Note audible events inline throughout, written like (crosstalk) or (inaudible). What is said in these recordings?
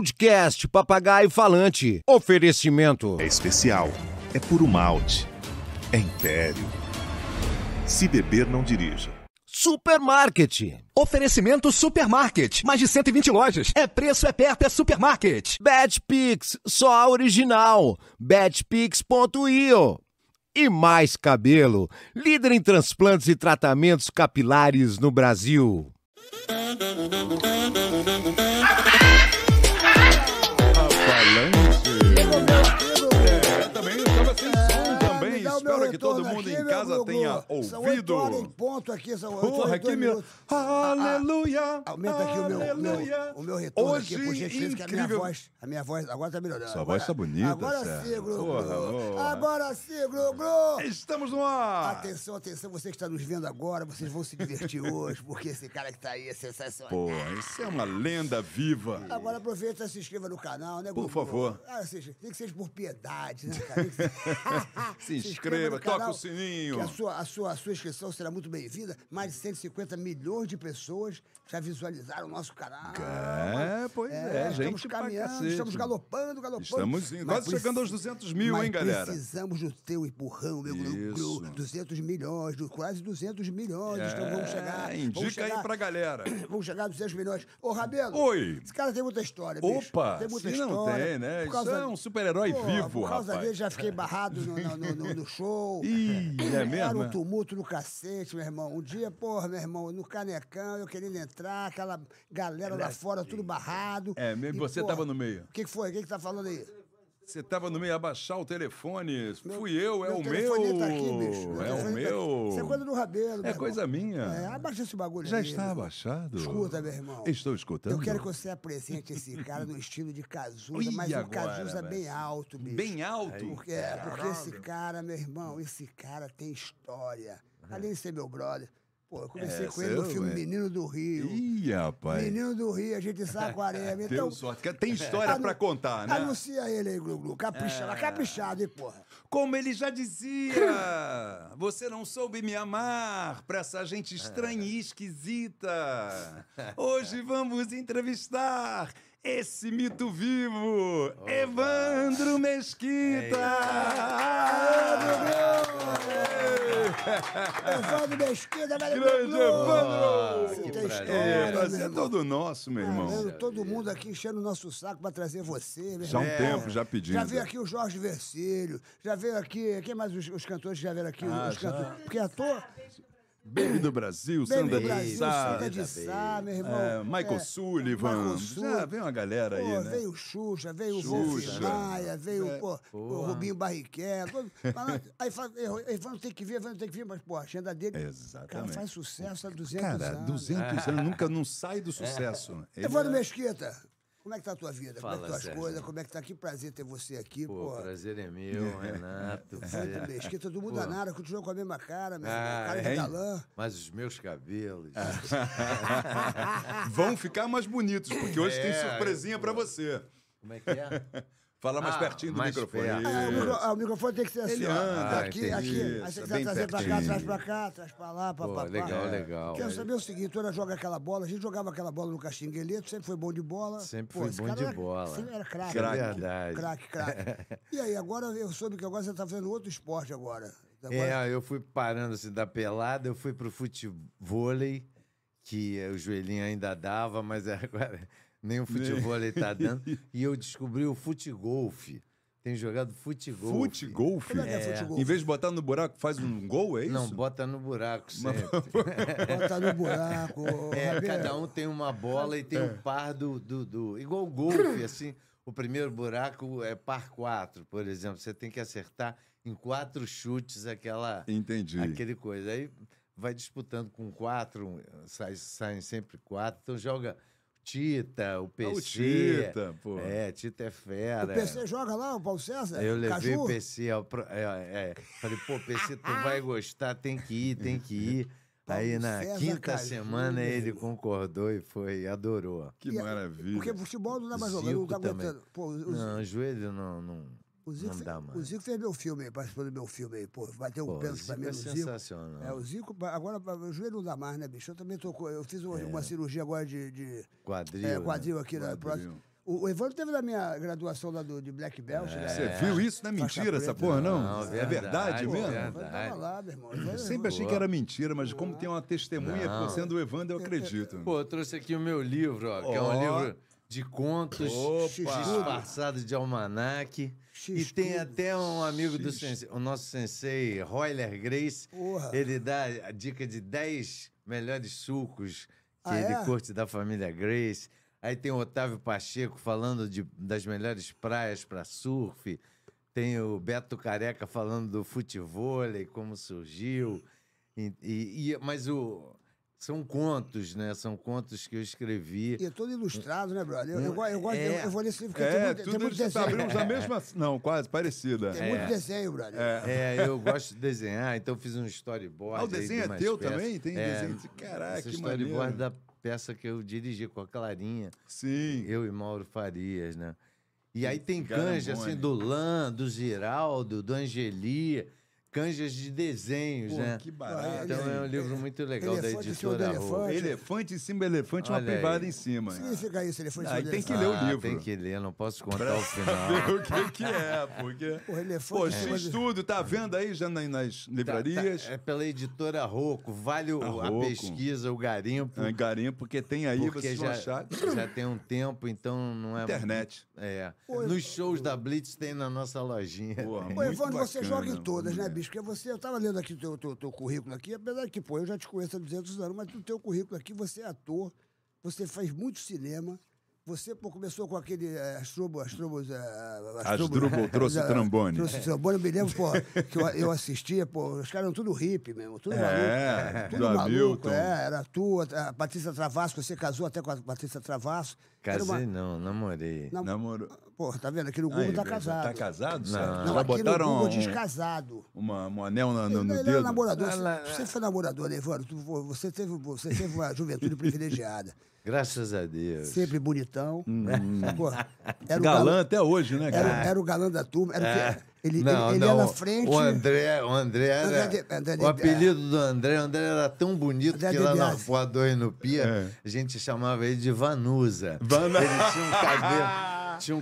Podcast Papagaio Falante. Oferecimento. É especial, é puro malte, é império. Se beber, não dirija. Supermarket. Oferecimento Supermarket. Mais de 120 lojas. É preço, é perto, é supermarket. Betpix. Só a original. Betpix.io. E mais cabelo. Líder em transplantes e tratamentos capilares no Brasil. É, também estava sem som também. me dá o meu Espero que todo retorno mundo aqui, em meu casa Gugu. tenha São oito horas em ouvido. ponto aqui, são oito horas Porra, e que dois meu. minutos. Ah, Aleluia! Aumenta aqui o meu, o meu, aleluia. o meu retorno Hoje, aqui, por gentileza, que a minha incrível. voz, a minha voz agora tá melhorando. Sua Agora- voz tá bonita, Agora Sérgio. sim, Gru, Porra, porra. Agora sim, Gru, Gru. Estamos no ar! Atenção, atenção, você que está nos vendo agora, vocês vão se divertir hoje, porque esse cara que tá aí é sensacional. Pô, isso é uma lenda viva. Agora aproveita e se inscreva no canal, né, Por Gugu? favor. Ah, ou seja, tem que ser por piedade, né, cara? Tem que ser- (laughs) Se (laughs) inscreva, no toca canal, o sininho. que a sua, a, sua, a sua inscrição será muito bem-vinda. Mais de 150 milhões de pessoas já visualizaram o nosso canal. É, pois é, Estamos gente pra caminhando, cacete. estamos galopando, galopando. Estamos indo, quase preci- chegando aos 200 mil, mas hein, galera? precisamos do teu empurrão, meu Isso. grupo. 200 milhões, do- quase 200 milhões. então vamos chegar. É, vamos indica chegar- aí pra galera. Vamos chegar a 200 milhões. Ô, Rabelo. Oi. Esse cara tem muita história, bicho. Opa, Tem muita se história. não tem, né? Por Isso causa- é um super-herói Pô, vivo, Por causa rapaz. dele, já fiquei barrado no, no- no- no- no show. (laughs) Ih, é Era mesmo? um é? tumulto do cacete, meu irmão. Um dia, porra, meu irmão, no canecão, eu querendo entrar, aquela galera lá fora, tudo barrado. É mesmo, E, você porra, tava no meio. O que, que foi? O que, que tá falando aí? Você tava no meio abaixar o telefone. Fui eu, é o telefonema meu. Tá aqui, bicho. Meu é o telefonema tá aqui. Isso é coisa meu. do Rabelo, meu É irmão. coisa minha. É, abaixa esse bagulho Já aí, está meu. abaixado? Escuta, meu irmão. Estou escutando. Eu quero que você apresente esse cara no estilo de Cazuza, Então Ih, mas um agora, Cazuza velho. bem alto, bicho. Bem alto? Porque, é, porque esse cara, meu irmão, esse cara tem história. Além de ser meu brother. Pô, eu comecei É, com ele no seu, filme é. Menino do Rio. Ih, rapaz. Menino do Rio, a gente (laughs) saquarema. Deu Então, sorte. que Tem história anu- pra contar, né? É. Anuncia ele aí, Glu Glu. Caprichado, caprichado, hein, porra. Como ele já dizia, (laughs) você não soube me amar pra essa gente estranha e esquisita. Hoje vamos entrevistar esse mito vivo, Evandro Mesquita. Evandro Mesquita, velho. Glu Grande Glu. Evandro! Você que tem prazer. história, É, meu prazer é irmão. todo nosso, meu irmão. Vendo todo mundo aqui enchendo o nosso saco pra trazer você, meu Já há um É. irmão. tempo, já pedindo. Já veio aqui o Jorge Versilho, já veio aqui. Quem mais os, os cantores que já vieram aqui? Ah, os cantores. Porque é ator. Baby do Brasil, Sandra Baby Brasil, Sá, Sandra de Sá, meu irmão. é, Michael É, Sullivan. Michael Já Sullivan. veio uma galera aí, Pô, né? veio o Xuxa, veio o Xuxa. Wolf É. Maia, veio pô, o Rubinho Barrichello. (laughs) pô, mas não- Aí fala, "Eh, Evandro tem que vir, Evandro tem que vir, mas, pô, a agenda dele. Cara, Exatamente. faz sucesso há 200 Cara, anos. 200 anos nunca não sai do sucesso. né? Ele- Evandro Mesquita, como é que tá a tua vida? como é Fala, que tá as Sérgio. coisas? Como é que tá? Que prazer ter você aqui, Pô, pô. prazer (laughs) é meu, Renato. Evandro você. Mesquita, todo mundo É, Pô. danado, continua com a mesma cara, meu Ah, cara de hein? galã. Mas os meus cabelos. Ah. Vão ficar mais bonitos, porque hoje tem É, surpresinha pra você. Como é (laughs) que é? Fala mais Ah, pertinho do mais microfone. É. perto. Ah, o, micro- ah, o microfone tem que ser assim. Ele ó. anda, aqui, entendi. É aqui. Aí Isso, você bem quiser trazer pra cá, pertinho. traz pra cá, traz pra lá, Pô, papapá. legal, legal. é. Quero saber o seguinte, tu era joga aquela bola, a gente jogava aquela bola no Caxingueleto, sempre foi bom de bola. Sempre Pô, fui esse bom cara de era- bola. Sempre era craque. né? É Craque. verdade. Craque, (laughs) craque. E aí, agora eu soube que agora você tá fazendo outro esporte agora. Tá Agora- É, eu fui parando assim da pelada, eu fui pro futevôlei, que eh, o joelhinho ainda dava, mas é (laughs) agora nem o futevôlei tá dando. E eu descobri o futegolfe. Tem jogado futegolfe. Fute golfe. Como é que é fute golfe? Em vez de botar no buraco, faz um gol, é isso? Não, bota no buraco sempre. (laughs) Bota no buraco. ô, (laughs) É, Rabelo. cada um tem uma bola e tem o par do. do, do- igual golfe, assim. O primeiro buraco é par 4, por exemplo. Você tem que acertar em quatro chutes aquela. Entendi. Aquele coisa. Aí vai disputando com quatro, sai, saem sempre quatro. Então joga Tita, o PC. Ah, Tita, pô. É, Tita é O fera. PC joga lá, o Paulo César? Eu levei Caju? Ah, o PC ao. pro- é, é. Falei, pô, PC, tu vai gostar, tem que ir, tem que ir. Aí Paulo na César quinta Caju, semana meu ele irmão. concordou e foi, adorou. Que E a- maravilha. Porque é futebol não dá mais jogando, não Zico tá também. aguentando. Pô, o- o Não, joelho não, não, O Zico, não fe- dá o mais. Zico fez meu filme aí, participou do meu filme aí, pô. Bateu Pô, um pênalti pra Zico mim é no Zico. sensacional. É, o Zico, ba- agora ba- o joelho não dá mais, né, bicho? Eu também tô. com- Eu fiz uma, uma cirurgia agora de, de É. Quadril. é, né? quadril aqui na próxima. O, o Evandro teve na minha graduação lá do, de Black Belt. né? Você viu isso? Não é Faixa mentira essa preta. porra, não? Não, é verdade verdade, mesmo? O Evandro tava lá, meu irmão. O Evandro- Eu sempre achei que era mentira, mas como tem uma testemunha Não. sendo o Evandro, eu acredito. Pô, eu trouxe aqui o meu livro, ó, que é um Ó. livro de contos Opa! disfarçado de almanaque. E tem X-tudo. até um amigo do sensei, o nosso sensei, Royler Grace, Porra. ele dá a dica de 10 melhores sucos que Ah, ele é? curte da família Grace. Aí tem o Otávio Pacheco falando de, das melhores praias para surf. Tem o Beto Careca falando do futevôlei, como surgiu. E, e- e- mas o, são contos, né? São contos que eu escrevi. E é todo ilustrado, né, brother? Eu, eu, go- eu, gosto- eu, É. eu vou nesse livro, porque tem É, muito, tem tudo muito eles desenho. É, abrimos a mesma. Não, quase parecida. Ah, Tem muito desenho, brother. É, eu gosto de desenhar, então fiz um storyboard. Ah, o aí de desenho é umas teu peças. também? Tem É, desenho de- Caraca, Esse que storyboard maneiro. da peça que eu dirigi com a Clarinha, Sim. eu e Mauro Farias, né? E aí tem Garambone. canja, assim, do Lan, do Giraldo, do Angeli, canjas de desenhos, Pô, né? que Ah, Ah, barato. Então é um livro muito legal da Elefante em cima do editora Rô. elefante. Elefante em cima, elefante, uma Olha aí. privada em cima. O que significa isso? Elefante Ah, sobre tem que elefante? ler o Ah, livro. Tem que ler, não posso contar (laughs) o Vê final. (laughs) o que, que é, porque. O elefante Pô, em cima X do- tudo, tá vendo aí já na- nas Tá, tá, livrarias? é pela editora Rocco, vale o- A a, Rocco. pesquisa, o garimpo. Ah, Garimpo, porque tem aí, porque vocês vão já, achar. é. já tem um tempo, então não é. Internet. É. Ô, Nos shows da Blitz tem na nossa lojinha. Porra, Ô, muito Evandro, você bacana, joga em todas, né, mulher. bicho? Porque você, eu tava lendo aqui o teu, teu, teu currículo aqui, apesar que, pô, eu já te conheço há 200 anos, mas no teu currículo aqui, você é ator, você faz muito cinema, você pô, começou com aquele eh, astrobo, astrobos... eh, astrobo- (laughs) Asdrubal trouxe eh, trombone. Trouxe trombone, eu me lembro, pô, que eu, eu assistia, pô, os caras eram tudo hippie mesmo, tudo É, maluco. né, do Tudo maluco, Hamilton. é, era tu, a Patrícia Travasso, você casou até com a Patrícia Travasso. Era Casei uma- não, namorei. Nam- Namorou. Pô, tá vendo? Aqui no Google Aí, tá beleza. casado. Tá casado? Não. Sérgio? Não, Já aqui no botaram Google um, diz casado. uma, um anel na- no, no ele dedo? era namorador. Ah, Você, lá, você lá. foi namorador, né, Evandro? Tu- vo- Você teve, você teve uma (laughs) juventude privilegiada. Graças a Deus. Sempre bonitão. Né? Pô, era o Hum. galã É. galã. até hoje, né, cara? Era, era o galã da turma. Era o que- ele, É. Não, ele, ele não, ia na frente. O André, o André era. André de- André de- o apelido do André, o André era tão bonito André que de lá na Biasi. Voador e no Pia, É. a gente chamava ele de Vanusa. Ele tinha um cabelo, tinha um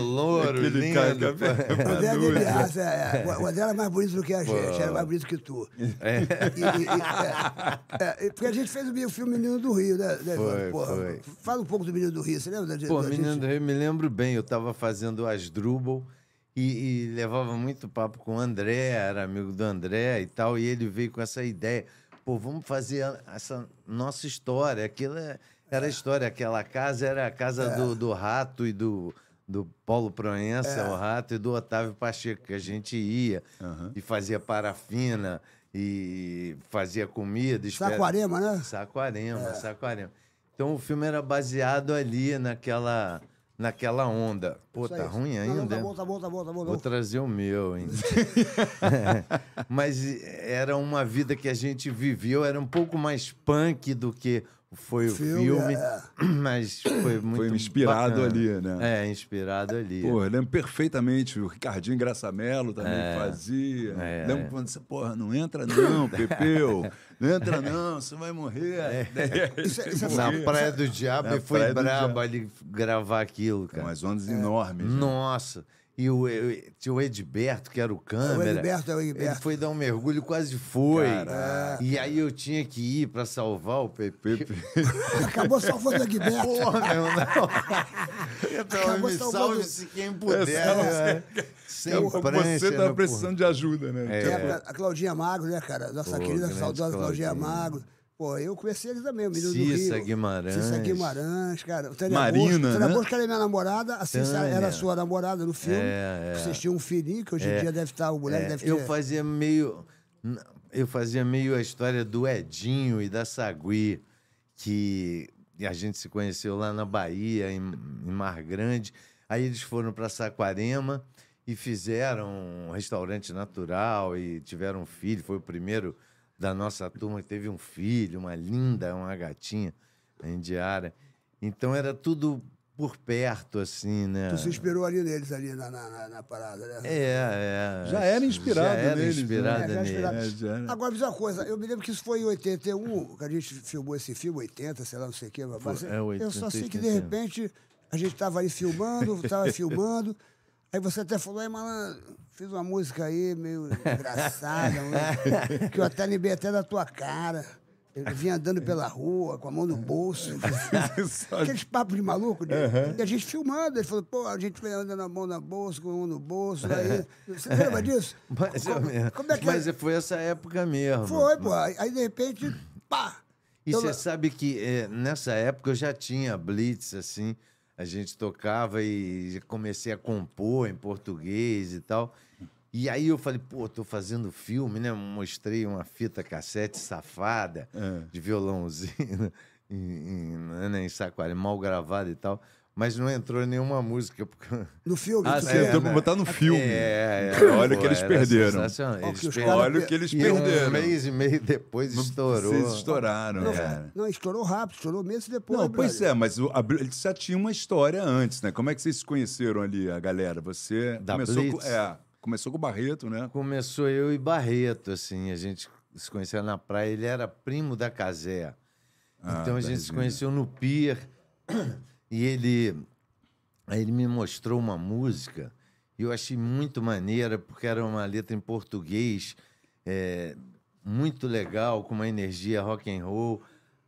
(laughs) louro, Aquele lindo. cara- é cabelo- o (laughs) André Vanusa. de Biasa, é. (laughs) O- O André era mais bonito do que a gente, era mais bonito que tu. É. E- e- e- é, é, porque a gente fez o filme Menino do Rio, né, né Evandro? Porra, foi. Fala um pouco do Menino do Rio, você lembra da Pô, da Menino gente? do Rio, me lembro bem. Eu tava fazendo Asdrubal e, e levava muito papo com o André, era amigo do André e tal. E ele veio com essa ideia. Pô, vamos fazer a- essa nossa história. Aquilo é- era a história. Aquela casa era a casa É. do, do Rato e do, do Paulo Proença, o Rato, e do Otávio Pacheco, que a gente ia Aham. e fazia parafina e fazia comida. espera- Saquarema, né? Saquarema, Saquarema. Então o filme era baseado ali naquela, naquela onda. Pô, Isso tá aí. ruim Não, não, ainda. Tá hein? bom, tá bom, tá bom, tá bom. Vou não. trazer o meu, (laughs) hein? (laughs) Mas eh, era uma vida que a gente viveu, era um pouco mais punk do que foi o Filme, é. filme, (clears throat) mas foi muito Foi inspirado bacana. ali, né? É, inspirado ali. Pô, eu lembro perfeitamente. O Ricardinho Graçamelo também fazia. É, lembro é. quando você, porra, não entra (laughs) não, Pepeu. Não entra não, você vai morrer. Isso, isso é Na fato. Praia do Diabo, Na e foi Praia do Diabo. brabo ali gravar aquilo, cara. Umas ondas É. enormes. Hum. né? Nossa! E o, e- tinha o Edberto, que era o câmera. Edberto, é o Edberto. Ele foi dar um mergulho, quase foi. Caraca. E aí eu tinha que ir pra salvar o (laughs) Pepe. Acabou salvando o Guiberto. (laughs) Porra, meu, não. Então, Acabou me salvando- salve-se quem puder. Essa- né? Sem prancha. você né, tava porra. precisando de ajuda, né? É, a- a Claudinha Magro, né, cara? Nossa Pô, querida, grande saudosa Claudinha Claudinha. Magro. Pô, eu conheci eles também, o menino do Rio. Cissa Guimarães. Cissa Guimarães, cara. O Tânia Marina, Bosco. Tânia né? Bosco era minha namorada, a Cissa Tânia. era sua namorada no filme. É, é. Vocês tinham um filhinho, que hoje em dia deve estar, o moleque É, deve ter... eu fazia meio. n- Eu fazia meio a história do Edinho e da Sagui, que a gente se conheceu lá na Bahia, em, em Mar Grande. Aí eles foram para Saquarema e fizeram um restaurante natural e tiveram um filho. Foi o primeiro da nossa turma que teve um filho, uma linda, uma gatinha indiara. Então era tudo por perto, assim, né? Tu se inspirou ali neles, ali na, na, na- na parada, né? É, é. Já era inspirado Já era neles, né? inspirado É, já neles. inspirado. É, já né? era. Agora, me diz uma coisa, eu me lembro que isso foi em 81, que a gente filmou esse filme, 80, sei lá, não sei o quê. Mas é, eu 80, só sei que, de 81. repente, A gente tava aí (laughs) filmando, tava filmando. Aí você até falou, aí, malandro, fiz uma música aí meio engraçada, mano, que eu até lembrei até da tua cara. Eu vinha andando pela rua, com a mão no bolso. (laughs) Aqueles papos de maluco, né? E a gente filmando. Ele falou, pô, a gente vem andando a mão na bolsa, com a mão no bolso. (laughs) Aí... Você É, lembra disso? Mas, Co- eu- como é que mas é? foi essa época mesmo. Foi, então pô. Aí, aí, de repente, pá! E Eu você não- sabe que eh, nessa época eu já tinha blitz, assim, a gente tocava e já comecei a compor em português e tal. E aí eu falei, pô, tô fazendo filme, né? Mostrei uma fita cassete safada É. de violãozinho (laughs) em, em, né, em Saquarema, mal gravada e tal. Mas não entrou nenhuma música. Porque... No filme. né? Ah, tu você quer? entrou pra botar no filme. né? É, (laughs) é, Olha o que pô, eles era perderam. sensacional. Ó, Eles que os perderam. caras- Olha o que eles E Um perderam. mês e meio depois estourou. Vocês estouraram, Não, É. cara. não, estourou rápido, estourou meses depois. Não, brother. pois é, mas o, a, Bl- eles já tinha uma história antes, né? Como é que vocês se conheceram ali, a galera? Você Da começou com, Blitz? é, começou com o Barreto, né? Começou eu e Barreto, assim. A gente se conheceu na praia. Ele era primo da Casé. Ah, então a gente se tadinho. conheceu no pier. (clears throat) E ele... Aí ele me mostrou uma música e eu achei muito maneira, porque era uma letra em português é, muito legal, com uma energia rock and roll.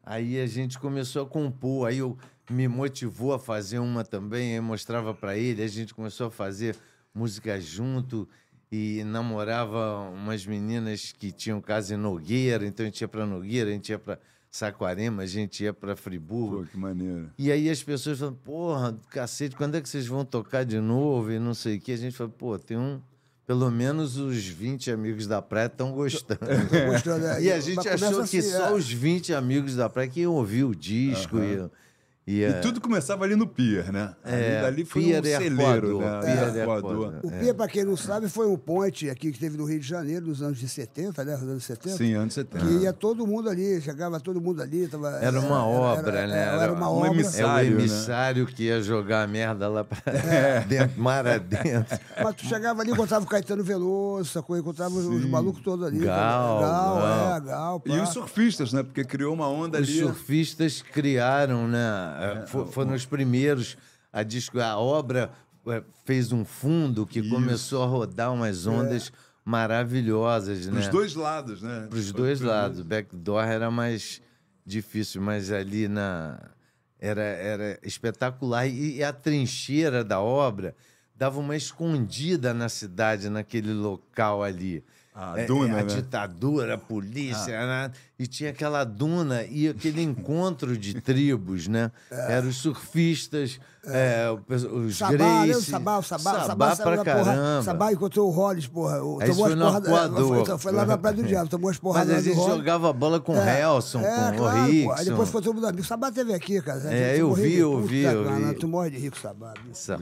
Aí a gente começou a compor, aí eu me motivou a fazer uma também, aí eu mostrava pra ele, a gente começou a fazer música junto e namorava umas meninas que tinham casa em Nogueira, então a gente ia pra Nogueira, a gente ia pra Saquarema, a gente ia pra Friburgo. Pô, que maneiro. E aí as pessoas falam, porra, cacete, quando é que vocês vão tocar de novo? E não sei o que. A gente fala, pô, tem um. Pelo menos os 20 amigos da praia estão gostando. (laughs) Mostrando, é, e a mas gente começa achou assim, que só é. os 20 amigos da praia que iam ouvir o disco e. e, E é, tudo começava ali no Pier, né? é, ali, dali foi Pier um e celeiro, Arcoador, né? Pier e Arcoador. Arcoador. O Pia, pra quem não sabe, foi um ponte aqui que teve no Rio de Janeiro nos anos de 70, né? Nos anos 70. Sim, anos 70. Que ia todo mundo ali, chegava todo mundo ali. Tava, Ah. é, Era uma obra, né? Era, Era uma uma obra. emissão. É o Emissário, né? emissário que ia jogar a merda lá (laughs) pra dentro, mar adentro. Mas tu chegava ali, encontrava o Caetano Veloso, sacou? Encontrava os- os malucos todos ali. tá Gal, Gal, Gal. é, Gal. Pá. E os surfistas, né? Porque criou uma onda Os ali. É, surfistas criaram, né? eh, fo- Foram os primeiros. A, disco, a obra eh, fez um fundo que começou a rodar umas ondas maravilhosas, né? Dos É. dois lados, né? Pros dois lados. O backdoor era mais difícil, mas ali na. Era, era espetacular. E, e a trincheira da obra dava uma escondida na cidade, naquele local ali. É, A duna, a né? ditadura, a polícia, Ah. né? e tinha aquela duna e aquele encontro de tribos, né? Eram os surfistas, é, o pesso- os É. Sabá, né? O Gracie, Sabá, o Sabá, Sabá, o Sabá, saiu pra da porra. caramba. Sabá encontrou o Hollis, porra. O, Aí isso foi no é, Arcoador. foi, foi lá na (laughs) Praia do Diabo, tomou as Mas porradas a lá do gente Hollis. jogava bola com o Helson, com o pô. Aí depois Rickson. ficou todo mundo amigo. Sabá teve aqui, cara. A É, gente eu morria vi, de eu puta, vi, eu cara, vi. né? Tu morre de rico, Sabá. bicho. Sa-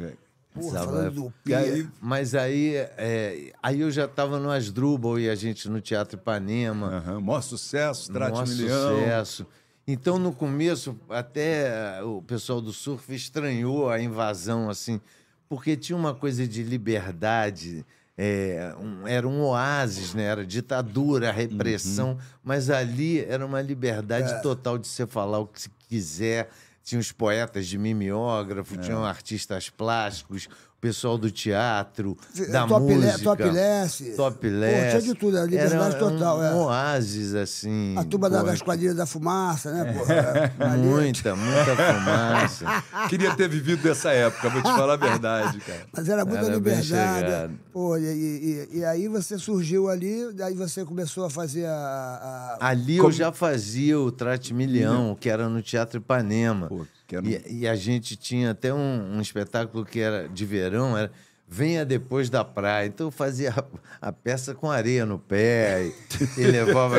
Porra, Sabá. falando do E Pia. aí, Mas aí, é, aí eu já estava no Asdrubal e a gente no Teatro Ipanema. aham, maior sucesso, Maior Trate um Milhão. sucesso. Então, no começo, até ah, o pessoal do surf estranhou a invasão, assim, porque tinha uma coisa de liberdade, é, um- era um oásis, né? Era ditadura, repressão, mas ali era uma liberdade É. total de você falar o que se quiser. Tinha os poetas de É. mimeógrafo, tinham artistas plásticos, o pessoal do teatro, da top música. Le- top Less. Topless. Pô, tinha de tudo, a liberdade Era um- total, é. Um oásis, assim. A turma da- porra, das quadrilhas da fumaça, né, porra? (laughs) Ali- Muita, muita fumaça. (laughs) (laughs) Queria ter vivido dessa época, vou te falar a verdade, (laughs) cara. Mas era muita Era bem liberdade. chegado. Pô, e, e- e aí você surgiu ali, daí você começou a fazer a. a- Ali eu já fazia o Trate Milhão, que era no Teatro Ipanema. Pô, que era um- e, e a gente tinha até um, um espetáculo que era de verão, era Venha Depois da Praia. Então eu fazia a, a peça com areia no pé e, e levava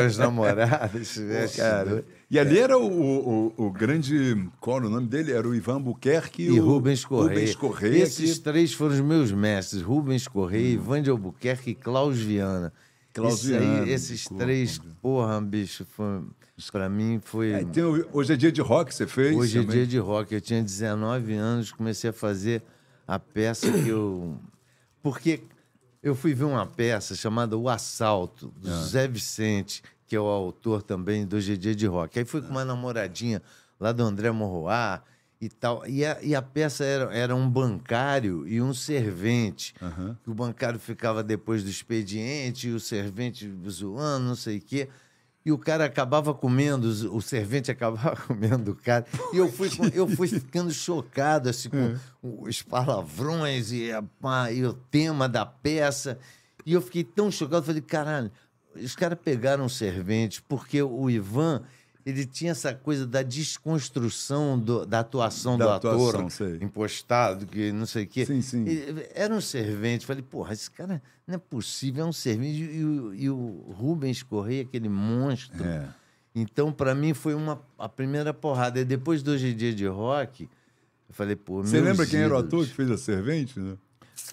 (laughs) as namoradas. né, os Cara, e ali era o, o, o- o grande. Qual era o nome dele? Era o Ivan Buquerque e o Rubens Correia. Rubens Correia. Esses que- Hum. três foram os meus mestres: Rubens Correia, Ivan de Albuquerque e Klaus Viana. Klaus Isso Viana, aí, esses desculpa. três, porra, bicho, foi, pra mim foi. É, tem o- hoje é dia de rock que você fez. hoje é também. dia de rock. Eu tinha 19 anos, comecei a fazer a peça que eu. (coughs) Porque eu fui ver uma peça chamada O Assalto, do Ah. Zé Vicente, que é o autor também do Hoje é Dia de Rock. Aí fui com uma namoradinha lá do André Morroá. e tal. E a, e a peça era, era um bancário e um servente. Aham. Que o bancário ficava depois do expediente, e o servente zoando, não sei o quê. E o cara acabava comendo, os- o servente acabava (laughs) comendo o cara. E eu fui, com- eu fui ficando chocado assim, É. com os palavrões e, a pá, e o tema da peça. E eu fiquei tão chocado, falei, caralho, os caras pegaram o servente, porque o Ivan, ele tinha essa coisa da desconstrução do- da atuação Da do ator, atuação, sei. impostado, que não sei o quê. Sim, sim. E- Era um servente. Falei, porra, esse cara não é possível, é um servente. E, o- e o Rubens Correia, aquele monstro. É. Então, pra mim, foi uma, a primeira porrada. E depois de hoje dias de rock, eu falei, pô, Você meus lembra quem era o ator ídolos. que fez a servente? Né?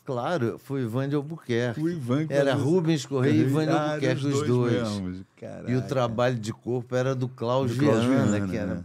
Claro, foi o Ivan de Albuquerque. O Ivan que Era fazia- Rubens Correia e Ivan de Ah, eram Albuquerque, os dois. mesmos. E o Caraca. trabalho de corpo era do Cláudio Do Cláudio Viana, Viana, que era, né?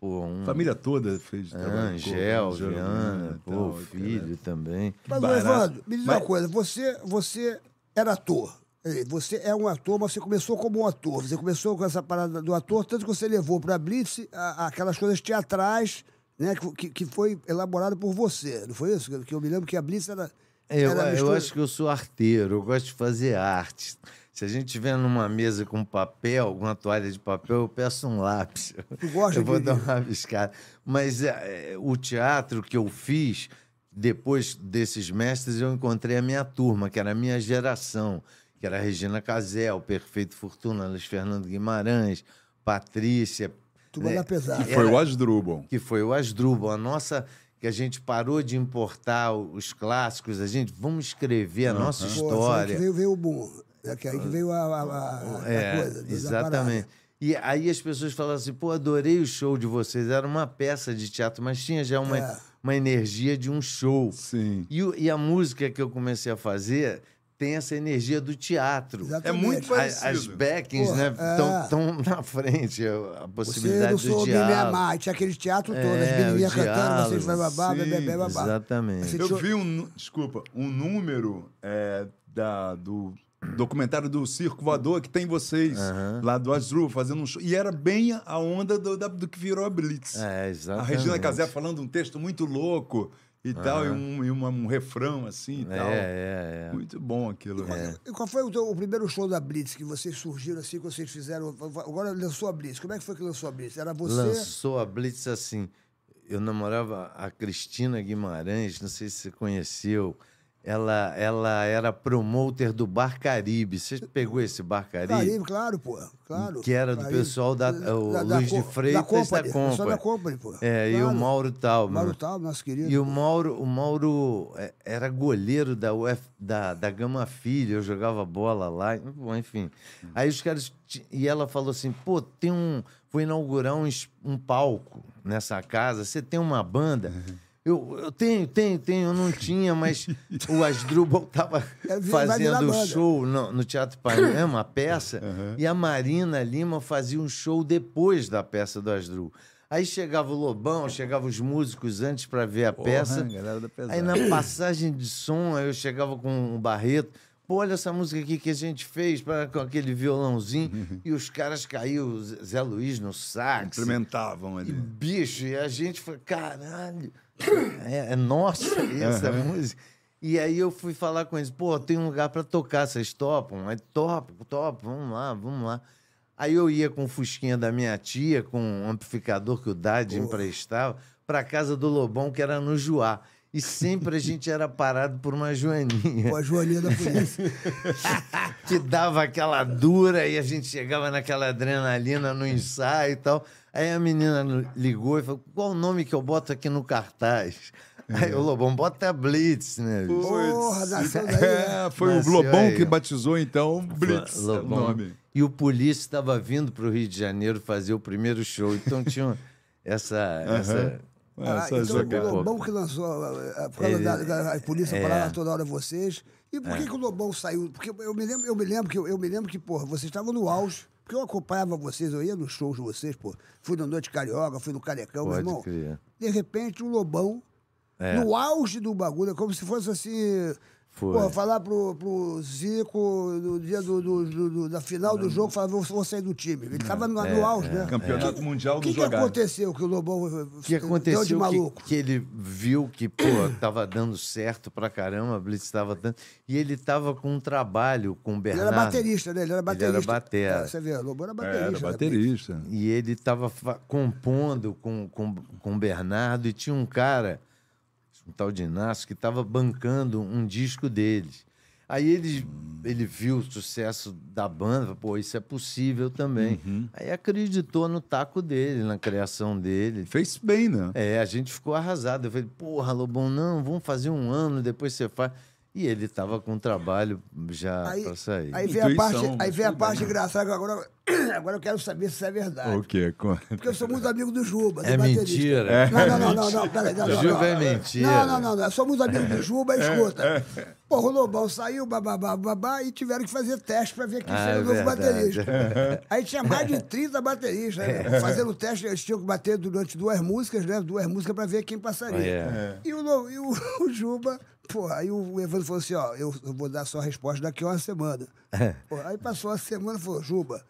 pô, um... Família toda fez Ah, trabalho de corpo, Angel, Angel, Viana, né, pô, tal, filho também. Mas, ô, Barato. Evandro, me diz uma Mas- coisa. Você, você era ator. Eh, Você é um ator, mas você começou como um ator. Você começou com essa parada do ator, tanto que você levou para a Blitz a- aquelas coisas teatrais né, que, que- que foi elaborado por você. Não foi isso? Que- Que eu me lembro que a Blitz era. Eu, era eu mistura- acho que eu sou arteiro, eu gosto de fazer arte. Se a gente tiver numa mesa com papel, alguma toalha de papel, eu peço um lápis. Tu gosta Eu vou de- dar uma rabiscada. Mas é, é, o teatro que eu fiz, depois desses mestres, eu encontrei a minha turma, que era a minha geração, que era a Regina Casel, Perfeito Fortuna, Luiz Fernando Guimarães, Patrícia, Tu é, vai dar pesado. Que foi o Asdrubal. que foi o Asdrubal, a nossa que a gente parou de importar o- os clássicos, a gente vamos escrever a nossa Pô, foi aí que história. veio, veio o boom. É que aí que veio a, a- a- a É, coisa. da exatamente. E aí as pessoas falavam assim, pô, adorei o show de vocês. Era uma peça de teatro, mas tinha já uma, É. uma energia de um show. Sim. E, o- e a música que eu comecei a fazer tem essa energia do teatro. Exatamente. É muito A- parecido. as backings, Porra, né, é. estão na frente, a a Você possibilidade não do soube me diálogo. amar. Tinha aquele teatro todo, É, as menininhas o cantando, vocês diálogo, vai babá, sim, bebê, bebê, babá. Assim, Exatamente. Você Eu tinha- vi um, nu- desculpa, um número é, da, do documentário do Circo Voador que tem vocês lá do Azul fazendo um show. E era bem a onda do, da- do que virou a Blitz. É, a exatamente. Regina Casé falando um texto muito louco e tal, e, um, e uma- um refrão assim e É, tal. é, é. Muito bom aquilo. E qual foi o, teu- o primeiro show da Blitz que vocês surgiram assim, que vocês fizeram? Agora lançou a Blitz. Como é que foi que lançou a Blitz? Era você? Lançou a Blitz assim. Eu namorava a Cristina Guimarães, não sei se você conheceu. Ela, ela era promoter do Bar Caribe. Você pegou esse Bar Caribe? Caribe, claro, pô. Claro. Que era do Caribe. pessoal da- o Luiz de co- Freitas da Company, Pessoal Company. da Company, pô. É, e o Claro. Mauro Talma. Mauro Tal, nosso querido. E o Mauro, o Mauro é, era goleiro da, UF, da, da Gama Filho, eu jogava bola lá, bom, enfim. Aí os caras. ti- E ela falou assim: pô, tem um. Vou inaugurar um, es- um palco nessa casa, você tem uma banda? Eu, eu tenho, tenho, tenho, eu não tinha, mas o Asdrubal tava Quero ver, vai virar fazendo banda. show show no, no Teatro Panema, a peça, e a Marina Lima fazia um show depois da peça do Asdru. Aí chegava o Lobão, chegava os músicos antes para ver a peça. galera da pesada. Aí na passagem de som, aí eu chegava com o Barreto. Pô, olha essa música aqui que a gente fez pra, com aquele violãozinho. e os caras caíam, o Zé Zé Luiz no sax. Experimentavam ali. Bicho, e a gente foi, caralho, é, é nossa essa música. E aí eu fui falar com eles, pô, tem um lugar pra tocar, vocês topam? Aí topo, topo, vamos lá, vamos lá. Aí eu ia com o fusquinha da minha tia, com um amplificador que o Dade emprestava, pra casa do Lobão, que era no Juá. E sempre a gente era parado por uma joaninha Pô, a Joaninha (laughs) da polícia. que dava aquela dura e a gente chegava naquela adrenalina no ensaio e tal. Aí a menina no- ligou e falou: qual o nome que eu boto aqui no cartaz? É. Aí o Lobão, bota Blitz, né? bicho?" Porra, nasceu daí, né? É, foi o Nasceu Lobão aí, que ó. batizou então Blitz, é o Lobão. nome. E o polícia estava vindo para o Rio de Janeiro fazer o primeiro show. Então tinha essa. essa... Ah, É, Essa então, jogada. o Lobão que lançou, ah, ah, por É. causa da, da- a polícia parava toda hora vocês. E por que, que o Lobão saiu? Porque eu me lembro, eu me lembro que, eu, me lembro que, porra, vocês estavam no auge. Porque eu acompanhava vocês, eu ia nos shows de vocês, pô. Fui na Noite Carioca, fui no Carecão, Pode meu irmão. crer. É. De repente, o Lobão No auge do bagulho, é como se fosse assim. Foi. Pô, falar pro, pro Zico no dia do, do- do- do- da final do jogo, falar, vou, vou sair do time. Ele tava no, É, no auge, né? Campeonato Mundial O que, do que Jogar. aconteceu que o Lobão eh, O que deu de aconteceu maluco? que, que ele viu que, pô, tava dando certo pra caramba, a Blitz tava dando. E ele tava com um trabalho com o Ele Bernardo. era baterista, né? Ele era baterista. batera. É, você vê, o Lobão era baterista. Era né? baterista. E ele tava fa- compondo com, com, com o Bernardo e tinha um cara, um tal de Inácio, que tava bancando um disco deles. Aí ele, ele viu o sucesso da banda, falou, pô, isso é possível também. Aí acreditou no taco dele, na criação dele. Fez bem, né? É, a gente ficou arrasado. Eu falei, porra, Lobão, não, vamos fazer um ano, depois você faz. E ele tava com trabalho já Aí, pra sair. aí vem a Intuição, parte, aí vem a tudo, parte né? engraçada que agora, agora eu quero saber se isso é verdade. O quê? Co- Porque eu sou muito amigo do Juba, do É baterista. mentira. Não, não, não, não, (laughs) não, peraí, não, não, Juba não. é mentira. Não, não, não, não. Somos amigos do Juba, escuta. Porra, o Lobão saiu, bababá, babá, e tiveram que fazer teste pra ver quem Ah, seria é o novo verdade. (laughs) baterista. Aí tinha mais de 30 bateristas. É. Né? Fazendo o teste, eles tinham que bater durante duas músicas, né? Duas músicas pra ver quem passaria. É. E, o, Lo- e o- (laughs) o Juba, pô, aí o Evandro falou assim: ó, eu, eu vou dar só a resposta daqui a uma semana. Pô, aí passou uma semana e falou: Juba.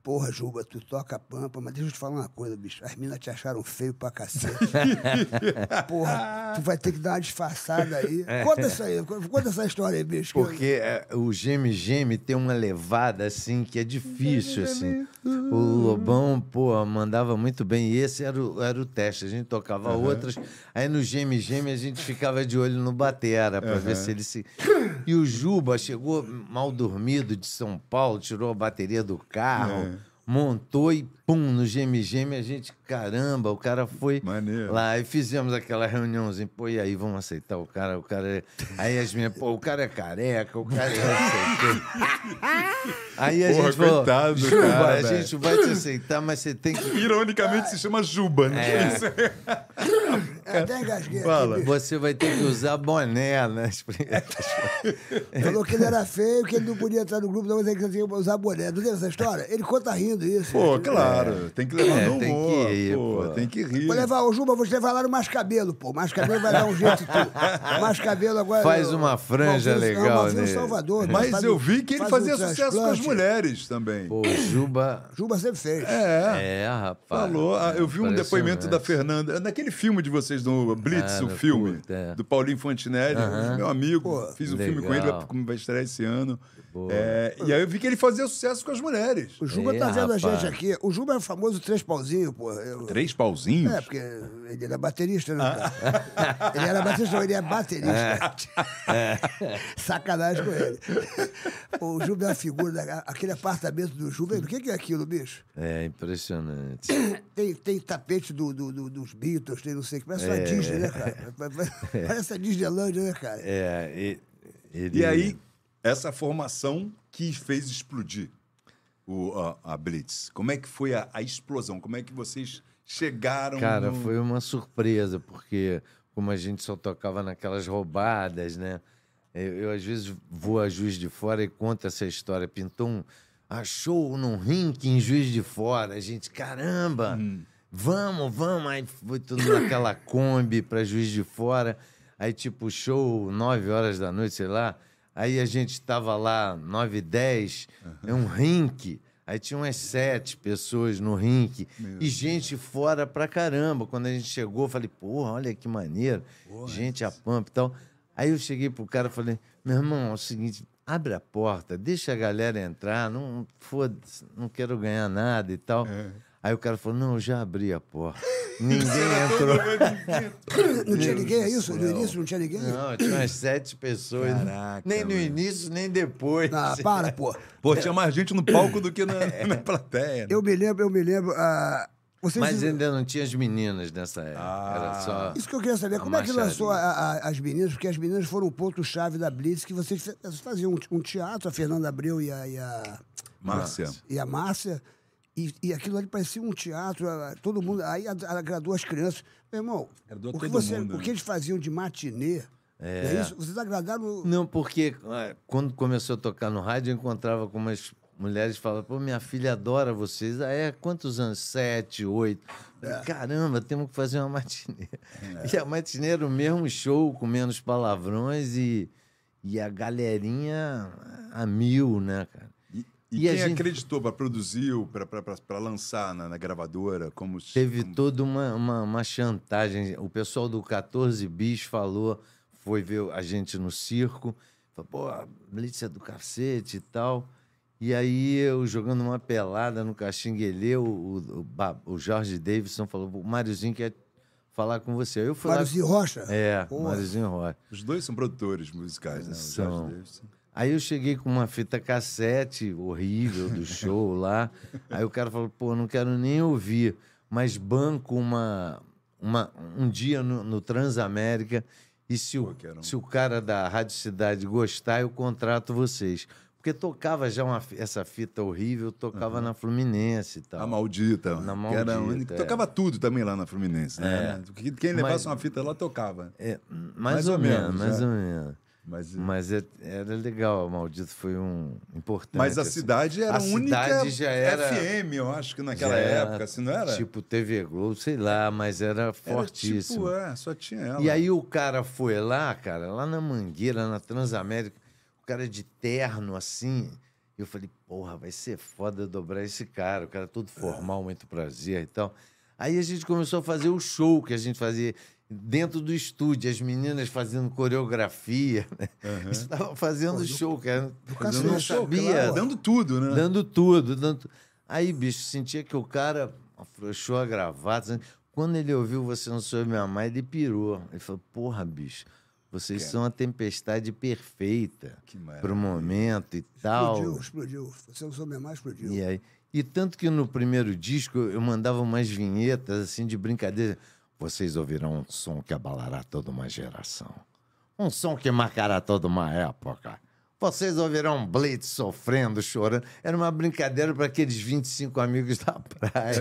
Porra, Juba, tu toca pampa, mas deixa eu te falar uma coisa, bicho. As minas te acharam feio pra cacete. Porra, tu vai ter que dar uma disfarçada aí. Conta isso aí, conta essa história aí, bicho. que eu- Porque é, o Geme Geme tem uma levada assim que é difícil, assim. O Lobão, pô, mandava muito bem. E esse era o, era o teste. A gente tocava outras. Aí no Geme Geme a gente ficava de olho no Batera pra ver se ele se. E o Juba chegou mal dormido de São Paulo, tirou a bateria do carro. Montou e pum, no Geme Geme a gente, caramba, o cara foi Maneiro. lá e fizemos aquela reuniãozinha, pô, e aí, vamos aceitar o cara, o cara é... Aí as minhas, pô, o cara é careca, o cara é não sei o quê. Aí a Porra, gente falou, coitado do Juba, cara, a velho." gente vai te aceitar, mas você tem que... Ironicamente se chama Juba, né? Isso é. Até engasguei. aqui, bicho. Você vai ter que usar boné né? nas primeiras. Falou que ele era feio, que ele não podia entrar no grupo, não, mas ele tinha que usar boné. Não tem essa história? Ele conta rindo isso. Pô, bicho. claro. Tem que levar É, no tem humor. que ir, pô, pô. Tem que rir. Vou levar o Juba, vou te levar lá no Mais Cabelo, pô. Mais Cabelo vai dar um jeito. (laughs) Tu. Mais Cabelo agora. Faz eu- uma franja Malvino- legal não, Malvino nele. Salvador. né? Mas Faz eu o- vi que ele faz fazia o sucesso com as transplante. mulheres também. Pô, Juba... Juba sempre fez. É. É, rapaz. Falou, Ah, eu vi um depoimento da Impressionante. Fernanda, naquele filme de vocês, do Blitz, Ah, o no filme, curto, é. do Paulinho Fantinelli, meu amigo, fiz um filme com ele, legal. vai- vai estrear esse ano. É, e aí eu vi que ele fazia sucesso com as mulheres. O Juba É, tá vendo a rapaz. gente aqui. O Juba é o famoso três pauzinho, pô. Eu- Três pauzinhos? É, porque ele era baterista, né? Ah. cara? (laughs) Ele era baterista, não, ele é baterista. (laughs) É. Sacanagem com ele. O Juba é uma figura, da- aquele apartamento do Juba. O que que é aquilo, bicho? É, impressionante. Tem, tem tapete do, do- do- dos Beatles, tem não sei o que. Parece É. uma Disney, né, cara? (laughs) Parece a Disneylândia, né, cara? É, e, ele- E aí, essa formação que fez explodir o, a, a Blitz. Como é que foi a, a explosão? Como é que vocês chegaram (laughs) Cara, no... foi uma surpresa, porque como a gente só tocava naquelas roubadas, né? Eu, eu, às vezes vou a Juiz de Fora e conto essa história. Pintou um achou num rink em Juiz de Fora. A gente, caramba, vamos, vamos. Aí foi tudo naquela Kombi pra Juiz de Fora. Aí, tipo, show, 9 horas da noite, sei lá. Aí a gente tava lá, 9 e 10, é um rink. Aí tinha umas sete pessoas no rink e gente fora pra caramba. Quando a gente chegou, eu falei, porra, olha que maneiro. gente a pampa e tal. Aí eu cheguei pro cara e falei, meu irmão, é o seguinte, abre a porta, deixa a galera entrar, não foda-se, não quero ganhar nada e tal. Aí o cara falou, não, eu já abri a porta. (laughs) Ninguém entrou. Não tinha ninguém, é isso? No início não tinha ninguém? Não, tinha umas sete pessoas. nem no início, nem depois. (laughs) Ah, para, pô. Pô, tinha mais gente no palco do que (laughs) na, É. na plateia. né? Eu me lembro, eu me lembro. ah, vocês Mas ainda não tinha as meninas nessa época. Era só. Isso que eu queria saber, A como é que lançou machadinha. a- a- as meninas? Porque as meninas foram o ponto-chave da Blitz, que vocês fe- faziam um, um teatro, a Fernanda Abreu e a, e a, Márcia. e a Márcia, e, e aquilo ali parecia um teatro, a- a- todo mundo, aí a- a- agradou as crianças. Meu irmão, Agradou o que, todo você- mundo, o que eles faziam de matinê, é. isso? Vocês agradaram... Hum, Não, porque ah, quando começou a tocar no rádio, eu encontrava com umas, Mulheres falam, pô, minha filha adora vocês. Ah, é? Quantos anos? Sete, oito. Falei, Caramba, temos que fazer uma matinê. E a matinê era o mesmo show, com menos palavrões e, e a galerinha a mil, né, cara? E, E e a quem gente- acreditou para produziu, para lançar na, na gravadora, como se- Teve como- toda uma, uma, uma chantagem. O pessoal do 14 Bis falou, foi ver a gente no circo. Falou, pô, a milícia é do cacete e tal. E aí, eu jogando uma pelada no Caxinguelê, o, o, o Ba- o Jorge Davidson falou, o Máriozinho quer falar com você. Aí Eu fui Máriozinho Rocha? lá... É, Pô. Máriozinho Rocha. Os dois são produtores musicais, né? O Jorge São. Davidson. Aí eu cheguei com uma fita cassete horrível (laughs) do show lá. Aí o cara falou, pô, não quero nem ouvir, mas banco uma, uma- um dia no, no Transamérica e se o, Pô, quero um. se o cara da Rádio Cidade gostar, eu contrato vocês. Porque tocava já uma fi- essa fita horrível, tocava na Fluminense e tal. A Maldita. Na que era a única- Maldita, é. Tocava tudo também lá na Fluminense, né? Que- Quem levasse Mas- uma fita lá tocava. É, mais, ou, menos, mais é. ou menos. Mas, Mas é- era legal, Maldito, foi um importante. mas a assim. cidade era A a única cidade já era- FM, eu acho que naquela Já era época, assim, não era? É, Tipo TV Globo, sei lá, mas era Era fortíssimo. Tipo, é, só tinha ela. E aí o cara foi lá, cara, lá na Mangueira, na Transamérica, o cara de terno, assim. Eu falei, porra, vai ser foda dobrar esse cara. O cara é todo É. formal, muito prazer e tal. Aí a gente começou a fazer o show que a gente fazia dentro do estúdio, as meninas fazendo coreografia. Né? É. Estava fazendo show, cara. Eu não cacete, sabia. claro. Dando tudo, né? Dando tudo, dando tu- Aí, bicho, sentia que o cara afrouxou a gravata. né? Quando ele ouviu Você Não Soube Me Amar, ele pirou. Ele falou, porra, bicho, vocês são a tempestade perfeita Que maravilha. pro momento e tal. Explodiu, explodiu. Você não soube mais, explodiu. E, aí, e tanto que no primeiro disco eu, eu mandava umas vinhetas assim de brincadeira. Vocês ouvirão um som que abalará toda uma geração. Um som que marcará toda uma época. Vocês ouvirão Blitz sofrendo, chorando. Era uma brincadeira para aqueles 25 amigos da (laughs) praia,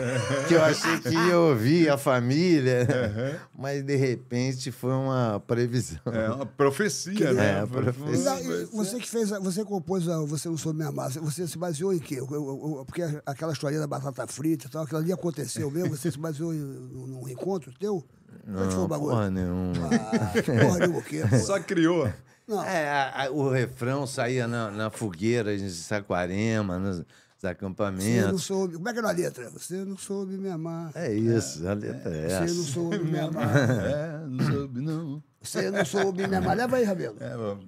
que eu achei que ia ouvir a família. né? Mas, de repente, foi uma previsão. É uma profecia, né? É, Foi- E lá, e profecia. você que fez, a- você compôs a Você Não Soube Me Amar, você se baseou em quê? Eu- eu- eu- Porque a- aquela história da batata frita e tal, aquilo ali aconteceu mesmo, você se baseou em, num num encontro teu? Onde foi o Não, bagulho? porra nenhuma. Ah, porra, nenhuma, o quê? pô? Só criou. Não. É, a- a- o refrão saía na, na fogueira em Saquarema, nos, nos Você não acampamentos. soube. Como é que era a letra? Você não soube me amar. É isso, a letra é Você não assim. essa. soube me (laughs) amar. É, não soube, não. Você não soube me amar. Leva aí, Rabelo. É, mano.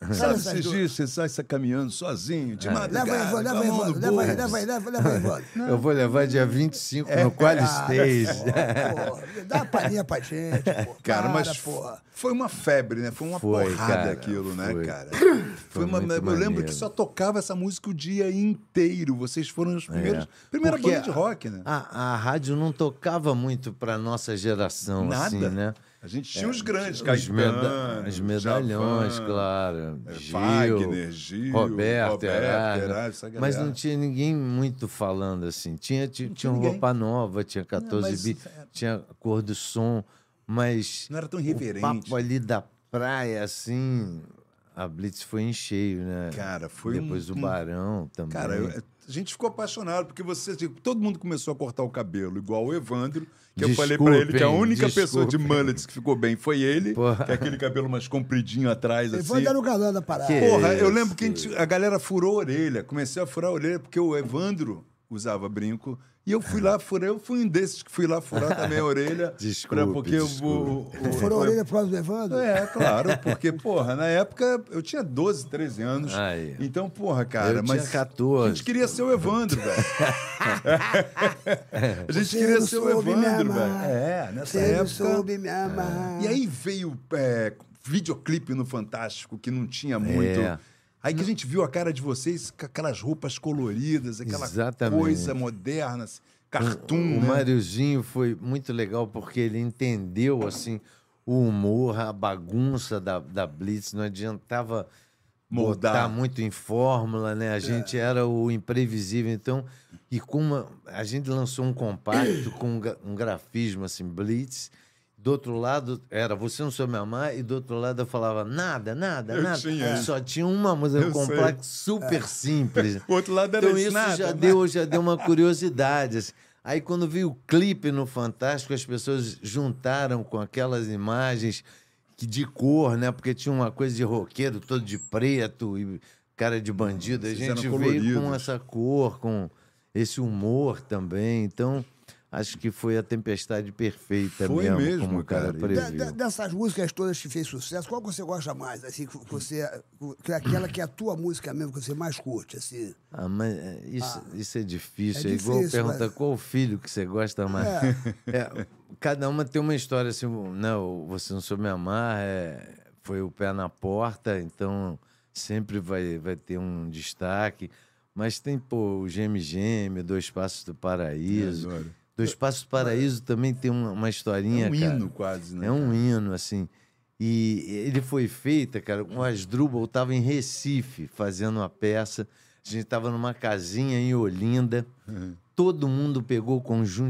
Olha Sabe essas esses duas. dias você sai, sai caminhando sozinho, de Leva aí, Ivan, madrugada, leva com a aí, mão Ivan. no Leva aí, bolso. leva aí, leva, leva aí, Ivan. (laughs) Eu vou levar dia 25 no (laughs) Qual Stage. (laughs) Ah, porra, dá uma palhinha pra (laughs) gente, porra. Cara, mas Para, f- porra. foi uma febre, né? Foi uma Foi, porrada cara, aquilo, né, foi. cara? Foi Foi uma, muito eu lembro maneiro. que só tocava essa música o dia inteiro. Vocês foram os primeiros. Primeira Porque banda de rock, né? A, a rádio não tocava muito pra nossa geração, Nada. assim, né? A gente tinha os grandes, Os, meda Caetano, os medalhões, Javan, claro. é, Gil, Wagner, Gil, Roberto, Roberto, Erasmo. Erasmo, essa galera. Mas não tinha ninguém muito falando assim. Tinha, tinha, tinha ninguém. roupa nova, tinha 14 mas- é. bits, tinha cor do som, mas. Não era tão O irreverente. papo ali da praia, assim. A Blitz foi em cheio, né? Cara, foi um- Depois o um- Barão também. Cara, eu- a gente ficou apaixonado, porque você, tipo, todo mundo começou a cortar o cabelo, igual o Evandro, que eu falei pra ele que a Desculpem, única pessoa de desculpem. mullets que ficou bem foi ele, Porra. que é aquele cabelo mais compridinho atrás, assim. Ivan era o galã da parada. Que- Porra, eu Isso. lembro que a, gente- a galera furou a orelha. Comecei a furar a orelha porque o Evandro usava brinco. E eu fui lá, furei. Eu fui um desses que fui lá furar também a orelha. Desculpe, porque eu vou. desculpe. o- Furou a o- orelha por causa do Evandro? É, claro, porque, porra, na época eu tinha 12, 13 anos. Aí. Então, porra, cara, Eu mas. tinha 14. A gente queria ser o Evandro, (laughs) velho. a gente Você queria não ser o soube me Evandro, velho. amar. É, nessa Você época. não soube me amar. E aí veio é, videoclipe no Fantástico, que não tinha muito. É. Aí que a gente viu a cara de vocês com aquelas roupas coloridas, aquela Exatamente. Um coisa moderna, assim, cartoon, O né? Máriozinho foi muito legal porque ele entendeu assim o humor, a bagunça da, da Blitz. Não adiantava Moldar. É. botar muito em fórmula, né? A gente era o imprevisível. Então, e com uma, a gente lançou um compacto com um, gra- um grafismo assim, Blitz. Do outro lado era Você Não Sou Minha Mãe, e do outro lado eu falava nada, nada, Eu nada. tinha. Só tinha uma música, Eu É. um complexo super simples. O outro lado era Então esse, isso nada, já nada. deu, já deu uma curiosidade. assim. Aí quando vi o clipe no Fantástico, as pessoas juntaram com aquelas imagens que de cor, né? Porque tinha uma coisa de roqueiro todo de preto e cara de bandido. A vocês gente veio eram com coloridos. essa cor, com esse humor também. Então, acho que foi a tempestade perfeita Foi mesmo, mesmo, como o cara. cara, Da- previu. da- dessas músicas todas que fez sucesso, qual que você gosta mais? Assim, que você, que é aquela que é a tua música mesmo, que você mais curte, assim. Ah, mas é, isso, isso é difícil. é É, igual difícil, perguntar mas- qual filho que você gosta mais. (laughs) É, cada uma tem uma história assim. Não, você não soube me amar, é, foi o pé na porta, então sempre vai, vai ter um destaque. Mas tem, pô, o Geme Geme, Dois Passos do Paraíso. Eu adoro. Dois Passos do Paraíso também tem uma, uma historinha, um cara. hino quase, né? É um hino, assim. E ele foi feita, cara, o Asdrubal estava em Recife fazendo uma peça. A gente estava numa casinha em Olinda. Uhum. Todo mundo pegou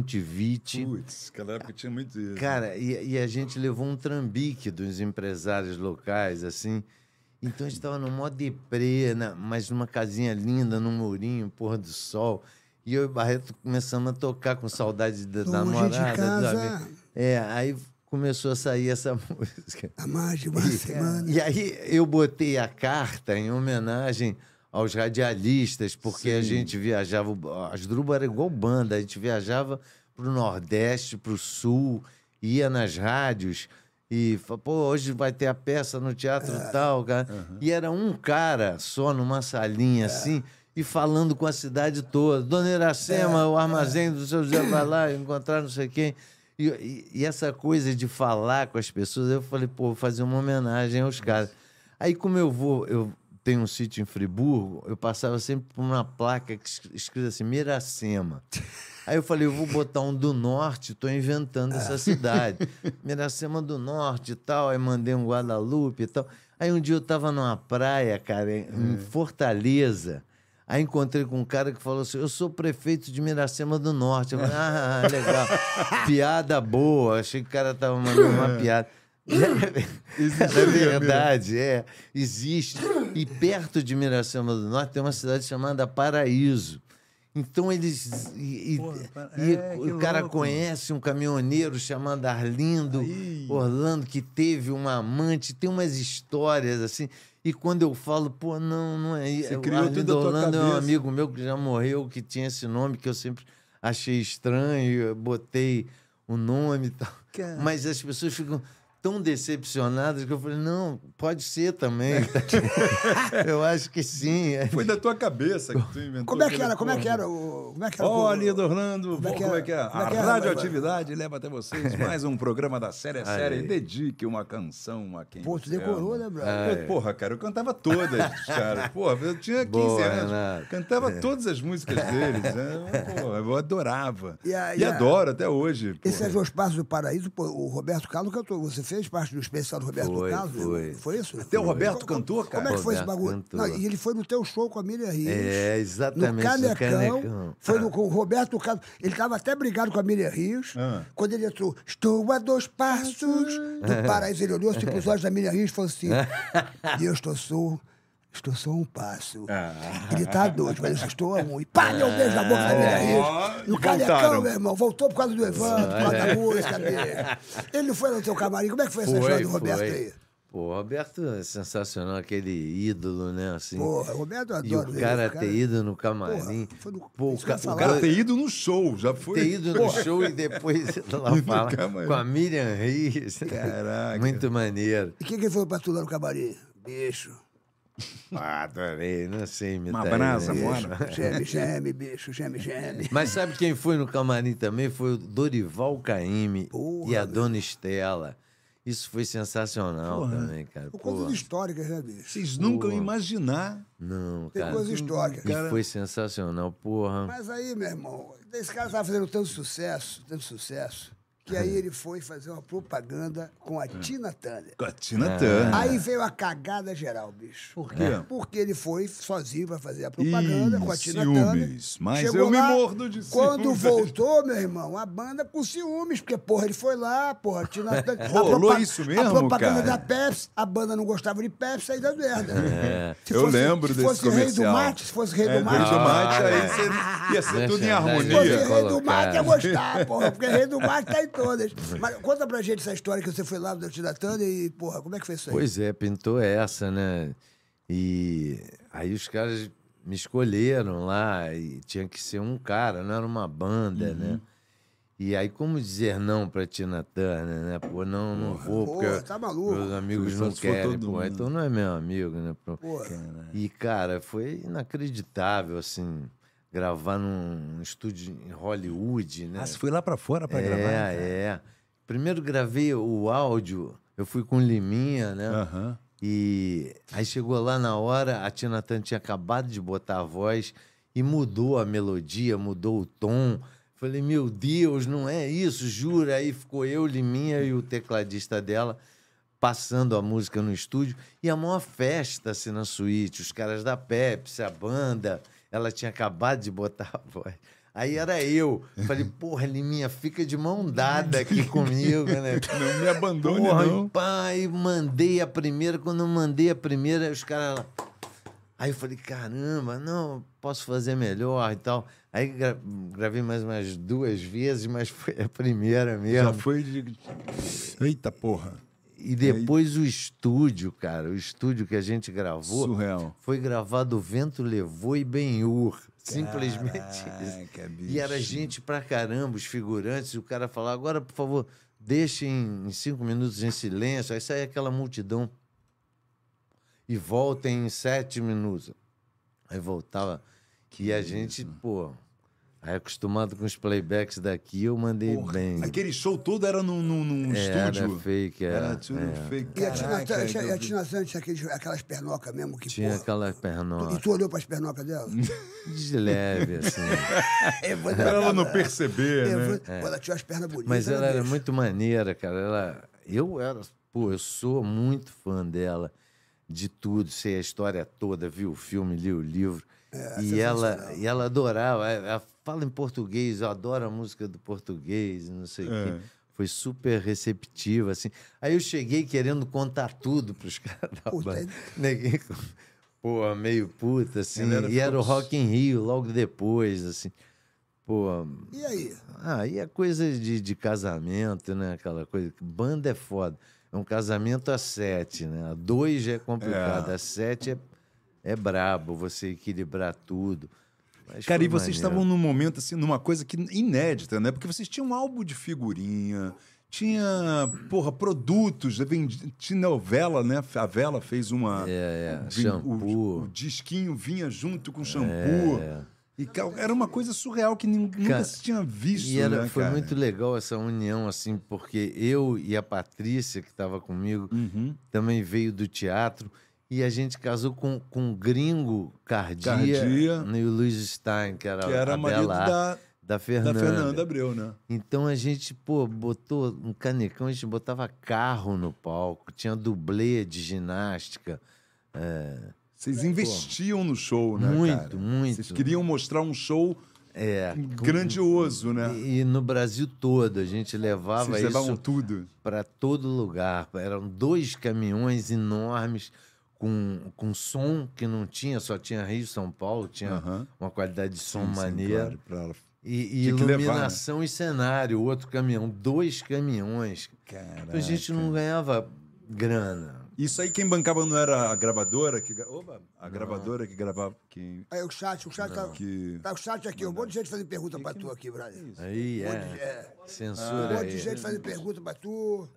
conjuntivite. Putz, aquela época tinha muito isso. Cara, e, e a gente levou um trambique dos empresários locais, assim. Então a gente tava no mó deprê, na- mas numa casinha linda, num murinho, pôr do sol. E eu e Barreto começamos a tocar com saudade da Longe de namorada. casa. dos amigos. É, aí começou a sair essa (laughs) música. Há mais de uma semana. E aí eu botei a carta em homenagem aos radialistas, porque a gente viajava, as Druba era igual banda, a gente viajava pro Nordeste, pro Sul, ia nas rádios e falava, pô, hoje vai ter a peça no teatro tal, cara. E era um cara só numa salinha assim e falando com a cidade toda. Dona Iracema, o armazém do seu José vai lá encontrar não sei quem. E, e- e essa coisa de falar com as pessoas, eu falei, pô, vou fazer uma homenagem aos caras. Aí, como eu vou, eu tenho um sítio em Friburgo, eu passava sempre por uma placa que es- escrita assim, Miracema. Aí eu falei, eu vou botar um do norte, tô inventando essa cidade. Miracema do norte e tal, aí mandei um Guadalupe e tal. Aí um dia eu tava numa praia, cara, em em Fortaleza. Aí encontrei com um cara que falou assim: Eu sou prefeito de Miracema do Norte. Eu falei, ah, legal. (laughs) piada boa. Achei que o cara tava mandando uma piada. (laughs) (laughs) é verdade, é. Existe. E perto de Miracema do Norte tem uma cidade chamada Paraíso. Então eles. E, e- Porra, para- e é, que o cara louco. conhece um caminhoneiro chamado Arlindo Aí. Orlando, que teve uma amante, tem umas histórias assim. E quando eu falo, pô, não, não é. Você o criou tudo Arlindo da tua Orlando é um cabeça. amigo meu que já morreu, que tinha esse nome, que eu sempre achei estranho, eu botei o nome e tal. Cara. Mas as pessoas ficam tão decepcionadas que eu falei, não, pode (laughs) ser também. (laughs) eu acho que sim. É, Foi da tua cabeça que tu inventou. Como é que aquele era? Como é que corno. era? o- Como é que era? o- Olha, Orlando, Como é que como é? é que é? Como é A que é? radioatividade leva até vocês mais um programa da série é Aí. série. Dedique uma canção a quem Pô, tu você decorou, ama. né, brother? Eu- Porra, cara, eu cantava (laughs) todas, cara. Porra, eu tinha 15 Boa, né? É. anos. Renato. Cantava todas as músicas deles. Né? Porra, eu adorava. E a- e e a- adoro até hoje. porra. Esse é Os Passos do Paraíso, pô, o Roberto Carlos cantou. Você fez parte do especial do Roberto Foi, Carlos? né? foi. isso? Até o Roberto Como- cantou, cara. Como é que foi esse Roberto bagulho? cantou. Não, e ele foi no teu show com a Miriam Rios. É, No exatamente. Canecão, Canecão. Ah. foi no, com o Roberto Carlos. Ele estava até brigado com a Miriam Rios. Ah. Quando ele entrou, estou a dois passos Ah. do paraíso. Ele olhou assim para os olhos da Miriam Rios e falou assim: e eu estou só, estou só um passo. Ah. Ele está a dois, mas eu estou a um. E pá, deu um beijo na boca da Miriam Ó, Rios. No e Canecão, voltaram. meu irmão, voltou por causa do Evandro, por causa da música dele. Ele não foi no teu camarim. Como é que foi, essa história do Roberto É. foi. aí? Pô, o Roberto é sensacional, aquele ídolo, né? Assim. Porra, o Roberto eu e adoro o ele, cara, o cara- ter ido no camarim. Porra, foi no- Pô, isso que eu ia ca- falar. O cara ter ido no show, já foi. ter ido no show (laughs) e depois ir lá no falar camarim. com a Miriam Reis. Caraca. Muito maneiro. E o que, que ele falou pra tu lá no camarim? Bicho. Ah, adorei, não sei Uma Um imitar. brasa, ele, né? (laughs) bora. Geme, geme, bicho, geme, geme. Mas sabe quem foi no camarim também? Foi o Dorival Caymmi Porra, e a meu. Dona Estela. Isso foi sensacional também, cara. Por coisas Porra. históricas, né, bicho? Vocês nunca iam imaginar. Não, Tem cara. coisas históricas. E foi sensacional, porra. Mas aí, meu irmão, esse cara tava fazendo tanto sucesso, tanto sucesso, que aí ele foi fazer uma propaganda com a Tina Turner. Com a Tina Ah. Turner. Aí veio a cagada geral, bicho. É. Por quê? É. Porque ele foi sozinho pra fazer a propaganda Ih, com a Tina Turner. ciúmes. Mas eu me mordo de Quando ciúmes. voltou, meu irmão, a banda com ciúmes, porque, porra, ele foi lá, porra, a Tina Turner. a Rolou propa- isso A mesmo, propaganda cara? da Pepsi, a banda não gostava de Pepsi, aí deu merda. Se É. eu lembro se desse fosse Rei comercial. do Mate, se fosse Rei É, do Rei Mate. do Mate, aí Ah. você ia ser tudo em Merchandising. Se fosse harmonia. Rei do Colocar. Mate, ia gostar, porra, porque Rei do Mate tá em (laughs) todas. Mas conta pra gente essa história que você foi lá do Tina Turner e, porra, como é que foi isso aí? Pois é, pintou essa, né? E aí os caras me escolheram lá e tinha que ser um cara, não era uma banda, Uhum. né? E aí como dizer não pra Tina Turner, né? Pô, não, não vou, Pô, porque tá maluco. meus amigos Se não for querem, todo pô. mundo. É. Então não é meu amigo, né? Pô. Porra. E, cara, foi inacreditável, assim, gravar num estúdio em Hollywood, né? Ah, você foi lá pra fora pra é, gravar? né, cara? é. Primeiro gravei o áudio, eu fui com o Liminha, né? Aham. E aí chegou lá na hora, a Tina Turner tinha acabado de botar a voz e mudou a melodia, mudou o tom. Falei, meu Deus, não é isso, jura? Aí ficou eu, Liminha e o tecladista dela passando a música no estúdio e a maior festa assim na suíte, os caras da Pepsi, a banda, ela tinha acabado de botar a voz. Aí era eu. Falei, porra, Liminha, fica de mão dada aqui comigo, né? (laughs) Não me abandone, Porra, e não. pá, e mandei a primeira. Quando eu mandei a primeira, os caras. lá- Aí eu falei, caramba, não, posso fazer melhor e tal. Aí gra- gravei mais umas duas vezes, mas foi a primeira Já mesmo. foi de... Eita porra. E depois o estúdio, cara, o estúdio que a gente gravou Surreal. foi gravado O Vento Levou e Benhur. Simplesmente isso. Caraca, é bicho. E era gente pra caramba, os figurantes, e o cara falava, agora, por favor, deixem em cinco minutos em silêncio. Aí sai aquela multidão. E voltem em sete minutos. Aí voltava. e a gente, pô, aí acostumado com os playbacks daqui, eu mandei bem. Aquele show todo era num, num, num é Era estúdio. fake, era. é. Era tudo fake. E a Tina Caraca, Turner tinha- a eu- Tina Turner tinha aqueles- aquelas pernocas mesmo que, Tinha porra, aquela tu- pernota. E tu olhou pras pernocas (laughs) dela? De leve, assim. (laughs) Pra ela não perceber, Eu né? falei, Pô, ela tinha as pernas bonitas. É, Mas né, ela era bicho? muito maneira, cara. Ela, eu era, pô, eu sou muito fã dela, de tudo, sei a história toda, vi o filme, li o livro. É e, ela, e ela adorava, ela ela fala em português, eu adoro a música do português, não sei o quê. Foi super receptiva, assim. Aí eu cheguei querendo contar tudo pros (laughs) caras da Puta, banda. hein? Neguinho, pô, meio puta, assim. Ela era e era o ficou- Rock in Rio, logo depois, assim. Pô, E aí? ah, e é coisa de, de casamento, né? Aquela coisa. que Banda é foda. É um casamento a sete, né? A dois já é complicado, a sete é, é brabo você equilibrar tudo. Mas Cara, foi e vocês maneiro. estavam num momento, assim, numa coisa que inédita, né? Porque vocês tinham um álbum de figurinha, tinha, porra, produtos, né? Vendi- tinha novela, né? A Vela fez uma... É, é, vin- O, shampoo. É. o disquinho vinha junto com o shampoo. E cara, era uma coisa surreal que nin- nunca Cara, se tinha visto, E era, né, foi cara? muito legal essa união, assim, porque eu e a Patrícia, que estava comigo, Uhum. também veio do teatro. E a gente casou com, com um gringo Cardia, né? Cardia. e o Luiz Stein, que era, Que era a marido Bela Arte, da, da Fernanda Abreu, né? Então a gente, pô, botou um canecão, a gente botava carro no palco, tinha dublê de ginástica. Vocês investiam no show, né, É, Muito, cara? muito. Vocês queriam mostrar um show É, com- grandioso, né? E, e no Brasil todo, a gente levava Vocês levavam isso tudo. para todo lugar. Eram dois caminhões enormes com, com som que não tinha, só tinha Rio e São Paulo, tinha Aham. uma qualidade de som Sim, sim, maneira. claro, pra ela. E, e Tinha que levar, né? iluminação e cenário, outro caminhão, dois caminhões. Então a gente não ganhava grana. Isso aí quem bancava não era a gravadora que. gra- Oba! A gravadora que gravava. Que, Aí o chat, o chat tá, que... tá o chat aqui, um monte de gente fazendo pergunta pra tu aqui, brother. Um Aí monte, é. é, um Censura monte de aí. gente fazendo pergunta pra tu.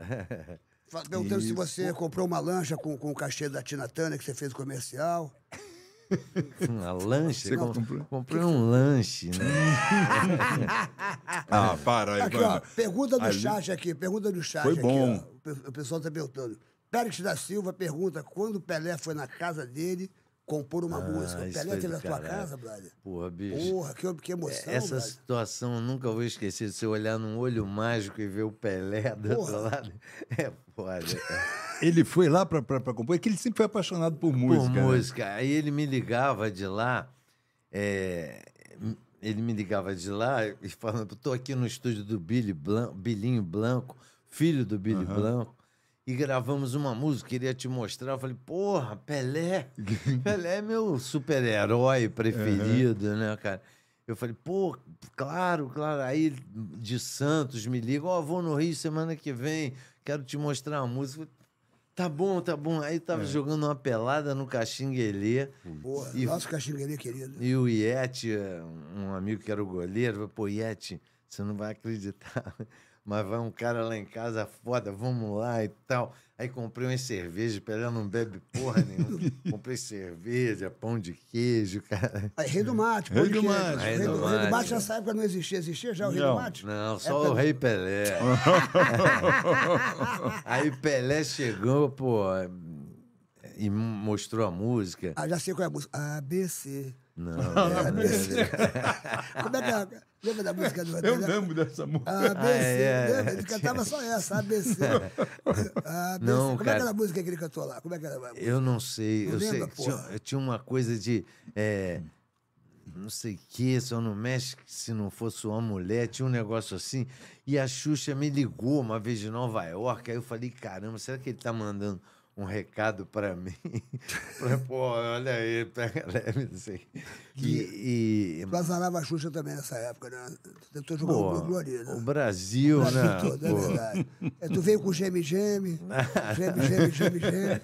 Fa- Perguntando se você comprou uma lancha com, com o cachê da Tina Turner que você fez o comercial. (laughs) Uma lanche? Você Com- comprou? Comprei um lanche, né? Ah, para aí, Aqui, ó, vai. pergunta do Ali- chat aqui, pergunta do chat Foi aqui, bom. ó. O pe- O pessoal tá perguntando. Pérez da Silva pergunta quando o Pelé foi na casa dele, compor uma Ah, música. O isso Pelé foi teve do na tua caralho. casa, brother. Porra, bicho. É, Porra, que, que emoção, Essa brother. situação eu nunca vou esquecer. Se eu olhar num olho mágico e ver o Pelé do Porra. outro lado, (laughs) é foda. cara. Ele foi lá pra, pra, pra compor, é que ele sempre foi apaixonado por música. Por né? música. Aí ele me ligava de lá, é, ele me ligava de lá e falando: tô aqui no estúdio do Billy Blan- Bilinho Blanco, filho do Billy Blanco. E gravamos uma música, queria te mostrar. Eu falei, porra, (laughs) Pelé. Pelé é meu super-herói preferido, né, cara? Eu falei, pô, claro, claro. Aí de Santos me liga, ó, vou no Rio semana que vem, quero te mostrar uma música. Eu falei, Tá bom, tá bom. Aí tava jogando uma pelada no Caxinguelê. Porra, E- nosso caxingueirinho querido. E o Iete, um amigo que era o goleiro, falou, pô, Iete, você não vai acreditar, (laughs) mas vai um cara lá em casa foda, vamos lá e tal. Aí comprei umas cervejas, Pelé não bebe porra nenhuma. comprei cerveja, pão de queijo, cara. Aí, Rei do Mate. Rei pode do que- Mate. Rei do, Rei do Mate nessa época não existia. Existia já o Rei Não. do Mate? Não, né? só Época do- o Rei Pelé. Aí Pelé chegou, pô, e mostrou a música. Ah, já sei qual é a música. ABC. (laughs) Não, é, né? não, não. (laughs) Como é que é? Lembra da música do Eu Pelé? lembro dessa música. ABC, Ah, é. lembra? né? Ele cantava só essa, ABC. (laughs) ABC. Não, Como é cara. que era a música que ele cantou lá? Como é que era? a música? Eu não sei. Não eu sei lembra, que tinha, porra? eu tinha uma coisa de. é, não sei o que, só não mexe que se não fosse uma mulher, tinha um negócio assim. E a Xuxa me ligou uma vez de Nova York, aí eu falei: caramba, será que ele tá mandando um recado pra mim? (laughs) Falei, Pô, olha aí, pega leve, não sei. E. e- Tu azarava a Xuxa também nessa época, né? Tu tentou jogar pô, o Blue Glory, né? o Brasil, O Brasil né? todo, é pô? verdade. É, tu veio com o Geme Geme, Geme Geme, Geme Geme.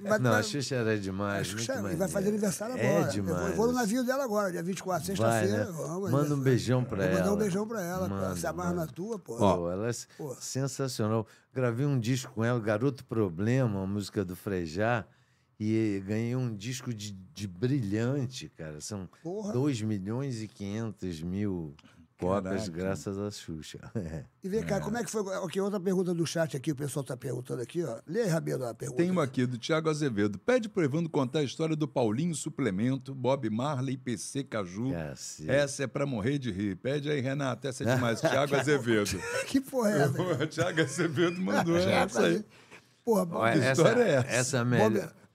Mas- Não, a mas- Xuxa era demais. Acho que muito sabe, vai maneiro. fazer aniversário É agora. né? Eu vou- demais. eu vou no navio dela agora, dia 24, Vai, sexta-feira. né? vamos, Manda um né? beijão pra Vou ela. mandar um beijão pra ela, pô. Manda, Se amarra na manda. tua, pô. Pô, ela é s- Pô. sensacional. Gravei um disco com ela, Garoto Problema, uma música do Frejá, e ganhei um disco de, de brilhante, cara. São Porra. 2 milhões e 500 mil cópias, Caraca. graças à Xuxa. (laughs) É. E vem cá, como é que foi? Ok, outra pergunta do chat aqui, o pessoal tá perguntando aqui, ó. Lê aí, Rabelo, a pergunta. Tem uma aqui do Tiago Azevedo. Pede pro Evandro contar a história do Paulinho Suplemento, Bob Marley, PC Caju. Cacete. Essa é pra morrer de rir. Pede aí, Renata. Essa é (laughs) demais. Tiago Azevedo. (laughs) Que porra é essa? É O Tiago Azevedo (laughs) mandou essa aí. tá Porra, bom, Olha, essa, história é essa? essa melhor,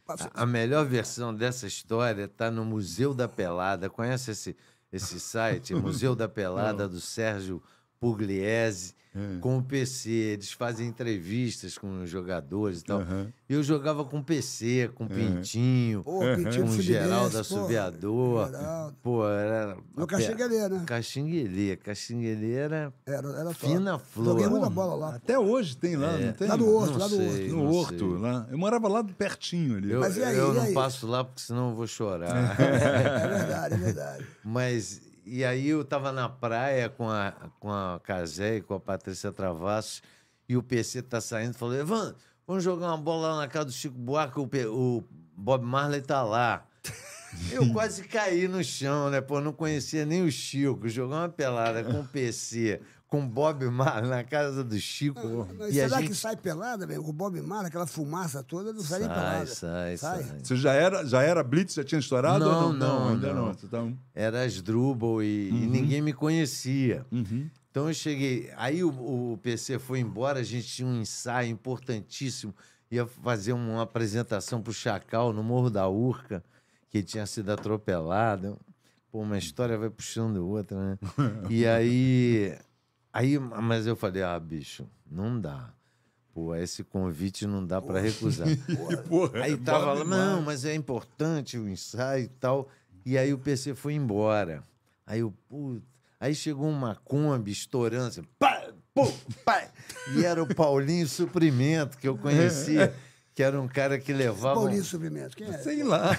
Bob- a a melhor versão dessa história está no Museu da Pelada. Conhece esse, esse site? (laughs) Museu da Pelada do Sérgio Pugliese É. com o PC. Eles fazem entrevistas com os jogadores e tal. Eu jogava com o PC, com o Pintinho, É. Pô, um Pintinho com do o um Geraldo Fluminense, pô, Assoviador. Geraldo. Pô, era. No Caxinguelê, né? Caxinguelê. Caxinguelê era Era, era só. fina flor. Joguei muita bola (laughs) lá. Até hoje tem lá, não tem? Lá Tá no Horto, Não lá no sei. Horto. No não Horto, sei. lá. Eu morava lá pertinho ali. Eu, Mas e aí, eu e não aí? passo lá porque senão eu (laughs) vou chorar. É verdade, é verdade. Mas e aí eu tava na praia com a com a Cazé e com a Patrícia Travassos e o PC tá saindo e falou: "Evan, vamos jogar uma bola lá na casa do Chico Buarque, o, Pe- o Bob Marley (laughs) tá lá". Eu quase caí no chão, né? Pô, não conhecia nem o Chico. Jogar uma pelada com o PC, com o Bob Marley na casa do Chico. Ah, Mas e a será gente que sai pelada, velho? O Bob Marley, aquela fumaça toda, não sai, nem sai, pelada. sai, sai, Você já era, já era Blitz? Já tinha estourado? ou Não, não, ainda não. não. Você tá um- Era Asdrubal e, Uhum. e ninguém me conhecia. Uhum. Então eu cheguei. Aí o, o PC foi embora, a gente tinha um ensaio importantíssimo. Ia fazer uma apresentação pro Chacal no Morro da Urca, que tinha sido atropelado. Pô, uma história vai puxando outra, né? E aí. Aí, mas eu falei, ah, bicho, não dá. Pô, esse convite não dá para recusar. Porra, Aí é tava Bob lá, Marley. não, mas é importante o ensaio e tal. E aí o PC foi embora. Aí eu, puta. Aí chegou uma Kombi estourando, assim, pá, pô, pá. E era o Paulinho Suprimento, que (laughs) eu conhecia, que era um cara que levava. Paulinho Suprimento, quem é? Sei (laughs) lá.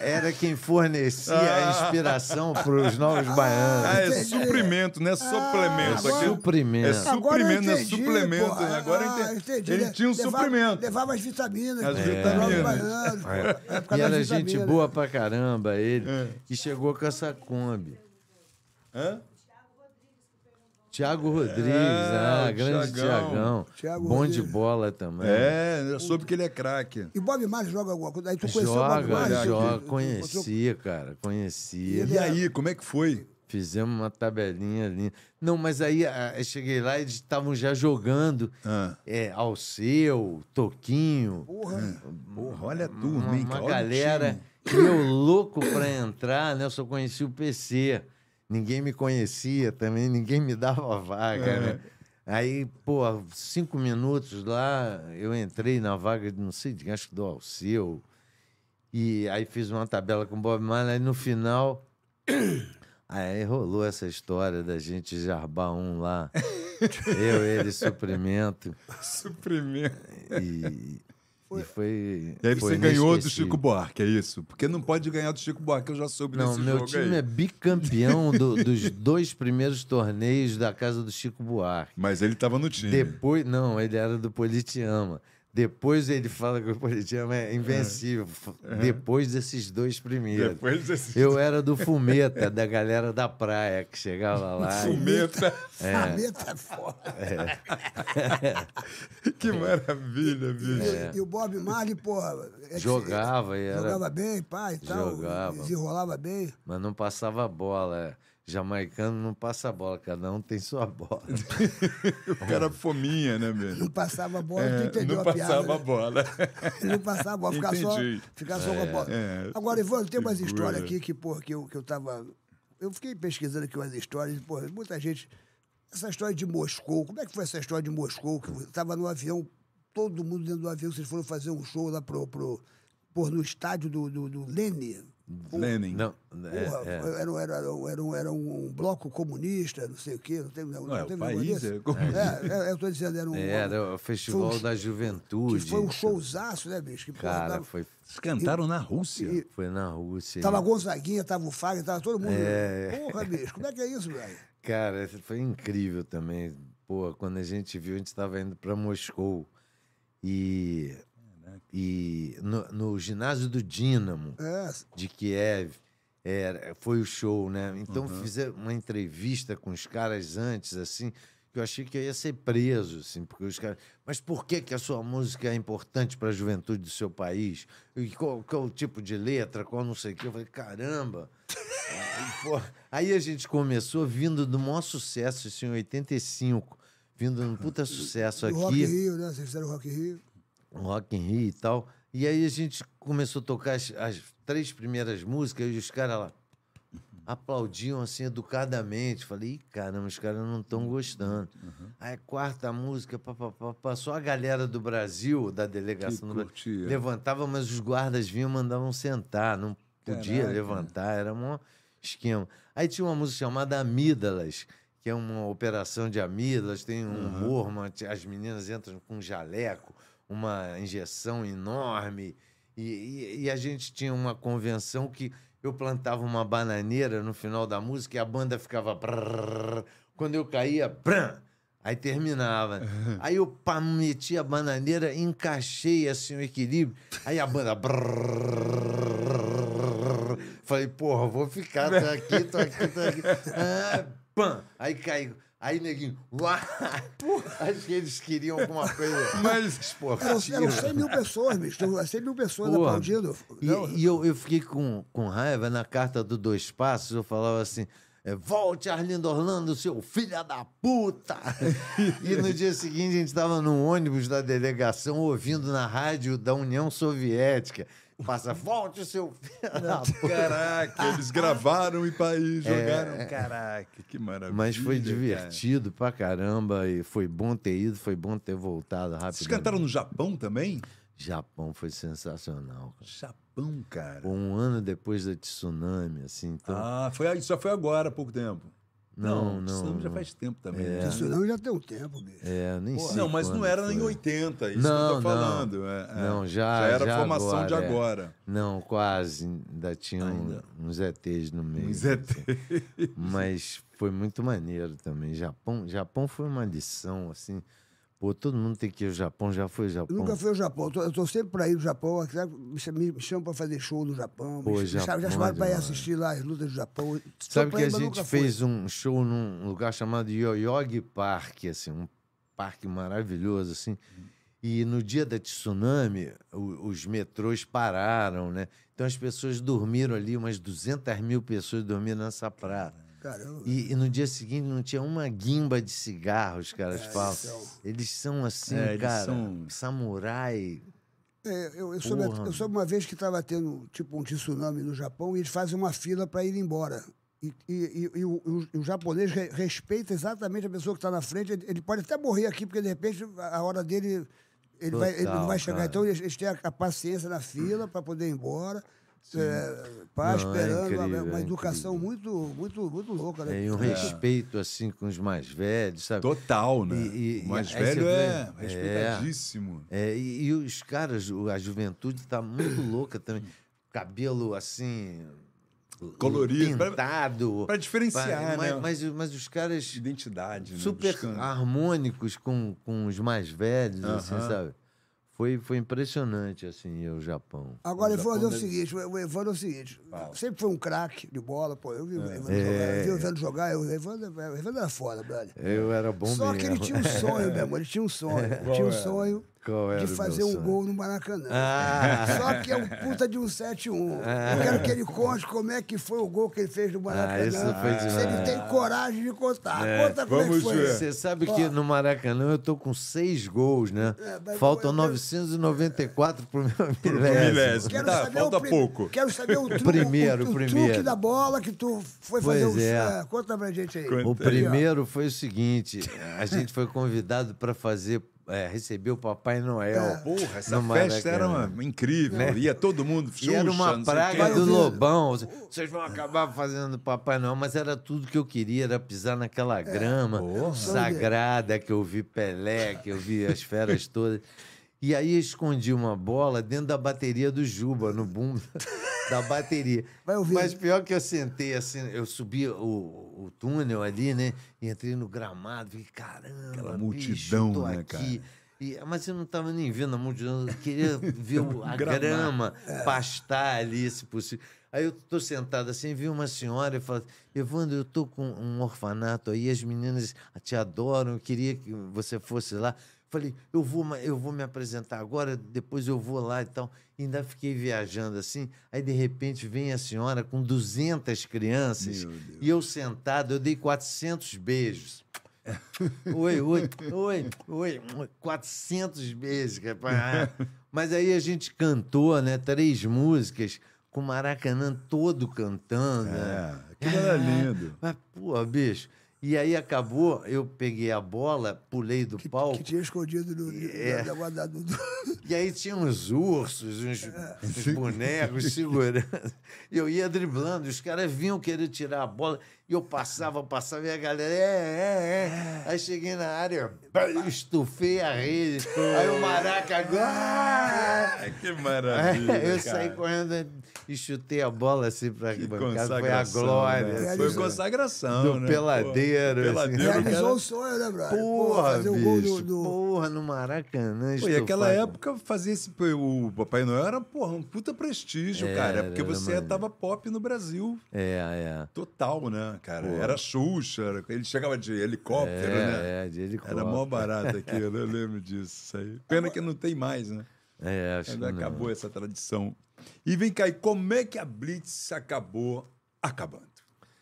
Era quem fornecia Ah. a inspiração para os novos baianos. Ah, é Entendi. suprimento, não é suplemento. agora- Aqui- Suprimento. É Agora eu suprimento, não é entendi, suplemento. porra. né? Agora eu Ah, entendi. Ele né? tinha um Levava- suprimento. Levava as vitaminas. né? As pô, vitaminas. É. levava os baianos, pô. Na época E é, das era vitaminas. né? gente boa pra caramba, ele, que chegou com essa Kombi. Hã? Tiago Rodrigues, É, ah, o grande Thiagão. Tiagão. Thiago Bom de Rodrigues. bola também. É, eu soube que ele é craque. E Bob Marley joga alguma coisa? Aí tu conheceu o Bob Joga, Marley? Tu- joga. tu- tu encontrou- Conhecia, cara, conhecia. Ele E é- aí, como é que foi? Fizemos uma tabelinha ali. Não, mas aí ah, eu cheguei lá e eles estavam já jogando. Ah. É, Alceu, Toquinho. Hum. Porra, Porra, olha a turma, Uma, hein? uma cara? Olha o galera. time. E eu louco pra entrar, né? Eu só conheci o PC. Ninguém me conhecia também, ninguém me dava vaga, né? É. Aí, pô, cinco minutos lá, eu entrei na vaga, de não sei, de- acho que do Alceu. E aí fiz uma tabela com o Bob Marley, aí no final... (coughs) Aí rolou essa história da gente jarbar um (laughs) lá. eu, ele, suprimento. Suprimento. E e (laughs) foi... E aí você foi ganhou do inesquecível. Chico Buarque, é isso? Porque não pode ganhar do Chico Buarque, eu já soube Não, desse meu jogo time aí. é bicampeão do- dos dois primeiros torneios da casa do Chico Buarque. Mas ele tava no time. Depois, não, ele era do Politiama. Depois ele fala que o Politiama é invencível. F- Depois desses dois primeiros. É. Depois desse Eu era do Fumeta, da galera da praia que chegava lá. e- Fumeta. planeta é foda. que maravilha, bicho. E- E o Bob Marley, porra. é que- Jogava e era- Jogava bem, pai e tal. Jogava. Desenrolava bem. Mas não passava bola. É, Jamaicano não passa bola, cada um tem sua bola. O cara fominha, né, Não mesmo? passava a bola, tu É, entendeu não a piada. passava a né? bola. Ele não passava a bola, ficar só, Entendi. ficar só com a bola. é, Agora, Ivano, tem umas figura. histórias aqui que, porra, que eu, que eu tava. Eu fiquei pesquisando aqui umas histórias, e, porra, muita gente. Essa história de Moscou, como é que foi essa história de Moscou? Que você tava no avião, todo mundo dentro do avião, vocês foram fazer um show lá pro. pro porra, no estádio do, do, do Lenin. Lenin. Não, é, Porra, é. era, um- era, um- era um- era um bloco comunista, não sei o quê, não teve, não, Não, é, teve o negócio país desse? é comunista. É, é, eu tô dizendo, era um. Era o Festival foi um- da que Juventude. foi um showzaço, né, bicho? Que, porra, Cara, tava- foi Eles cantaram na Rússia. E- Foi na Rússia. Tava hein? Gonzaguinha, tava o Fagner, tava todo mundo. É. Porra, bicho, como é que é isso, velho? Cara, esse foi incrível também. Pô, quando a gente viu, a gente estava indo para Moscou. E, e no, no ginásio do Dínamo É, de Kiev era, foi o show, né? Então Uhum. fizeram uma entrevista com os caras antes, assim, que eu achei que eu ia ser preso, assim, porque os caras. Mas por que, que a sua música é importante para a juventude do seu país? E qual, qual o tipo de letra, qual não sei o quê? Eu falei, (laughs) caramba! Aí, pô, aí a gente começou vindo do maior sucesso, isso em 85, vindo num puta sucesso do Rock aqui. in Rio, né? Vocês fizeram Rock in Rio. um Rock in Rio e tal. E aí a gente começou a tocar as, as três primeiras músicas e os caras lá aplaudiam assim educadamente. Falei, Ih, caramba, os caras não estão gostando. Uhum. Aí quarta música, pá, pá, pá, pá, só a galera do Brasil, da delegação Que do Brasil, curtia. levantava, mas os guardas vinham e mandavam sentar, não podia Caraca. levantar, era um esquema. Aí tinha uma música chamada Amídalas, que é uma operação de amígdalas, tem um humor, uma- as meninas entram com um jaleco, uma injeção enorme. E, e- e a gente tinha uma convenção que eu plantava uma bananeira no final da música e a banda ficava. brrr. Quando eu caía, bram, aí terminava. Aí eu pá, meti a bananeira, encaixei assim o equilíbrio. Aí a banda. brrr. Falei, porra, vou ficar, tô aqui, tô aqui, tô aqui. Ah, pam! Aí caiu. Aí, neguinho, uá! Acho que eles queriam alguma coisa. Mas- Eram, eram esportiva. 100 mil pessoas, bicho. Tinha 100 mil pessoas Porra. aplaudindo. E, Não, e eu, eu fiquei com, com raiva na carta do Dois Passos, eu falava assim. é, Volte, Arlindo Orlando, seu filho da puta! (laughs) e no dia seguinte a gente estava num ônibus da delegação ouvindo na rádio da União Soviética. Passa, volte, seu filho da puta! Caraca, eles gravaram e pa- e jogaram. Caraca, que maravilha. Mas foi cara. divertido pra caramba e foi bom ter ido, foi bom ter voltado Vocês rapidamente. cantaram no Japão também? Japão foi sensacional. cara. Japão, cara. Um ano depois da tsunami, assim, então. Ah, foi, isso só foi agora, há pouco tempo. não, não. Isso já não. faz tempo também. né? Isso não já tem um tempo, bicho. É, eu nem Pô, sei. não, mas quando não era em foi. 80, isso que eu Não, tô não. falando. é, é. Não, já. Já era já a formação agora, de é. agora. Não, quase. Ainda tinha um- Ainda. uns ETs no meio. Uns ETs. Mas foi muito maneiro também. Japão, Japão foi uma lição, assim. Pô, todo mundo tem que ir ao Japão, já foi ao Eu Japão. nunca fui ao Japão. Eu tô- Eu tô sempre pra ir ao Japão. aqui, sabe? Me cham- Me chamam pra fazer show no Japão. Pô, me cham- Japão já é chamaram pra ir demais. assistir lá as lutas do Japão. Sabe Tô que pra a ir, mas gente nunca fui. fez um show num lugar chamado Yoyogi Park, assim, um parque maravilhoso, assim. E no dia da tsunami, o- os metrôs pararam, né? Então as pessoas dormiram ali, umas 200 mil pessoas dormiram nessa praia. Caramba. E, e no dia seguinte não tinha uma guimba de cigarro, os caras falam. Então, Eles são assim, um É, eles cara, são- samurai. É, eu, eu soube, Porra. eu soube uma vez que estava tendo tipo um tsunami no Japão e eles fazem uma fila para ir embora. E, e- e- e o, e o- e o japonês re- respeita exatamente a pessoa que está na frente. Ele, ele pode até morrer aqui, porque de repente a a hora dele ele, vai, ele não Total, vai chegar. cara. Então eles, eles têm a, a paciência na fila para poder ir embora. É, pá, Não, é esperando. uma- incrível, uma, é educação incrível. muito, muito, muito louca, né? É. Né? E um respeito, assim, com os mais velhos, (laughs) sabe? Total, né? E- e- o mais e- aí velho você é vê- respeitadíssimo. É, e, e os caras, o- a juventude tá muito (coughs) louca também. Cabelo assim. Colorido, pra- Pintado. Pra diferenciar, mas, né? mas, mas os caras Identidade, né? super ah, Buscando. harmônicos com, com os mais velhos, assim, Aham. sabe? Foi, foi impressionante, assim, o Japão. Agora, eu vou fazer Japão o deve- seguinte, o Evandro é o seguinte, sempre foi um craque de bola, pô, eu vi o Evandro jogar, É. eu vi o Evandro jogar, eu- o Evandro, é, o Evandro era foda, brother. É. Eu era bom Só mesmo. que ele (laughs) tinha um sonho, meu amor, ele tinha um sonho, tinha um sonho Qual era de o fazer meu um sonho? gol no Maracanã. Ah. Só que é um puta de um 7-1. Eu quero que ele conte como é que foi o gol que ele fez no Maracanã. Ah, isso foi se ele demais. tem coragem de contar. Conta como é que vamos foi. ver. Você sabe que no Maracanã eu tô com seis gols, né? É, mas Faltam eu- 994 pro meu milésimo. milésimo. Quero Tá, saber falta o pri- pouco. Quero saber (laughs) o, tru Primeiro, o, o, truque primeiro. da bola que tu foi Pois fazer o. é. É. Conta pra gente aí. Conta Aí, O ó. primeiro foi o seguinte: a gente foi convidado para fazer, é, receber o Papai Noel. É. Porra, essa no festa era Maracanã. uma- incrível. Ia todo mundo. é. Né? E era Xuxa, uma não sei o praga quê. do Vai, Oviedo. Lobão. Vocês vão acabar fazendo Papai Noel, mas era tudo que eu queria, era pisar É, naquela grama sagrada que eu vi Pelé, que eu vi as (laughs) feras todas. E aí eu escondi uma bola dentro da bateria do Juba, no boom (laughs) da bateria. Vai, Oviedo. Mas pior que eu sentei assim, eu subi o, o túnel ali, né? E entrei no gramado, fiquei, caramba, Aquela bicho, multidão, tô né, aqui. cara? E- mas eu não estava nem vendo a multidão, eu queria ver o- a Gramado. grama, pastar ali, se possível. Aí eu tô sentado assim, vi uma senhora e fala: Evandro, eu tô com um orfanato aí, as meninas te adoram, eu queria que você fosse lá. Falei, eu vou, ma- eu vou me apresentar agora, depois eu vou lá e tal. E ainda fiquei viajando assim. Aí, de repente, vem a senhora com 200 crianças. E eu sentado, eu dei 400 beijos. Oi, oi, oi, oi. 400 beijos, rapaz. Mas aí a gente cantou, né? Três músicas com o Maracanã todo cantando. né? É, aquilo era lindo. Mas, pô, bicho. E aí acabou, eu peguei a bola, pulei do palco. Que tinha escondido no, no- É. na guarda do. do- E aí tinha uns ursos, uns, É. uns bonecos segurando. E eu ia driblando, os caras vinham querer tirar a bola, e eu passava, passava, e a galera, é, é, é. Aí cheguei na área, eu estufei a rede, aí o maraca, ah! Que maravilha. (laughs) Eu né, cara. saí correndo e chutei a bola assim pra Que arquibancada, foi a consagração. glória. né? assim, Foi Realizou. consagração. Do né? peladeiro, Pô, assim. Peladeiro, Realizou cara. o sonho, né, brother? Pô, Porra, fazer bicho, o gol do. do- porra, no Maracanã, Pô, e aquela estufado. época fazia esse. O Papai Noel era, porra, um puta prestígio, Era, cara. É Porque É, era você maneiro. tava pop no Brasil. É, é. Total, né, cara? Era Xuxa, era- ele chegava de helicóptero, né? É, de helicóptero. Era mó barato (laughs) aquilo, eu lembro disso. Isso aí. Pena que não tem mais, né? É, acho que Ainda não. acabou essa tradição. E vem cá, e como é que a Blitz acabou acabando?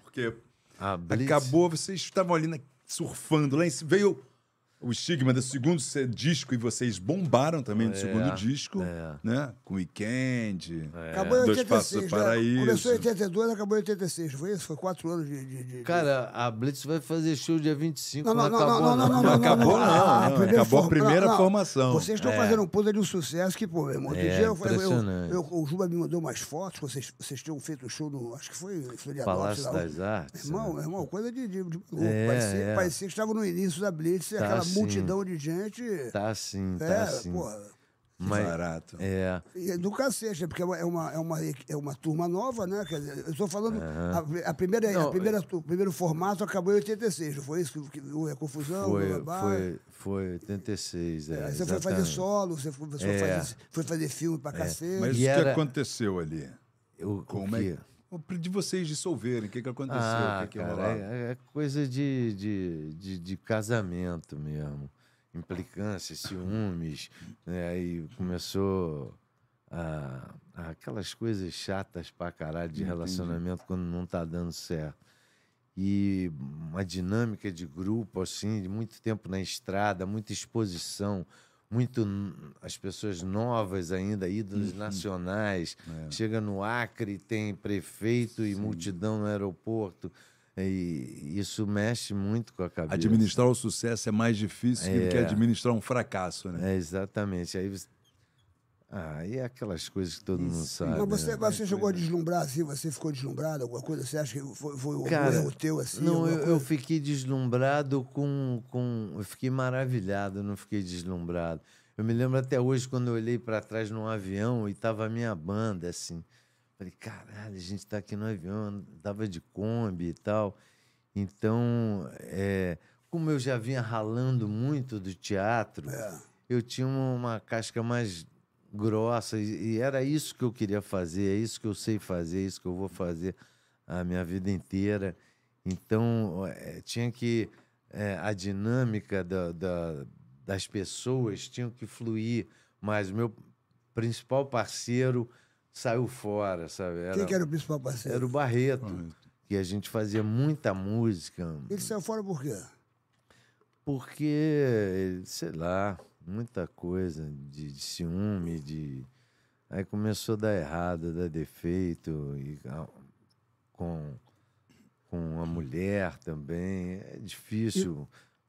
Porque A Blitz- acabou, vocês estavam ali na- surfando lá em cima. Veio o estigma do segundo se- disco e vocês bombaram também do segundo disco, é. né? Com Weekend, Acabou em Dois 86. Passos do né? Começou em Paraíso. 82, acabou em 86. Foi isso? Foi quatro anos de. de- de- Cara, a Blitz vai fazer show dia 25. Não, não, não, acabou, é, não, não, não, não, (laughs) acabou, não, não. primeiro Acabou a form- primeira formação. Vocês estão fazendo um puta de um sucesso que, pô, meu irmão, outro É, dia eu, eu, eu, impressionante. eu- o Juba me mandou umas fotos, vocês, vocês tinham feito um show no, acho que foi em Florianópolis. Palácio lá. das Artes. Irmão, né? irmão, coisa de, de, de maluco. É, parecia, é. parecia que estava no início da Blitz, Tá aquela sim. multidão de gente. Tá sim, tá é, sim. porra. Mas, Barato. é, E é do cacete, é porque é uma, é uma, é uma, é uma turma nova, né? Quer dizer, eu estou falando. A, a primeira, a Não, é primeira, tu- o primeiro formato acabou em 86, não foi isso? Que, que, a confusão, blá, foi, blá, blá. foi, foi 86. É, Aí você foi fazer exatamente. solo, você foi, você É. fazer, foi fazer filme pra cacete. é, Mas o E que era- aconteceu ali? O, o Como é quê? que- De vocês dissolverem, o que, que aconteceu? Ah, o que, que cara, rolava? é, é coisa de, de, de, de casamento mesmo. Implicância, ciúmes. Né? Aí começou a, a aquelas coisas chatas pra caralho de relacionamento quando não tá dando certo. E uma dinâmica de grupo, assim, de muito tempo na estrada, muita exposição, muito n- as pessoas novas ainda, ídolos Uhum. nacionais. É. Chega no Acre, tem prefeito e multidão no aeroporto. E isso mexe muito com a cabeça. Administrar o sucesso é mais difícil do que É. administrar um fracasso, né? É, exatamente. Aí você... Ah, e aquelas coisas que todo mundo sabe. Mas você, né? mas você chegou a deslumbrar assim, você ficou deslumbrado, alguma coisa? Você acha que foi, foi um Cara, erro teu assim? Não, alguma eu, coisa? eu fiquei deslumbrado com, com. Eu fiquei maravilhado, eu não fiquei deslumbrado. Eu me lembro até hoje quando eu olhei para trás num avião e tava a minha banda, assim. Falei, caralho, a gente tá aqui no avião, eu tava de Kombi e tal. Então, é, como eu já vinha ralando muito do teatro, É. eu tinha uma casca mais grossa e, e era isso que eu queria fazer, é isso que eu sei fazer, é isso que eu vou fazer a minha vida inteira. Então, eh, tinha que. eh, a dinâmica da, da- das pessoas tinha que fluir, mas o meu principal parceiro saiu fora, sabe? Era, Quem que era o principal parceiro? era o Barreto, Então, que a gente fazia muita música, Ele saiu fora por quê? porque, sei lá, muita coisa de, de ciúme, de. Aí começou a dar errado, dar defeito, e a- com, com a mulher também. É difícil.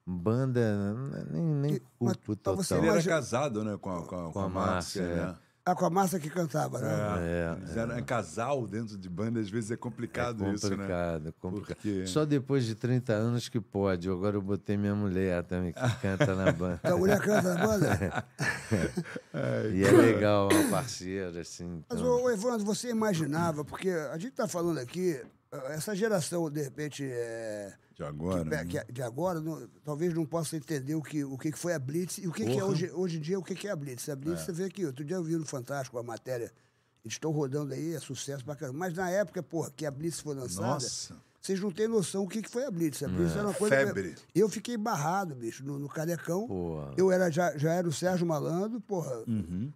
Banda, né, nem, nem E- mas- culpo mas você é total. Ele era Imagina- casado, né, com a, com a, com a Márcia, Márcia, é. né? Ah, com a massa que cantava, Ah. né? É, eles eram- é casal dentro de banda, às vezes é complicado, isso, né? complicado, complicado. Porque- Só depois de 30 anos que pode. Agora eu botei minha mulher também, (laughs) que canta na banda. Então, a mulher canta na (laughs) banda. E é legal, uma parceira, assim. Mas, então. ô, ô, Evandro, você imaginava, porque a gente tá falando aqui, ah, essa geração, de repente, é, De agora. que- né? que- de agora, não- talvez não possa entender o que, o que que foi a Blitz e o que, que é hoje, hoje em dia o que, que é a Blitz. A Blitz, você vê que outro dia eu vi no Fantástico a matéria, eles estão rodando aí, é sucesso bacana. Mas na época, porra, que a Blitz foi lançada, Nossa. É. vocês não têm noção o que, que foi a Blitz. A Blitz era uma coisa. Febre. Eu fiquei barrado, bicho, no, no Carecão. Porra. Eu era, já, já era o Sérgio Malandro, porra,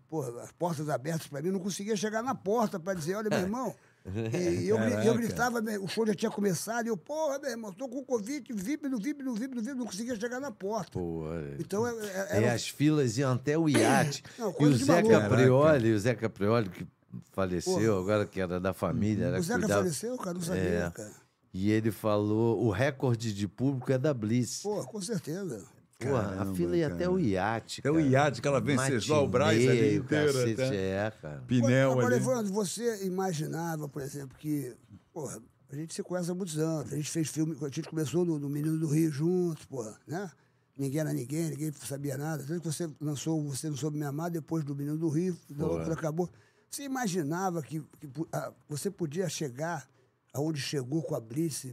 porra, as portas abertas pra mim, eu não conseguia chegar na porta pra dizer, olha, meu irmão. E eu, gri- eu gritava, meu- o show já tinha começado, e eu, porra, meu irmão, tô com Covid, VIP, no VIP, no VIP, no VIP, não conseguia chegar na porta. Porra, Então, é- é- É, era- as filas iam até o iate. (coughs) Não, e coisa o de Zé maluco. Caprioli, o Zé Caprioli, que faleceu agora, que era da família, era o Zeca cuidado. faleceu, cara, não sabia, É. cara. E ele falou: o recorde de público é da Blitz. Pô, com certeza. Porra, caramba, a fila ia até cara. o iate. Até o cara. iate, que ela vem Ceslau Braz a Matinê, vida o inteira, cacete, até. É, cara. Pinel agora, ali. Evandro, você imaginava, por exemplo, que. Porra, a gente se conhece há muitos anos. A gente fez filme, a gente começou no, no Menino do Rio junto, porra, né? Ninguém era ninguém, ninguém sabia nada. Tanto que você lançou Você Não Soube Me Amar depois do Menino do Rio, da loucura acabou. Você imaginava que, que pu- ah, você podia chegar aonde chegou com a Blitz?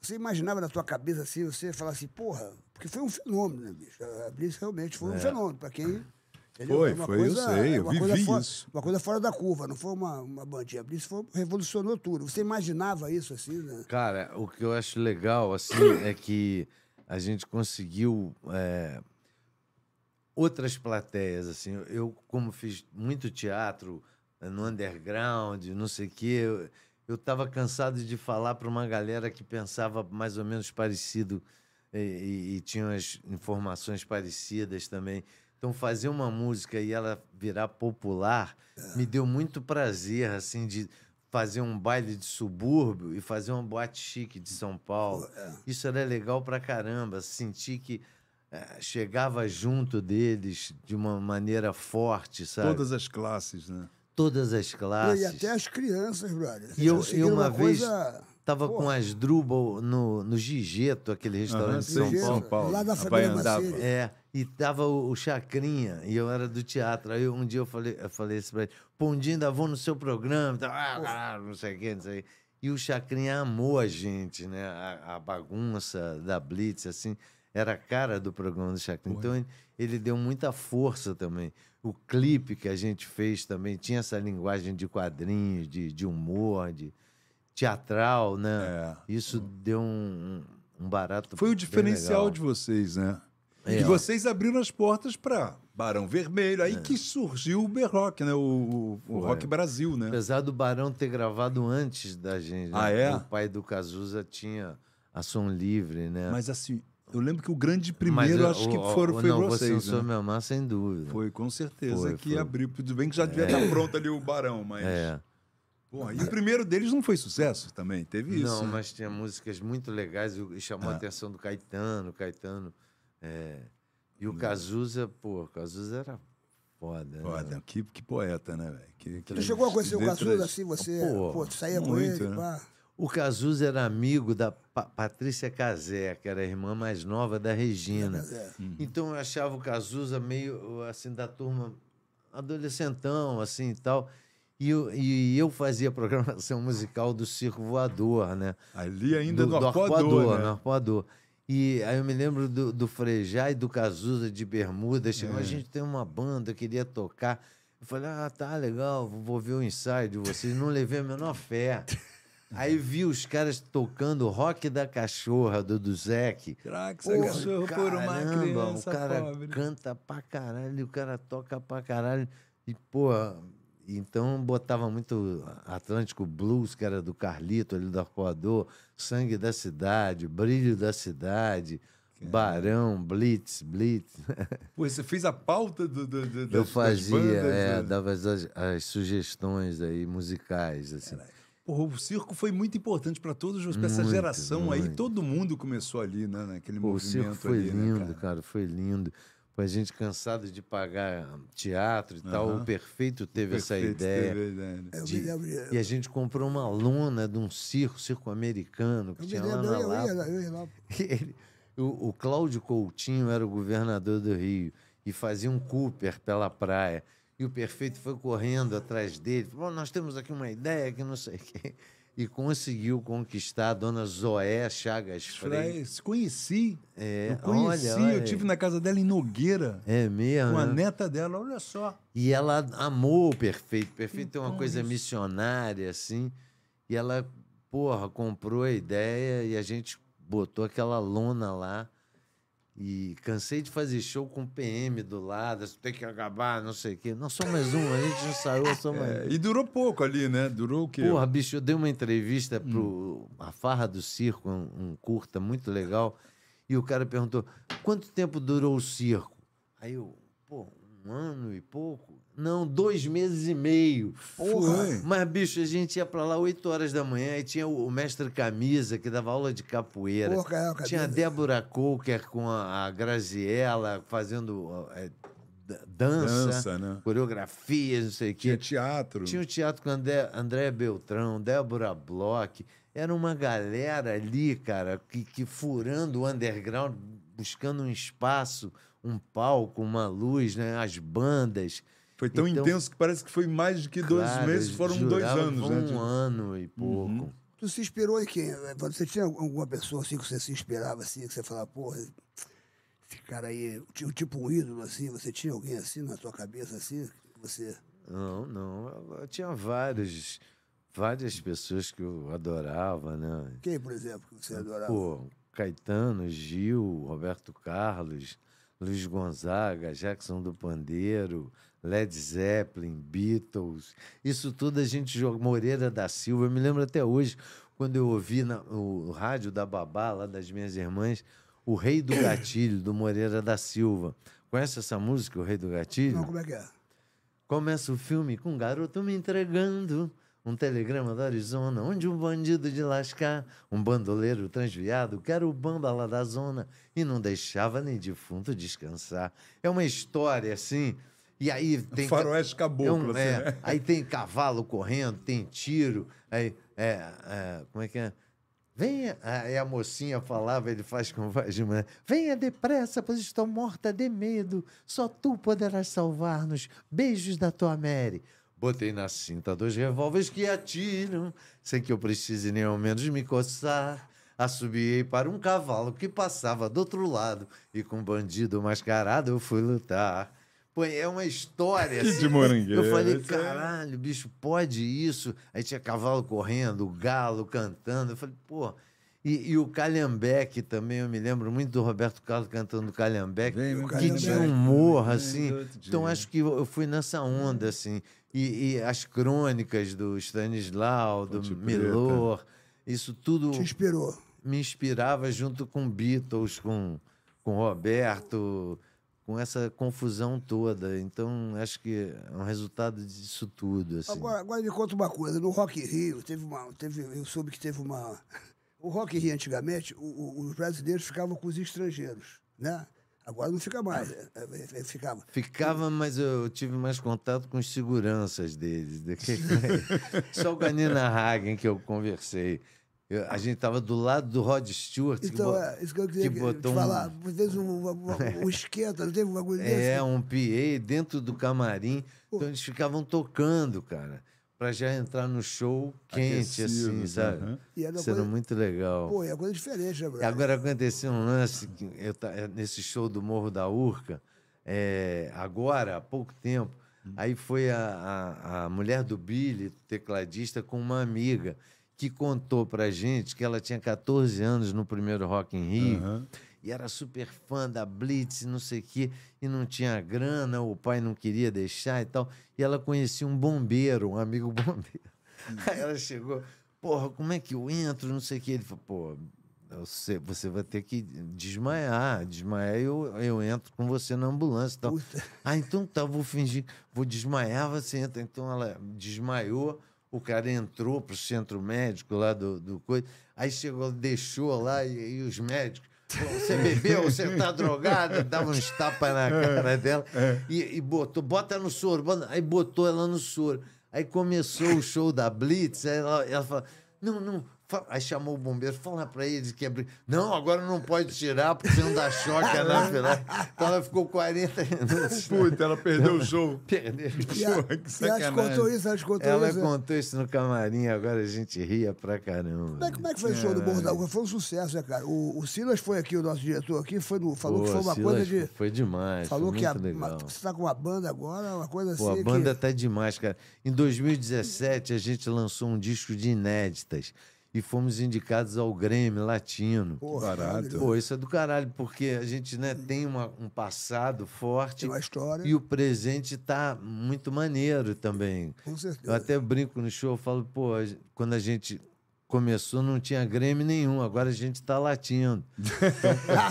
Você imaginava na tua cabeça assim, você falar assim, porra, porque foi um fenômeno, né, bicho? A Blitz realmente foi um fenômeno, pra quem. entendeu? É. Foi, É uma foi, eu sei, eu uma coisa vivi fora- isso. uma coisa fora da curva, não foi uma, uma bandinha. Isso foi, revolucionou tudo. Você imaginava isso assim, né? Cara, o que eu acho legal, assim, é que a gente conseguiu é, outras plateias, assim. Eu, como fiz muito teatro eh, no underground, não sei o quê, eu, eu tava cansado de falar para uma galera que pensava mais ou menos parecido eh, e, e tinha as informações parecidas também. Então, fazer uma música e ela virar popular me deu muito prazer, assim, de fazer um baile de subúrbio e fazer uma boate chique de São Paulo. é. Isso era legal pra caramba, sentir que eh, chegava junto deles de uma maneira forte, sabe? Todas, Todas as classes, né? as e classes. até as crianças, brother. Vocês Ah, E eu- conseguiram eu uma vez- coisa- Tava Porra. com as Drubal no, no Gigeto, aquele restaurante de sim. São Gigeto, Paulo. Lá da A Fabiana Baiana dava. Macedo. É, e tava o, o Chacrinha, e eu era do teatro. Aí um dia eu falei, eu falei isso pra ele: Pô, um dia ainda vou no seu programa, tá, ah, caralho, não sei o quê, não sei o quê. E o Chacrinha amou a gente, né? A, a bagunça da Blitz, assim, era a cara do programa do Chacrinha. Então ele, ele deu muita força também. O clipe que a gente fez também tinha essa linguagem de quadrinhos, de, de humor, de teatral, né? Isso deu um, um um barato. É. Tá Foi o bem diferencial legal. de vocês, né? É, e ó. É. vocês abriram as portas para Barão Vermelho, aí que surgiu o B-Rock, né? O, o- o Rock Brasil, né? Apesar do Barão ter gravado antes da gente. né? Ah, é? O pai do Cazuza tinha a som livre, né? Mas assim, eu lembro que o grande Mas primeiro eu- acho que o- foram, o- foi não, vocês, Você não né? me amar, sem dúvida. Foi, com certeza, Foi, que foi. abriu. Tudo bem que já devia estar pronto ali o Barão, mas... É. Porra, e o primeiro deles não foi sucesso também, teve isso. não, né? É. mas tinha músicas muito legais e chamou a atenção do Caetano. Caetano. é, E Hum. o Cazuza, pô, o Cazuza era foda. né? Foda, que, que poeta, né, velho? Que- que- Tu chegou a conhecer o letras- Cazuza assim, você Pô, pô, tu saía com muito, ele, né? pá. O Cazuza era amigo da Pa- Patrícia Casé, que era a irmã mais nova da Regina. É, Casé. Uhum. Então eu achava o Cazuza meio assim da turma adolescentão, assim e tal. E eu, e eu fazia programação musical do Circo Voador, né? Ali ainda no, do Arpoador, né? no Arpoador. E aí eu me lembro do, do Frejá e do Cazuza de Bermuda. Chegou, É. a gente tem uma banda, eu queria tocar. Eu falei, ah, tá legal, vou vou ver o ensaio de vocês. Não levei a (laughs) menor fé. Aí vi os caras tocando rock da cachorra do Duzek. Crack, Porra, cachorro por uma caramba, criança o cara pobre. canta pra caralho, o cara toca pra caralho. E, porra, então botava muito Atlântico Blues, que era do Carlito, ali do Arcoador, Sangue da Cidade, Brilho da Cidade, Barão, Blitz, Blitz. Pô, você fez a pauta do, do, do, das- Eu das fazia, bandas, é, né? dava as, as sugestões aí musicais, assim. Porra, o circo foi muito importante para todos, para essa Muito, geração aí. muito. Todo mundo começou ali, né? Naquele Pô, o movimento circo foi ali, lindo, né, cara? foi lindo. Foi a gente cansado de pagar teatro e tal. Aham. O Perfeito teve essa Perfeito, ideia. É, teve a ideia, né? Eu de- me lembro. de- E a gente comprou uma lona de um circo, circo americano, que Eu me tinha lá lembro, na eu ia Lapa. lá, eu ia lá. (laughs) E ele- o, o Cláudio Coutinho era o governador do Rio e fazia um Cooper pela praia. E o Perfeito foi correndo atrás dele. Falou, "Ó, nós temos aqui uma ideia que não sei o quê. E conseguiu conquistar a dona Zoé Chagas Freire. Falei, se conheci. É, eu conheci, olha, olha eu aí. tive na casa dela em Nogueira, É mesmo, com a né? neta dela, olha só. E ela amou o Perfeito. Perfeito é uma coisa missionária, assim. E ela, porra, comprou a ideia e a gente botou aquela lona lá. E cansei de fazer show com o PM do lado, assim, tem que acabar, não sei o quê. Não, só mais um, a gente ensaiou só mais (laughs) um. É, e durou pouco ali, né? Durou o quê? Porra, bicho, eu dei uma entrevista pro A Farra do Circo, um, um curta muito legal, e o cara perguntou: quanto tempo durou o circo? Aí eu, pô, um ano e pouco? Não, dois meses e meio. Foi. Mas, bicho, a gente ia pra lá 8 horas da manhã e tinha o o mestre Camisa, que dava aula de capoeira. Porra, é, o Camisa. tinha a Débora Coker com a, a Graziella fazendo ó, é, da- dança, Dança, né? coreografia, não sei o quê. Tinha teatro. Tinha o teatro com André, André Beltrão, Débora Bloch. Era uma galera ali, cara, que, que furando o underground, buscando um espaço, um palco, uma luz, né? As bandas. Foi tão Então- intenso que parece que foi mais do que dois Cara, meses, eu foram dois jurava que anos, foi né? Um Tipo, ano e pouco. Tu se inspirou em quem? Você tinha alguma pessoa assim que você se inspirava assim, que você falava, porra, esse cara aí, tinha tipo um ídolo assim, você tinha alguém assim na tua cabeça assim, que você. Não, não. Eu- Eu tinha vários, várias pessoas que eu adorava, né? Quem, por exemplo, que você adorava? Pô, Caetano, Gil, Roberto Carlos, Luiz Gonzaga, Jackson do Pandeiro, Led Zeppelin, Beatles. Isso tudo a gente joga. Moreira da Silva. Eu me lembro até hoje, quando eu ouvi na- o rádio da Babá, lá das minhas irmãs, O Rei do Gatilho, do Moreira da Silva. Conhece essa música, O Rei do Gatilho? Não, como é que é? Começa o filme com um garoto me entregando um telegrama da Arizona, onde um bandido de lascar, um bandoleiro transviado, que era o bamba lá da zona e não deixava nem defunto descansar. É uma história assim. E aí tem. ca- Faroeste caboclo, é um- assim, é, né? Aí tem cavalo correndo, tem tiro, aí. É, é, como é que é? Venha, aí a mocinha falava, ele faz com voz de mulher. Venha depressa, pois estou morta de medo. Só tu poderás salvar-nos. Beijos da tua Mary. Botei na cinta dois revólveres que atiram, sem que eu precise nem ao menos me coçar. Assobiei para um cavalo que passava do outro lado e com um bandido mascarado eu fui lutar. Pô, é uma história. assim, né? Que de morangueira, Eu falei, isso é- caralho, bicho, pode isso? Aí tinha cavalo correndo, galo cantando. Eu falei, pô. E, e o Calhambeque também, eu me lembro muito do Roberto Carlos cantando Calhambeque, Vem, que Calhambeque, tinha um humor, vem, assim. do outro Então dia. acho que eu eu fui nessa onda, assim. E, e as crônicas do Stanislau, do Ponte Preta. Milor, isso tudo Te inspirou. me inspirava junto com Beatles, com, com Roberto, com essa confusão toda. Então, acho que é um resultado disso tudo. Assim. Agora, agora me conta uma coisa. No Rock in Rio, teve uma, teve, eu soube que teve uma... O Rock in Rio, antigamente, o- o- os brasileiros ficavam com os estrangeiros, né? Agora não fica Ah. mais. é, é, é, Ficava. Ficava, mas eu tive mais contato com os seguranças deles. do que- (laughs) Só com a Nina Hagen que eu conversei. Eu- a gente estava do lado do Rod Stewart. que Então, bo- é, isso que eu queria que que te botou um- falar. Às vezes um, um, (laughs) um- um esquenta, não teve um bagulho desse? É, um PA dentro do camarim. Então eles ficavam tocando, cara. Pra já entrar no show quente, assim, Aquecidos, sabe? aham. E era uma Sendo coisa- muito legal. Pô, é uma coisa diferente, né, E brother? agora aconteceu um lance que eu ta- eh, nesse show do Morro da Urca, eh, agora, há pouco tempo. Aí foi a, a, a mulher do Billy, tecladista, com uma amiga que contou pra gente que ela tinha 14 anos no primeiro Rock in Rio Aham. e era super fã da Blitz, não sei o quê, e não tinha grana, o pai não queria deixar e tal. E ela conhecia um bombeiro, um amigo (laughs) bombeiro. Aí ela chegou, porra, como é que eu entro, não sei o quê. Ele falou, pô, você, você vai ter que desmaiar, desmaiar eu, eu entro com você na ambulância e tal. Puta. Ah, então tá, vou fingir, vou desmaiar, você entra. Então ela desmaiou, o cara entrou pro centro médico lá do, do coisa, aí chegou, deixou lá e, e os médicos. "Pô, Você bebeu, você tá drogada, dava uns tapas É, na cara dela e, e botou, bota no soro, bota- aí botou ela no soro. Aí começou o show da Blitz, aí ela, ela falou: não, não. fa- Aí chamou o bombeiro, fala pra eles que é. bri- Não, agora não pode tirar, porque senão dá choque anafilático. Então ela ficou 40 minutos. Puta, ela perdeu (laughs) o show. Perdeu. E (laughs) a- Pô, que e ela te sacanagem. contou isso, ela te contou Ela isso. né? contou isso no camarim, agora a gente ria pra Como caramba. é, como é que foi o show do Morro da Urca? Foi um sucesso, né, cara? O, o Silas foi aqui, o nosso diretor aqui, foi no- falou Pô, que foi uma Silas, coisa de. Foi demais. falou foi que a, é muito uma- legal. você está com uma banda agora, uma coisa Pô, assim. a banda que, tá demais, cara. Em 2017, a gente lançou um disco de inéditas e fomos indicados ao Grêmio Latino. Porra, Barato. maravilhoso. Pô, isso é do caralho, porque a gente né, tem uma- um passado forte Tem uma história. e o presente tá muito maneiro também. Com Eu certeza. até brinco no show, eu falo, pô, a gen- quando a gente começou não tinha Grêmio nenhum, agora a gente tá latindo.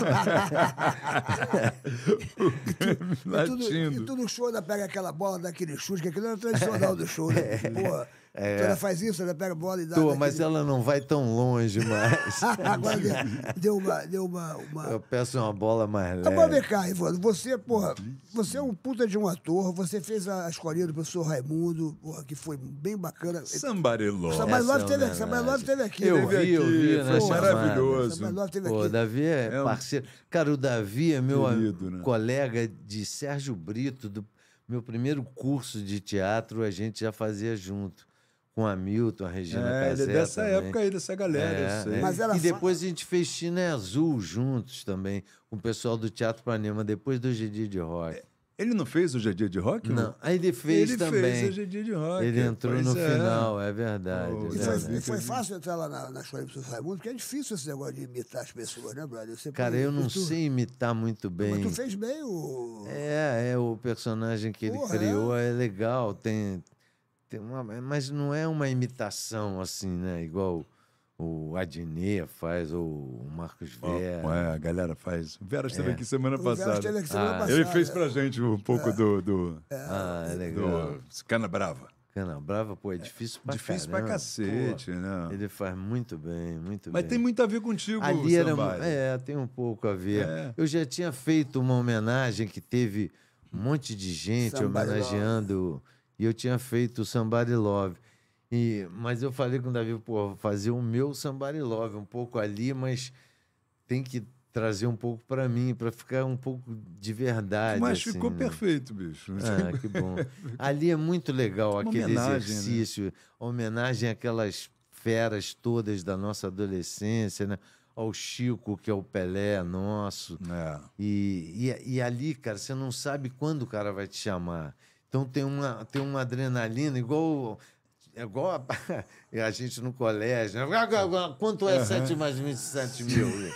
(laughs) tá E tudo, e Latindo. tudo show, ela pega aquela bola, dá aquele chute, que aquilo (laughs) era tradicional do show, né? Pô, então ela faz isso, ela pega a bola e dá. É. Tô, dá mas aquele- ela não vai tão longe (laughs) mais. (laughs) Agora deu, deu uma. Deu uma, uma... Eu é. peço uma bola mais leve. Agora vem cá, Ivano, você, porra, você é um puta de um ator, você fez a a escolinha do professor Raimundo, porra, que foi bem bacana. Sambareló. Samba Love Essa teve aqui, homenagem. Samba Love teve aqui. Eu né? É, Teve vi, eu aqui, vi. foi na chamada. maravilhoso. Samba Love teve Pô, aqui. o Davi é, É um parceiro. Cara, o Davi é meu querido, am- né? colega de Sérgio Brito, do meu primeiro curso de teatro, a gente já fazia junto. Com a Milton, a Regina É, ele é Casé dessa também. época aí, dessa galera, eu sei. É, é. Mas ela e fa- depois a gente fez China é Azul juntos também, com o pessoal do Teatro Panema, depois do GD de Rock. Ele não fez Hoje é Dia de Rock? Não, aí ele fez Ele também. fez Hoje é Dia de Rock. ele entrou pois no é. final, é verdade. Oh, é E Davi, verdade. foi, e teve- foi fácil entrar lá na, na escolinha do professor Raimundo, porque é difícil esse negócio de imitar as pessoas, né, brother? Você Cara, pode- eu não tu- sei imitar muito bem. Mas tu fez bem o. É, é o personagem que ele Porra, é? criou é legal, tem, tem uma, mas não é uma imitação assim, né? Igual o Adnet faz ou o Marcos Ó, Vera. é, a galera faz. O Vera É. esteve aqui semana o Veras passada. Ah, teve aqui semana passada. Ele fez pra gente um pouco do, do, ah, é legal. do Cana Brava. Cana Brava, pô, é difícil pra Difícil pra caramba, cacete, pô. né? Ele faz muito bem, muito Mas bem. tem muito a ver contigo, Ali era, mu- Sambar. é, tem um pouco a ver. É. Eu já tinha feito uma homenagem que teve um monte de gente Somebody homenageando. E eu tinha feito o Somebody Love. E, mas eu falei com o Davi, pô, vou fazer o meu Somebody Love, um pouco ali, mas tem que trazer um pouco pra mim, pra ficar um pouco de verdade. Mas assim, ficou né? perfeito, bicho. (laughs) Ah, que bom. Ali é muito legal É, Uma aquele homenagem, né? exercício, homenagem àquelas feras todas da nossa adolescência, né? Ao Chico, que é o Pelé nosso. É. E, e, e ali, cara, você não sabe quando o cara vai te chamar. Então tem uma, tem uma adrenalina igual. É igual a, (laughs) a gente no colégio. né? Quanto é 7 mais 27 mil? (laughs)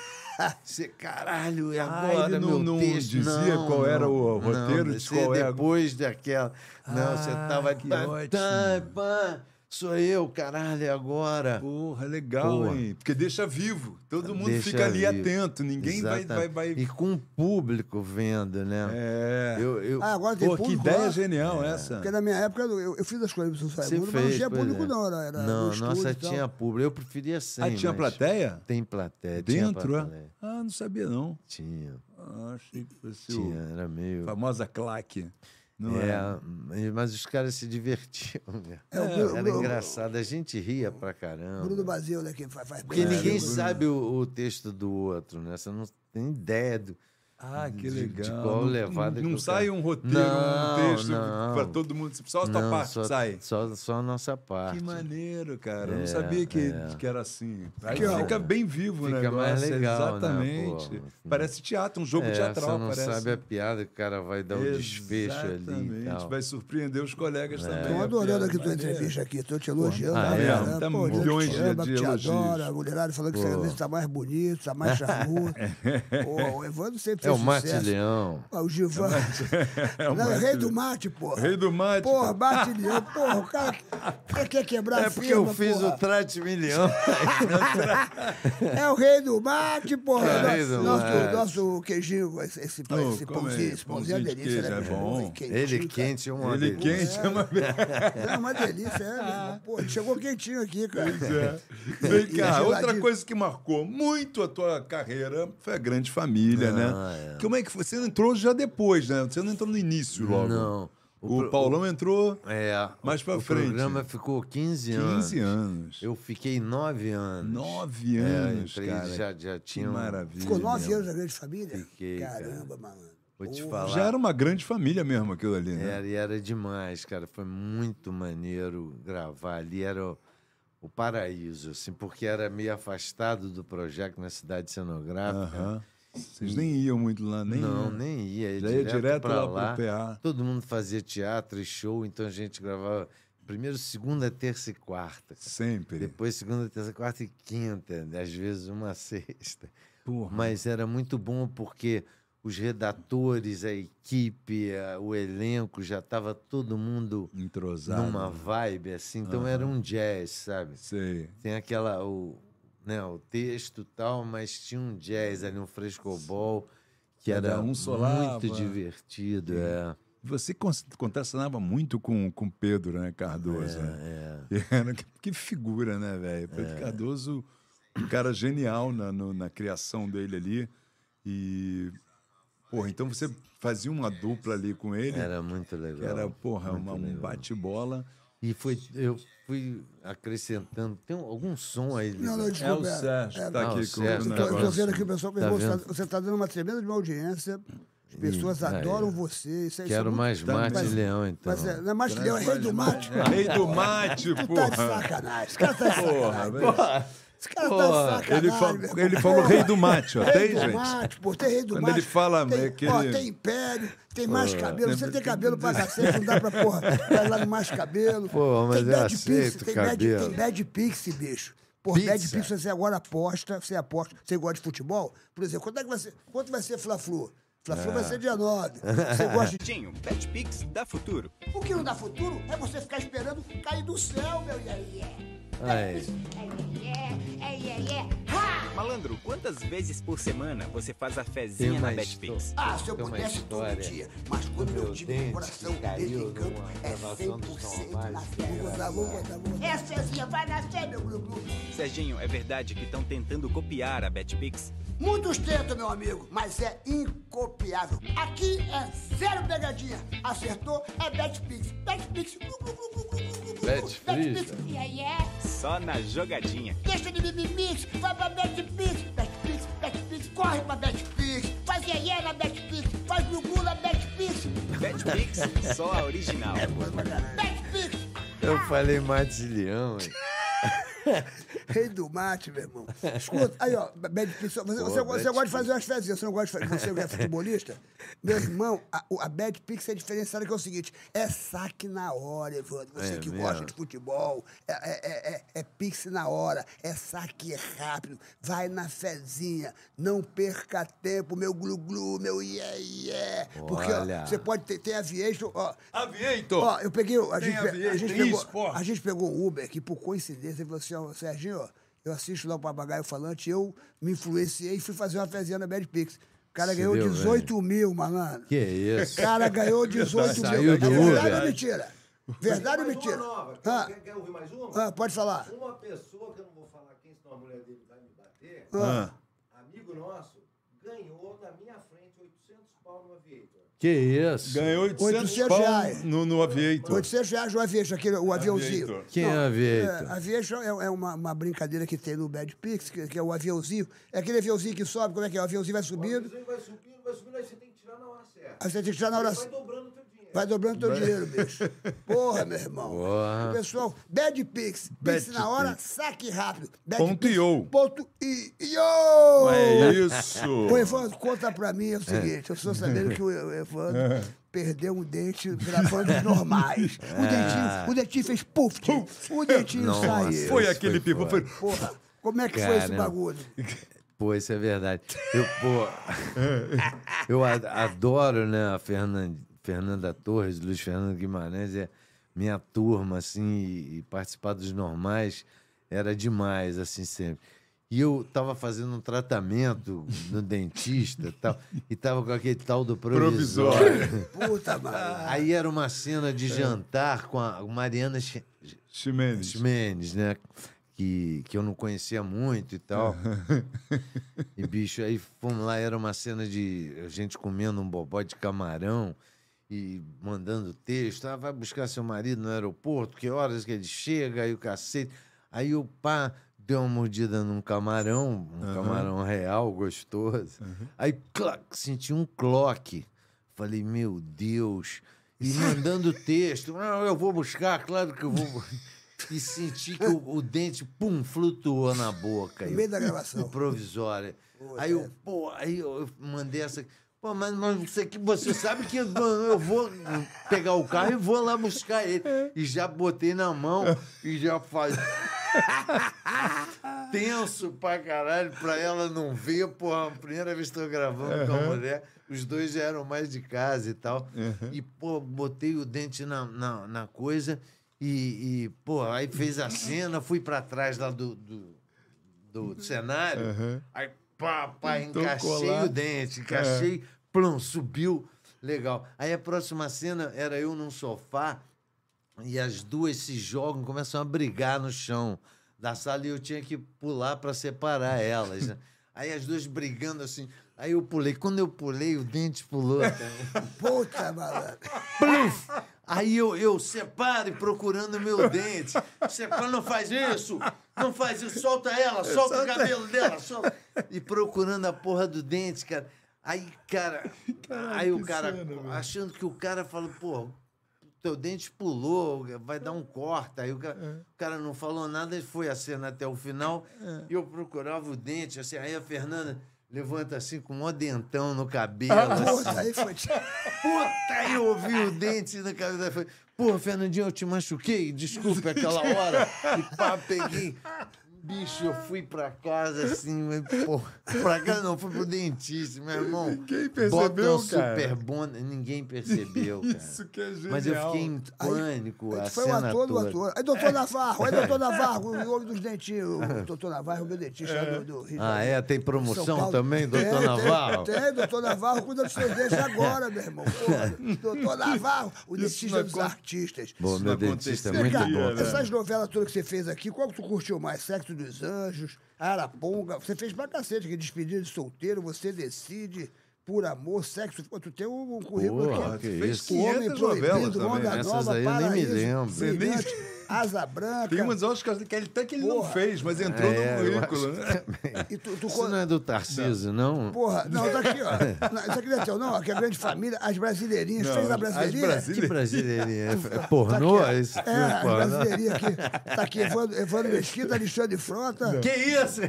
Você, caralho, é Ah, agora, ele não- meu não texto. dizia Não, qual era o não, roteiro não, de você qual é a- depois daquela. Não, você Ah, tava... que pá, ótimo. tá, pá, sou eu, caralho, é agora. Porra, é legal, Porra. hein? Porque deixa vivo. Todo mundo Deixa fica ali vivo. atento. Ninguém vai, vai, Exatamente. vai. E com o público vendo, né? É. Eu, eu, É, Ah, agora tem Pô, que público ideia lá? genial essa. Porque na minha época eu, eu- eu fiz as coisas pro São Você Raimundo, mas fez, não tinha pois público, é. não. Era, era não, no estúdio nossa e tal. tinha público. Eu preferia sem. Ah, tinha mas plateia? Tem plateia. Dentro, tinha é? plateia. Ah, não sabia, não. Tinha, Ah, achei que fosse tinha. o Era meio... famosa claque. Não é, é? mas- mas os caras se divertiam, (laughs) né? É, o Bruno- Era Bruno- engraçado, a gente ria pra caramba. Bruno Bazeu, né? Que faz, faz Porque bem, ninguém né? sabe o, o texto do outro, né? Você não tem ideia do. Ah, que de- de legal. qual Não- levada não que o sai cara- um roteiro, Não, um texto não. pra todo mundo. Só a tua Não, parte só, sai. Só, só a nossa parte. Que maneiro, cara. Eu não É, sabia que, é. que era assim. Aí Que fica bem vivo o Fica negócio. mais legal, né, Exatamente. pô? Parece teatro, um jogo é, teatral. Você não parece. sabe a piada que o cara vai dar o desfecho ali. e Exatamente. tal. É. Vai surpreender os colegas também. Estou a adorando piada. aqui tua Maneiro. entrevista aqui, estou te elogiando. Ah, pra é? caramba. Tá Pô, milhões gente, de- te ama, de te elogios. adora, a mulherada falando que Pô. você está mais bonito, está mais charmoso. Pô, o Evandro sempre É fez o Mate sucesso. Leão. Pô, Ah, o Givan. (laughs) É um o Não, é Mate rei Leão. do mate, porra. Rei do mate. Porra, mate leão, porra, o cara que quer quebrar É a porque eu firma, fiz porra. o Trate Milhão. É o rei do mate, porra. É o rei nosso, do nosso, mate. nosso queijinho, esse, esse, Pô, esse como é? pãozinho, esse pãozinho é uma Pãozinho de delícia, queijo, né? é meu irmão? bom. Quentinho, (laughs) Ele cara. quente é uma Ele delícia. quente (laughs) é uma É uma delícia, é, meu (laughs) irmão. Pô, ele chegou quentinho aqui, cara. É. Vem E cá, geladinho. outra coisa que marcou muito a tua carreira foi a grande família, Ah, né? Como é que foi? Você entrou já depois, né? Você não entrou no início logo. Não. O, pro- Paulão entrou É. Mais pra o frente. O programa ficou 15 anos. 15 anos. Eu fiquei 9 anos. Nove É, anos, entrei, cara. Já, já Que tinha. um- maravilha. Ficou nove mesmo. anos na grande família? Fiquei, cara. Caramba, malandro. Vou te Porra. falar. Já era uma grande família mesmo aquilo ali, né? Era, e era demais, cara. Foi muito maneiro gravar ali. Era o, o paraíso, assim, porque era meio afastado do projeto na cidade cenográfica. Aham. Vocês nem iam muito lá, nem Não, iam. nem ia. ia Já ia direto pra lá pro PA. Todo mundo fazia teatro e show, então a gente gravava primeiro, segunda, terça e quarta. Sempre. Depois segunda, terça, quarta e quinta, né? às vezes uma (laughs) sexta. Porra. Mas era muito bom porque os redatores, a equipe, a- o elenco, já estava todo mundo Entrosado. numa vibe assim. Então era um jazz, sabe? Sei. Tem aquela o, né, o texto e tal, mas tinha um jazz ali, um frescobol que Cada era um solava. muito divertido, é. Você con- contracenava muito com com o Pedro, né, É, Cardoso? né? (laughs) Era- que- que figura, né, velho? Pedro Cardoso, um cara genial na, no- na criação dele ali. E, porra, então você fazia uma dupla ali com ele, (laughs) Era muito que legal. era, porra, muito uma- um legal. bate-bola. E foi, eu fui acrescentando. Tem algum som aí? Não, não, Lisa? desculpa. é- é, tá aqui com o Estou negócio. estou vendo aqui o pessoal que Tá você vendo? está- você está dando uma tremenda de uma audiência. As pessoas aí, adoram ó. você. Isso, é- isso é Quero muito- mais Tá- mate mas- e leão, então. Mas é, não é mate leão, é rei do mate. É, Rei do mate, Tu (laughs) tá de porra. sacanagem. Esse cara tá de Porra, sacanagem. velho. Esse cara tá de sacanagem. Ele, fa- meu irmão. ele falou Porra, rei do mate, ó. Rei Tem, do gente? mate, pô, tem rei do Quando mate. ele fala, tem, é que ó, ele- tem império, tem mais cabelo. Você lembra- tem cabelo pra cacete, não dá pra, porra, vai lá no mais cabelo. Pô, mas tem eu bad pix, aceito tem bad, cabelo. tem bad pix, bicho. Por Pizza. bad pix você agora aposta, você aposta, você gosta de futebol. Por exemplo, quanto, é que vai, ser, quanto vai ser Fla-Flu? Fla-Flu É. vai ser dia (laughs) 9. Você gosta de... Tinho, Betpix dá futuro. O que não dá futuro é você ficar esperando cair do céu, meu iê, iê. Yeah, Aí. yeah, yeah, yeah, yeah. Ha! Malandro, quantas vezes por semana você faz a fezinha Tem na uma Betfix? Ah, se eu Tem uma pudesse todo história dia, mas quando do meu meu time do dente coração que caiu dele em campo numa é gravação dos 100% normais, na que Vou botar, vou botar, vou botar. Essa Cezinha vai nascer, meu glu-glu. Serginho, é verdade que estão tentando copiar a Betpix? Muitos tentam, meu amigo, mas é incopiável. Aqui é zero pegadinha. Acertou é Betpix. Betpix. Glu, glu, glu, glu, glu, glu, glu, glu. Betfris, Betfris. né? E aí é? Só na jogadinha. Deixa de mimimix, vai pra Betpix. Betpix, Betpix, corre pra Betpix. Faz iê na Betpix, faz gugu na Betpix. Betpix, só a original. Betpix. Eu falei matilhão. hein? Rei do mate, meu irmão. Escuta, aí, ó, Bad Pix, você, você, Bad você gosta de Pix. fazer umas fezinhas, você não gosta de fazer, você é futebolista? Meu irmão, a, o- a Bad Pix é diferenciada que é o seguinte, é saque na hora, Evandro. Você É que mesmo? gosta de futebol, é, é, é, é- é Pix na hora, é saque rápido, vai na fezinha, não perca tempo, meu glu-glu, meu iê, iê. Porque, ó, Olha. você pode ter, tem aviation, ó, Aviator! Ó, eu peguei. o- A Tem gente, pe- avião, a, gente tem pegou, esporte. a gente pegou um Uber que, por coincidência, ele falou assim: ó, Serginho, ó, eu assisto lá o Papagaio Falante, eu me influenciei e fui fazer uma fezinha na Bad Pix. O cara Se ganhou deu, 18 mil, malandro. Que isso? O cara (laughs) ganhou 18 mil. Saiu do é verdade Uber. ou mentira? Verdade ou mentira? Ah, Quer ouvir mais uma? ah, pode falar. Uma pessoa, que eu não vou falar quem, senão a mulher dele vai me bater, Ah, amigo nosso, ganhou na minha frente 800 pau no Aviator. Que isso? Ganhou 800, 800 pau reais. no, no Aviator. 800 reais o aviation, aquele, o aviãozinho. Aviator. Quem é É, Vitor? aviation é, é uma, uma brincadeira que tem no Bad Pix, que, que é o aviãozinho. É aquele aviãozinho que sobe, como é que é? O aviãozinho vai subindo. Isso aí vai subindo, vai subindo, aí você tem que tirar na hora certa. Aí você tem que tirar na hora. Vai dobrando o teu dinheiro. Vai dobrando teu dinheiro, (laughs) bicho. Porra, meu irmão. Porra. Pessoal, Bad Pix. Pix Bad na hora, saque rápido. Bad Ponto Pix, IO. Ponto I- IO. É isso! Ô, Evandro, conta pra mim é o seguinte. Eu estou sabendo que o Evandro perdeu um dente gravando os (laughs) normais. O dentinho, o dentinho fez É. puff. O dentinho Nossa. saiu. Foi Isso aquele foi pivô. foda. foi- Porra, como é que foi esse Caramba. bagulho? Pô, isso é verdade. Eu, pô, eu a- adoro, né, a Fernanda, Fernanda Torres, Luiz Fernando Guimarães, é minha turma, assim, e, e participar dos normais era demais, assim, sempre. E eu tava fazendo um tratamento no dentista e tal, e tava com aquele tal do Provisório. provisório. (laughs) (laughs) Puta, mano. Aí era uma cena de jantar com a Mariana Chi- Ximenes. Mendes, né? Que, que eu não conhecia muito e tal. e, bicho, aí fomos lá, era uma cena de a gente comendo um bobó de camarão e mandando texto. Ah, vai buscar seu marido no aeroporto, que horas que ele chega, aí o cacete. Aí o pá deu uma mordida num camarão, um camarão real, gostoso. Aí, clac, senti um cloque. Falei, meu Deus. E mandando texto. Não, eu vou buscar, claro que eu vou. E senti que o, o dente, pum, flutuou na boca. No Eu, meio da (laughs) gravação. Provisória. aí eu, pô, aí eu eu mandei essa. Pô, mas, mas isso aqui, você sabe que eu, eu vou pegar o carro e vou lá buscar ele. E já botei na mão e já faz. Tenso pra caralho, pra ela não ver, porra, a primeira vez que eu tô gravando com a mulher, os dois já eram mais de casa e tal. E, pô, botei o dente na, na, na coisa e, e, pô, aí fez a cena, fui pra trás lá do, do, do cenário, aí pá, pá, encaixei lá. o dente, encaixei, plum, subiu, legal. Aí a próxima cena era eu num sofá e as duas se jogam, começam a brigar no chão da sala e eu tinha que pular para separar elas. né? Aí as duas brigando assim, aí eu pulei. Quando eu pulei, o dente pulou. também. Puta, malandro. Pluf! Aí eu, eu separo e procurando (laughs) meu dente. Separo, não faz isso, não faz isso, solta ela, É, solta o cabelo dela, solta. E procurando a porra do dente, cara. Aí, cara, aí o cara, achando que o cara fala, pô, teu dente pulou, vai dar um corte. Aí o cara, o cara não falou nada, ele foi a cena até o final. E eu procurava o dente, assim, aí a Fernanda levanta assim com um maior dentão no (laughs) cabelo. assim. Puta, aí foi. Puta, aí eu ouvi o dente na cabeça. Falei, Pô, Fernandinho, eu te machuquei, desculpa aquela hora. E pá, peguei. Bicho, eu fui pra casa assim, mas, pô, pra casa não, fui pro dentista, meu irmão. Quem Botam um percebeu, cara? super bona, ninguém percebeu, cara. Isso que é genial. Mas eu fiquei em Aí- pânico, a Aí foi o cena ator do toda. É. ator. Aí, doutor Navarro, aí, (laughs) doutor Navarro, o homem dos dentinhos. O doutor Navarro, é o meu dentista lá do, do Rio de Ah, Janeiro. é? Tem promoção São Paulo. Tem, também, doutor tem, Navarro? Tem, doutor Navarro, cuida dos seus dentes agora, meu (laughs) irmão. Porra, doutor Navarro, o dentista não dos acon- artistas. Bom, Isso meu não dentista aconteceu. é Vem muito cá, bom. cara. essas novelas todas que você fez aqui, qual que tu curtiu mais? Sexo dos Anjos, Araponga, você fez pra cacete, que despedida de solteiro, você decide, por amor, sexo, pô, tu tem um, um currículo Porra, aqui. que ó. Fez isso. O Homem 500 novelas Proibido, também. né? Onda Essas Nova, aí eu nem me Paraíso, lembro. Você nem- Brilhante, Asa Branca. Tem uns Oscars que ele, até que ele não Porra. fez, mas entrou É, no eu acho currículo. né? E tu, tu Isso não é do Tarcísio, não? Porra, não, tá (laughs) aqui, ó. Não, isso aqui não é teu, não, ó, que é a grande família, as brasileirinhas, Não, fez a as brasileirinha. brasileiras. Que brasileirinha? É é Tá pornô? aqui, ó. esse filme é, pornô? as brasileirinhas aqui. Tá aqui, Evandro, Evandro Mesquita, Alexandre Frota. Que isso?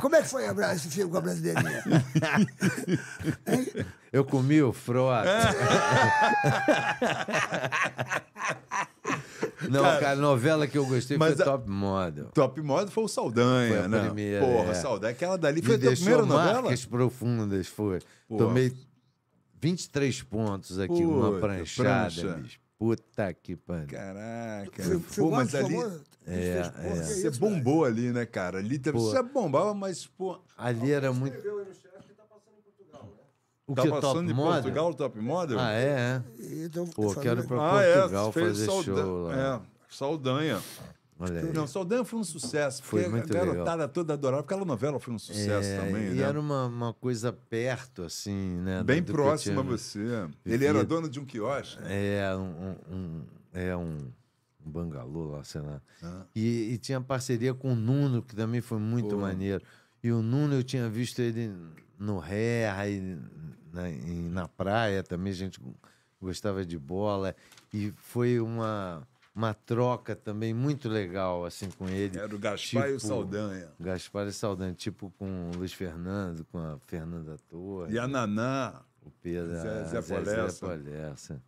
Como é que foi Abra- esse filme com a (laughs) brasileirinha? (laughs) Eu comi o (laughs) frota. Não, cara, a novela que eu gostei mas foi a- Top Model. Top Model foi o Saldanha, Foi a né? primeira, Porra, é. Saldanha. Aquela dali Me foi a tua deixou primeira novela? marcas profundas, foi. Pô. Tomei 23 pontos aqui, Puta, uma pranchada, prancha. bicho. Puta que pariu. Caraca. Foi- foi Pô, o Alves mas ali... famoso? Ele fez, porra, que é Você isso, bombou ali, né, cara? Ali teve... Pô. Você bombava, mas, pô... Ali era muito. O tá que, passando Top em Model? Portugal o Top Model? Ah, é? é. cara? Então, Pô, falando- quero pra Ah, Portugal fez fazer Salda- show lá. É, Saldanha. Olha aí. Não, Saldanha foi um sucesso. Foi Foi muito A legal. garotada toda adorava. Aquela novela foi um sucesso É, também, e né? era uma, uma coisa perto, assim, né? Bem do- do que eu próxima a tinha- você. Ele era vivido. dono de um quiosque. É, um, um- um- é um, um bangalô lá, sei lá. Ah. E, e tinha parceria com o Nuno, que também foi muito maneiro. E o Nuno, eu tinha visto ele no ré, aí na, em- na praia também, a gente gostava de bola. E foi uma, uma troca também muito legal, assim, com ele. Era o Gaspar e o Tipo, Saldanha. Gaspar e Saldanha, tipo com o Luiz Fernando, com a Fernanda Torres, E a Naná. o Pedro, Zé- Zé, Zé Zé, Polessa. Polessa.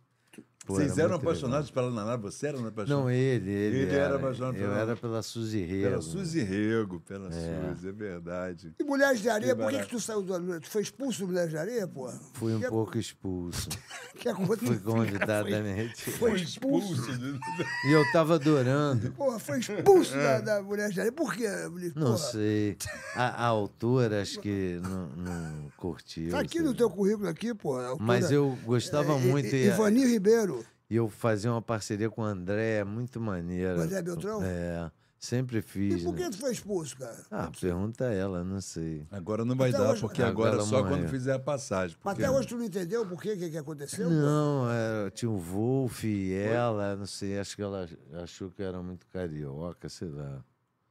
Pô, Vocês era eram muito legal. apaixonados pela Naná? Você era um apaixonado? Não, ele, ele. Ele era apaixonado Eu pela- era pela Suzy Rego. Pela Suzy Rego, pela Suzy, é verdade. E Mulheres de Areia, Que por que, que barato. tu saiu do. Tu foi expulso do Mulheres de Areia, porra? Fui um que, pouco expulso. (laughs) Que aconteceu? (laughs) Fui convidado a me retirar. Foi expulso. né? E eu tava adorando. Porra, foi expulso (laughs) da, da Mulheres de Areia. Por quê, Ulisses? Não Porra, sei. A, a autora, acho que não, não curtiu. Tá aqui sei no lá. teu currículo aqui, porra. autora- Mas eu gostava É, muito. I- I- E, Ivani Ribeiro. e eu fazia uma parceria com o André, muito maneira. André Beltrão? É. Sempre E fiz. por né? que tu foi expulso, cara? Ah, pergunta a ela, não sei. Agora não vai Até dar, hoje- porque Agora agora é só amanhã. quando fizer a passagem. Mas porque- até hoje tu não entendeu por quê? O que, que aconteceu? Não, é, era- tinha o Wolf e ela, não sei, acho que ela achou que eu era muito carioca, sei lá.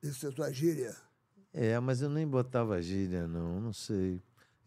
Isso é tua gíria. É, mas eu nem botava gíria, não, não sei.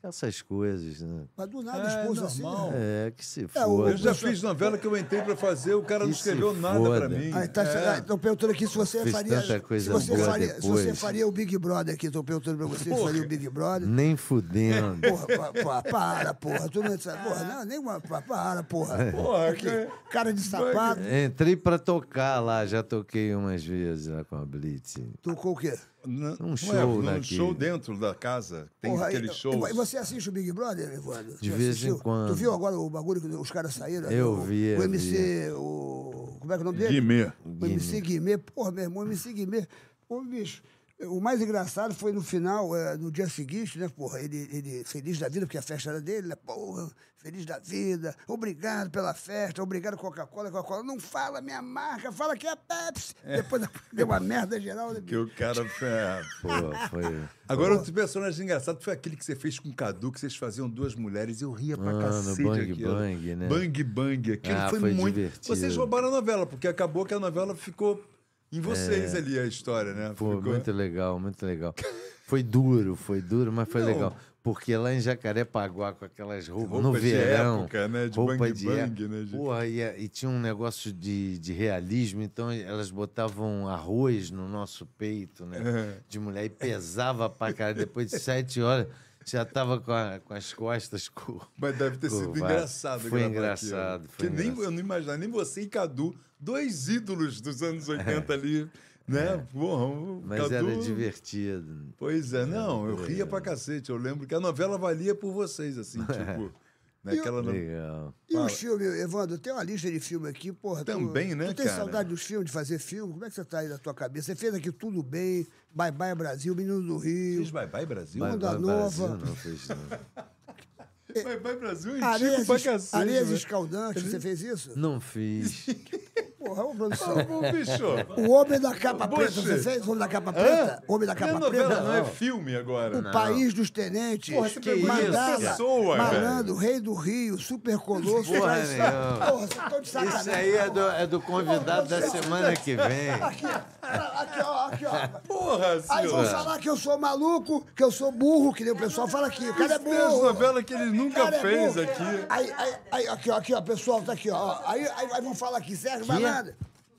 Essas coisas, né? Mas do nada É, expulso assim. normal. né? É, que se É, o- foda. Eu já fiz novela que eu entrei pra fazer, o cara não E se escreveu nada pra foda. mim. Ah, tá, É. tá, Estão perguntando aqui se você Fiz faria. tanta coisa se, você boa faria se depois. você faria o Big Brother aqui, estão perguntando pra você se faria o Big Brother. Nem fudendo. (laughs) Porra, pa- pa- para, porra. Tu não sabe. Porra, não, nem uma. pa- Para, porra. É. Porra, que... Cara de sapato. Entrei pra tocar lá, já toquei umas vezes lá com a Blitz. Tocou o quê? N- não um show é, num daqui. show dentro da casa. Tem Porra, aquele e- show. E você assiste o Big Brother, Evandro? De Já vez em assistiu? quando. Tu viu agora o bagulho que os caras saíram? Eu O- vi, O eu MC, o. Como é que é o nome dele? Guimê. O MC Guimê, porra, meu irmão, o MC Guimê. Ô, bicho, o mais engraçado foi no final, eh, no dia seguinte, né, porra, ele, ele feliz da vida, porque a festa era dele, né, porra, feliz da vida, obrigado pela festa, obrigado Coca-Cola, Coca-Cola, não fala minha marca, fala que é a Pepsi. Depois (laughs) deu uma merda geral, né, Que bicho? o cara. é. Pô, foi. Agora, outro personagem engraçado foi aquele que você fez com o Cadu, que vocês faziam duas mulheres. Eu ria pra Ah, no cacete. Bang aquilo. Bang, né? Bang Bang. Aquilo Ah, foi, foi muito. divertido. Vocês roubaram a novela, porque acabou que a novela ficou em vocês ali a história, né? É. Pô, ficou... muito legal, muito legal. Foi duro, foi duro, mas foi Não. legal. Porque lá em Jacarepaguá, com aquelas roupas, Roupa no de verão, época, né? De roupa bang de bang, época. né, de- Porra, e, a- e tinha um negócio de, de realismo, então elas botavam É. arroz no nosso peito, né? De mulher, e pesava pra caralho. Depois de sete horas, já tava com, a- com as costas curvas. Mas deve ter sido Curvado. engraçado. Foi gravar aquilo. engraçado, foi Porque nem, engraçado. Eu não imaginava, nem você e Cadu, dois ídolos dos anos (laughs) 80 ali, né? Porra, o É. Mas Cadu... era divertido. Pois é, não, eu ria pra cacete. Eu lembro que a novela valia por vocês, (laughs) assim, tipo... Naquela no- Legal. E os filmes, Evandro, tem uma lista de filme aqui, porra. tu- Também, né, Tu tem cara? saudade dos filmes, de fazer filme? Como é que você tá aí na tua cabeça? Você fez aqui Tudo Bem, Bye Bye Brasil, Menino do Fiz Rio, Bye Bye Brasil? Mas Onda no Brasil Nova. não fez, não. Bye Bye Brasil é antigo Areias, pra es- cacete. Areias né? Escaldantes, você fez isso? Não fiz. Porra, ô produção. Tá bom, (laughs) bicho. O Homem da Capa Preta, Bush. você fez? O Homem da Capa Preta? O Homem da Não é Capa novela, Preta? não é filme agora. O País dos Tenentes, Porra, você pegou isso, Mandala, pessoa, velho. Malandro, Rei do Rio, Super Colosso. Porra Traz- nenhuma. Porra, vocês estão de sacanagem. Isso aí é do, é do convidado da semana que vem. Aqui, aqui, ó, aqui, ó. Porra, Aí vão senhor. falar que eu sou maluco, que eu sou burro, que nem o pessoal fala aqui. O cara é Tem as burro. novelas que ele O nunca cara é fez burro. aqui. Aí, aí, aí, aqui, ó, aqui, ó, pessoal, tá aqui, ó. Aí, aí, aí vão falar aqui, Sérgio Malandro.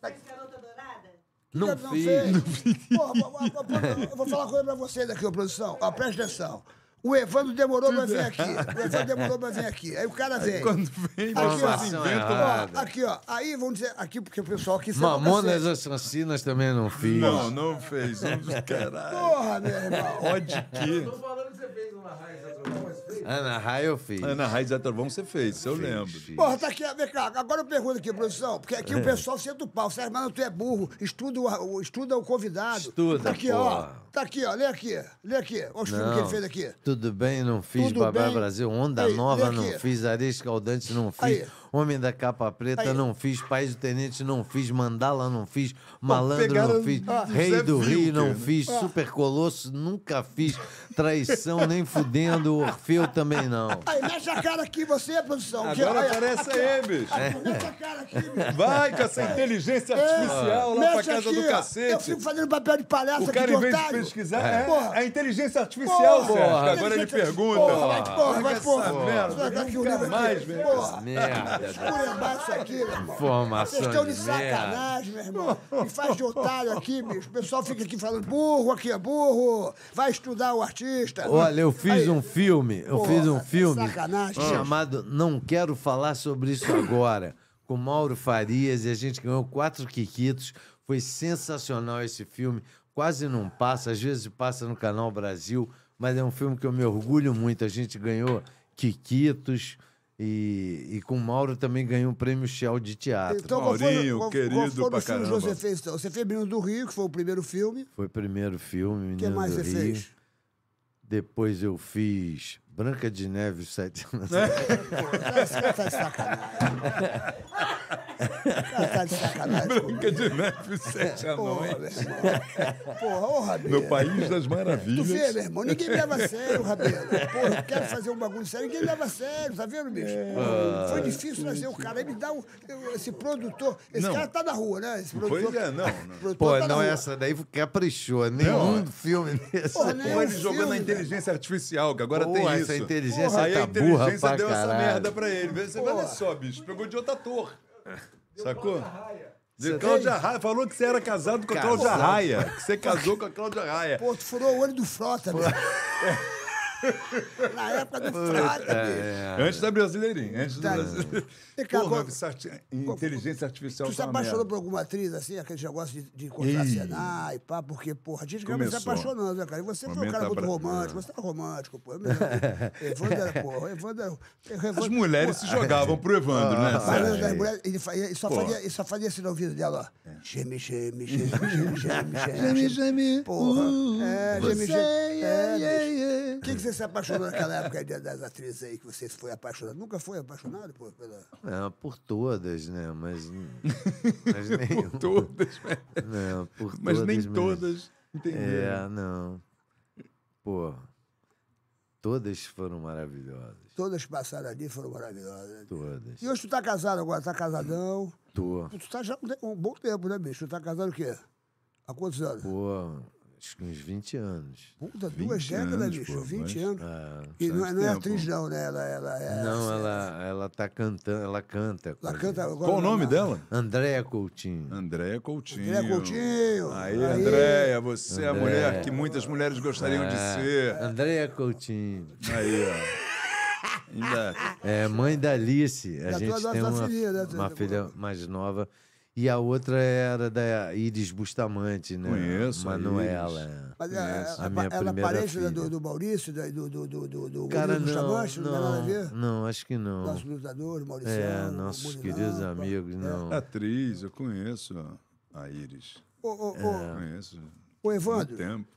Tá Garota Dourada? Não Não fiz. fez. Porra, vou- vou- vou- eu vou falar uma coisa pra vocês aqui, ô produção. Ó, presta atenção. O Evandro demorou pra vir aqui. O Evandro demorou pra vir aqui. Aí é o cara vem. Quando assim, vem, Aqui, ó. vocês inventam. Ó, aqui, ó. Aí vão dizer, aqui, porque o pessoal aqui sabe. Mamonas Assassinas também não fiz. Não, não fez. Não, (laughs) caralho. Porra, meu irmão. Pode que. Tô falando que você fez uma raiz, mas fez. Ana Raia eu fiz. Ana Raiz Atravão você fez, isso É. eu Fiz, lembro. fiz. Porra, tá aqui, vem cá, agora eu pergunto aqui, produção, porque aqui o pessoal senta o pau. Sérgio Malandro, tu é burro, estuda o, o- estuda o convidado. Estuda, Tá aqui, porra. ó. Tá aqui, ó, lê aqui, lê aqui. Olha os filmes Não. que ele fez aqui. Tudo bem, não fiz. Tudo Babá bem. Brasil, Onda Aí, Nova vem não aqui. fiz. Areia Escaldante não fiz. Aí. Homem da Capa Preta Aí. não fiz. País do Tenente não fiz. Mandala não fiz. Malandro pegaram não fiz. do Rei Zé do Rio Wilker, não né? fiz. Super Colosso nunca fiz. Traição nem fudendo. Orfeu também não. Aí, mexe a cara aqui, você, produção. que- Agora É. aí, (laughs) aparece aí, bicho. ó, Mexe a cara aqui, bicho. Vai com essa inteligência artificial lá pra Mexe casa aqui, do ó. Eu cacete. fico fazendo papel de palhaço O aqui cara, de em vez de otário. pesquisar, é, Porra. é inteligência artificial, Porra. Sérgio. que Agora ele Inteligência- pergunta. Porra, vai, porra, vai, Essa porra. merda, Vai, vai, que o nunca livro aqui, mais, velho. Porra. Merda. Escurebar isso aqui, meu irmão. Formação Vocês estão de de sacanagem, meu irmão. Me faz de otário aqui, bicho. O pessoal fica aqui falando, burro, aqui é burro. Vai estudar o artista. Olha, eu fiz Aí, um filme, eu fiz um Porra, filme é sacanagem. chamado Não Quero Falar Sobre Isso Agora, com Mauro Farias, e a gente ganhou quatro quiquitos. Foi sensacional esse filme, quase não passa, às vezes passa no Canal Brasil, mas é um filme que eu me orgulho muito. A gente ganhou quiquitos e, e com Mauro também ganhou um prêmio Shell de teatro. Então, qual foi, Maurinho, qual, qual querido foram pra os filmes que caramba. você fez? então? Você fez Menino do Rio, que foi o primeiro filme. Foi o primeiro filme, O que Menino mais do você Rio. fez? Depois eu fiz Branca de Neve e os Sete (laughs) Anos. Você tá de sacanagem. Cara, tá de (laughs) sacanagem. comigo. Branca de Neve, sete anões. Porra, meu irmão. Porra, ô, Rabelo. No País das Tu vê, Maravilhas. meu irmão, ninguém me leva a sério, Rabelo. Porra, eu quero fazer um bagulho sério, ninguém me leva a sério, tá vendo, bicho? É. Foi difícil trazer o cara, aí me dá um, eu- esse produtor, esse Não. cara tá na rua, né? Esse produtor, Pois é, não. (laughs) não. é produtor Pô, tá na não, rua. essa daí caprichou. Nenhum filme desse. Porra, né? Ou É ele um jogou na filme, inteligência artificial, que agora Pô, tem isso. essa inteligência Aí tá a inteligência burra pra deu essa caralho. merda pra ele. Você olha só, bicho, pegou de outro ator. Sacou? De Cláudia Raia. Falou que você era casado com a Cláudia Casado. Raia. Que você casou com a Cláudia Raia. Pô, tu furou o olho do Frota, meu. (laughs) na época do Frota, É, bicho. Antes da brasileirinha. Antes da Tá. brasileirinha. Vem cá, Porra, qual- essa arti- inteligência artificial Tu se tá uma apaixonou merda. por alguma atriz, assim, aquele negócio de, de contracenar e pá, porque, porra, a gente acaba se Começou. apaixonando, né, cara? E você foi um Momento cara muito abra- romântico, você era romântico, pô. Eu (laughs) me lembro. Evandro era, porra, Evandro era... Evandro- As mulheres se jogavam pro Evandro, Ah, né, Falando é- das Sérgio? mulheres, ele, fa- ele só fazia, ele só fazia esse no ouvido dela, ó. É. Geme, geme, geme, geme, geme, geme, geme. Porra. É, geme, Uh. você, geme. É, yeah, yeah, bicho. yeah. O que, que você se apaixonou naquela época aí de- das atrizes aí que você foi apaixonado? Nunca foi apaixonado, pô, pela... Não, por todas, né? Mas, mas nenhum. Todas, mas- Não, por mas todas nem mesmo. todas. Entenderam. É, não. Pô, todas foram maravilhosas. Todas que passaram ali, foram maravilhosas. Todas. E hoje tu tá casado agora, tá casadão. Tô. Tu tá já um, te- um bom tempo, né, bicho? Tu tá casado o quê? Há quantos anos? Pô, Acho que uns 20 anos. Puta, duas 20 décadas, anos, bicho, pô, 20 mas- anos. Ah, E não, é- não é tempo. atriz, não, né? Ela, ela, é- não, ela, ela tá cantando, ela canta. com a ela canta. gente. agora Qual o nome na- dela? Andréa Coutinho. Andréia Coutinho. Andréia Coutinho. Aí, Aí. Andréia, você é a Andréia. É. mulher que muitas mulheres gostariam de ser. Andréa Coutinho. Aí, ó. Ainda É mãe da Alice. A Da gente tua- da tem tua uma, filha, né? uma filha mais nova. E a outra era da Iris Bustamante, né? Conheço a Manuela. Mas ela, Conheço. ela- A minha ela é primeira parente né, filha. do, do Maurício, da- do, do, do, do, do Cara, do não, Chamancho, não, tem nada a não, ver? não, acho que não. Nossos lutadores, Maurício. É, nossos queridos amigos, não. é atriz, eu conheço a Iris. Ô, ô, É. ô, Conheço. ô, Muito Evandro, tempo.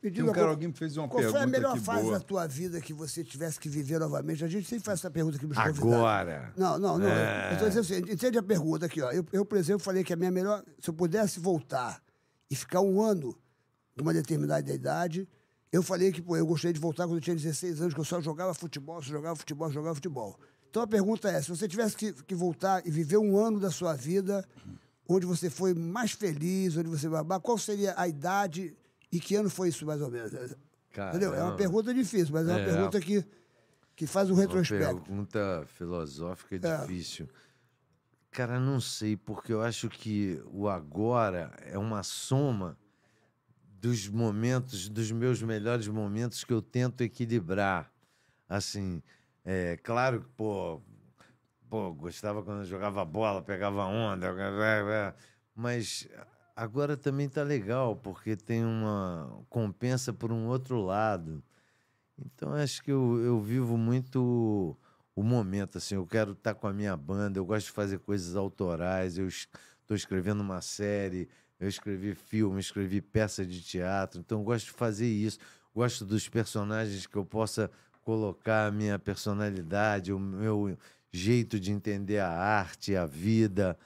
me Tem diga um cara, qual, alguém me fez uma qual foi pergunta a melhor que fase boa. da tua vida que você tivesse que viver novamente? A gente sempre faz essa pergunta aqui nos convidados. Agora. Não, não, não. É. Eu tô dizendo assim, entende a pergunta aqui, ó. Eu, eu, por exemplo, falei que a minha melhor. Se eu pudesse voltar e ficar um ano numa determinada idade, eu falei que, pô, eu gostaria de voltar quando eu tinha 16 anos, que eu só jogava futebol, só jogava futebol, só jogava futebol. Então a pergunta é: se você tivesse que, que voltar e viver um ano da sua vida, onde você foi mais feliz, onde você babá, qual seria a idade e que ano foi isso, mais ou menos? Entendeu? É uma Caramba. pergunta difícil, mas é uma É. pergunta que, que faz um Uma retrospecto. pergunta filosófica É. difícil. Cara, não sei, porque eu acho que o agora é uma soma dos momentos, dos meus melhores momentos que eu tento equilibrar. Assim, é claro que, pô, pô, gostava quando eu jogava bola, pegava onda, mas agora também tá legal, porque tem uma compensa por um outro lado. Então acho que eu, eu vivo muito o momento, assim, eu quero estar com a minha banda, eu gosto de fazer coisas autorais, eu estou escrevendo uma série, eu escrevi filme, escrevi peça de teatro, então eu gosto de fazer isso, gosto dos personagens que eu possa colocar a minha personalidade, o meu jeito de entender a arte, a vida.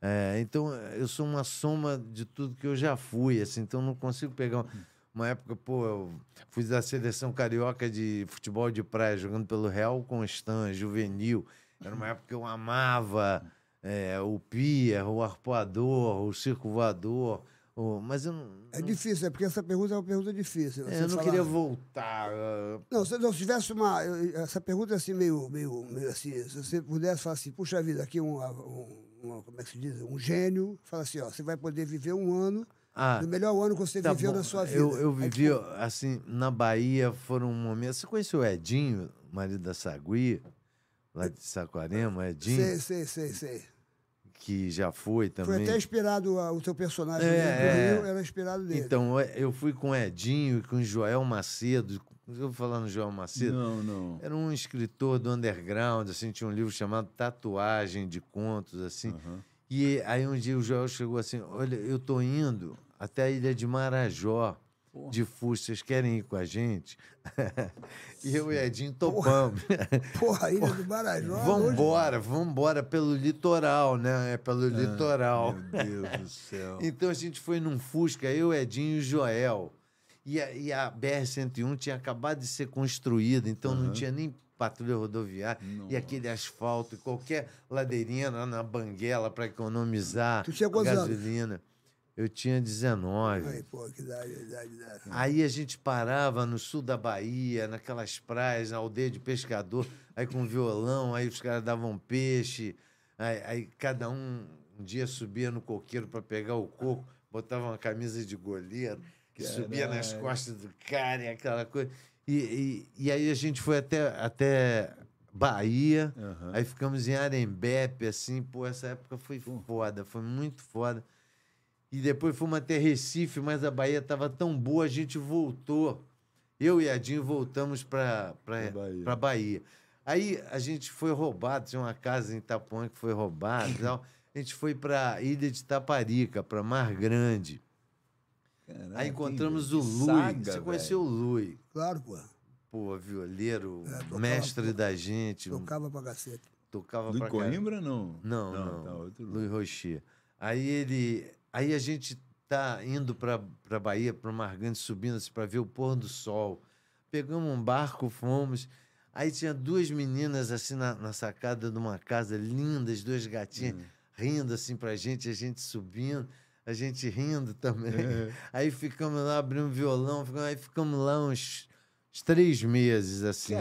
É, então eu sou uma soma de tudo que eu já fui, assim, então eu não consigo pegar um- uma época, pô, eu fui da seleção carioca de futebol de praia, jogando pelo Real Constan, juvenil. Era uma época que eu amava é, o Pier, o Arpoador, o Circo Voador. o- Mas eu não, É difícil, é porque essa pergunta é uma pergunta difícil. Né? é, Você eu não falar- queria voltar. ah, Não, se não se tivesse uma. eu- Essa pergunta é assim, meio, meio, meio assim. Se você pudesse falar assim, puxa vida, aqui um, um, um- Como é que se diz? Um gênio, fala assim, ó, você vai poder viver um ano, Ah, no melhor ano que você tá viveu bom. na sua vida. Eu, eu Aí, vivi, pô, assim, na Bahia, foram momentos. Você conheceu o Edinho, marido da Sagui, lá de Saquarema, Edinho, Sei, sei, sei, sei. que já foi também. Foi até inspirado a- o teu personagem É, né, do é. Rio, era inspirado dele. Então, eu- eu fui com o Edinho e com o Joel Macedo. Eu vou falar no Joel Macedo. Não, não. Era um escritor do underground, assim, tinha um livro chamado Tatuagem de Contos, assim. E aí um dia o Joel chegou assim, olha, eu tô indo até a ilha de Marajó, de Fusca, vocês querem ir com a gente? (laughs) e eu e Edinho topamos. Porra, a Ilha do Marajó. hoje- vambora, vambora, pelo litoral, né? É pelo litoral. Ah, Meu Deus do céu. (laughs) Então a gente foi num Fusca, eu, Edinho e o Joel. E a, e a BR-101 tinha acabado de ser construída, então não tinha nem patrulha rodoviária. E aquele asfalto, qualquer ladeirinha lá na banguela para economizar Tu tinha quantos anos? gasolina. Eu tinha 19. Aí, pô, que idade, idade, idade. É. Aí a gente parava no sul da Bahia, naquelas praias, na aldeia de pescador, aí com violão, aí os caras davam peixe, aí, aí cada um um dia subia no coqueiro para pegar o coco, botava uma camisa de goleiro, que subia nas costas do cara e aquela coisa. E, e, e aí a gente foi até, até Bahia, aí ficamos em Arembepe, assim, pô, essa época foi foda, foi muito foda. E depois fomos até Recife, mas a Bahia estava tão boa, a gente voltou. Eu e Adinho voltamos para Bahia. Bahia. Bahia. Aí a gente foi roubado, tinha uma casa em Itapuã que foi (laughs) roubada e tal. A gente foi para ilha de Taparica, para Mar Grande. Caraca, Aí hein, encontramos Hum. o velho? Ah, Que Lui. saga, Você velho. conheceu o Lui? Claro, pô. Pô, violeiro, É, tocava- mestre da gente, Tocava pra cacete. tocava Lui pra caramba. Coimbra, não? Não, não. não. Tá outro Lui. Luiz Rocher. Aí ele, aí a gente tá indo para para Bahia, para Mar Grande, subindo para ver o pôr do sol. Pegamos um barco, fomos. Aí tinha duas meninas assim na, na Hum. sacada de uma casa lindas, duas gatinhas rindo assim pra gente, a gente subindo. a gente rindo também. (laughs) Aí ficamos lá abrindo violão, ficamos- aí ficamos lá uns, uns três meses, assim.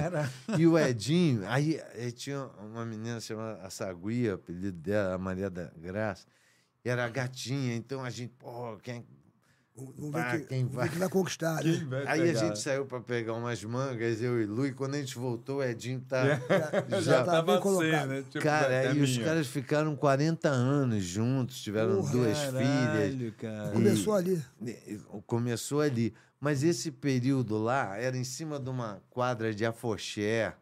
E o Edinho, aí, aí tinha uma menina chamada a Saguia, o apelido dela, a Maria da Graça, e era gatinha, então a gente, pô, quem Vamos vamos Pá, ver que- quem vamos ver vai- que vai conquistar, né? Aí a gente saiu pra pegar umas mangas, eu e Lu, e quando a gente voltou, o Edinho tá. (laughs) Já, Já já tá bem Tava colocado. assim, né? Tipo, cara, até e os minha. caras ficaram 40 anos juntos, tiveram Porra. duas filhas. Caralho, cara. Começou ali. né, E- e Começou ali. Mas esse período lá era em cima de uma quadra de afoxé.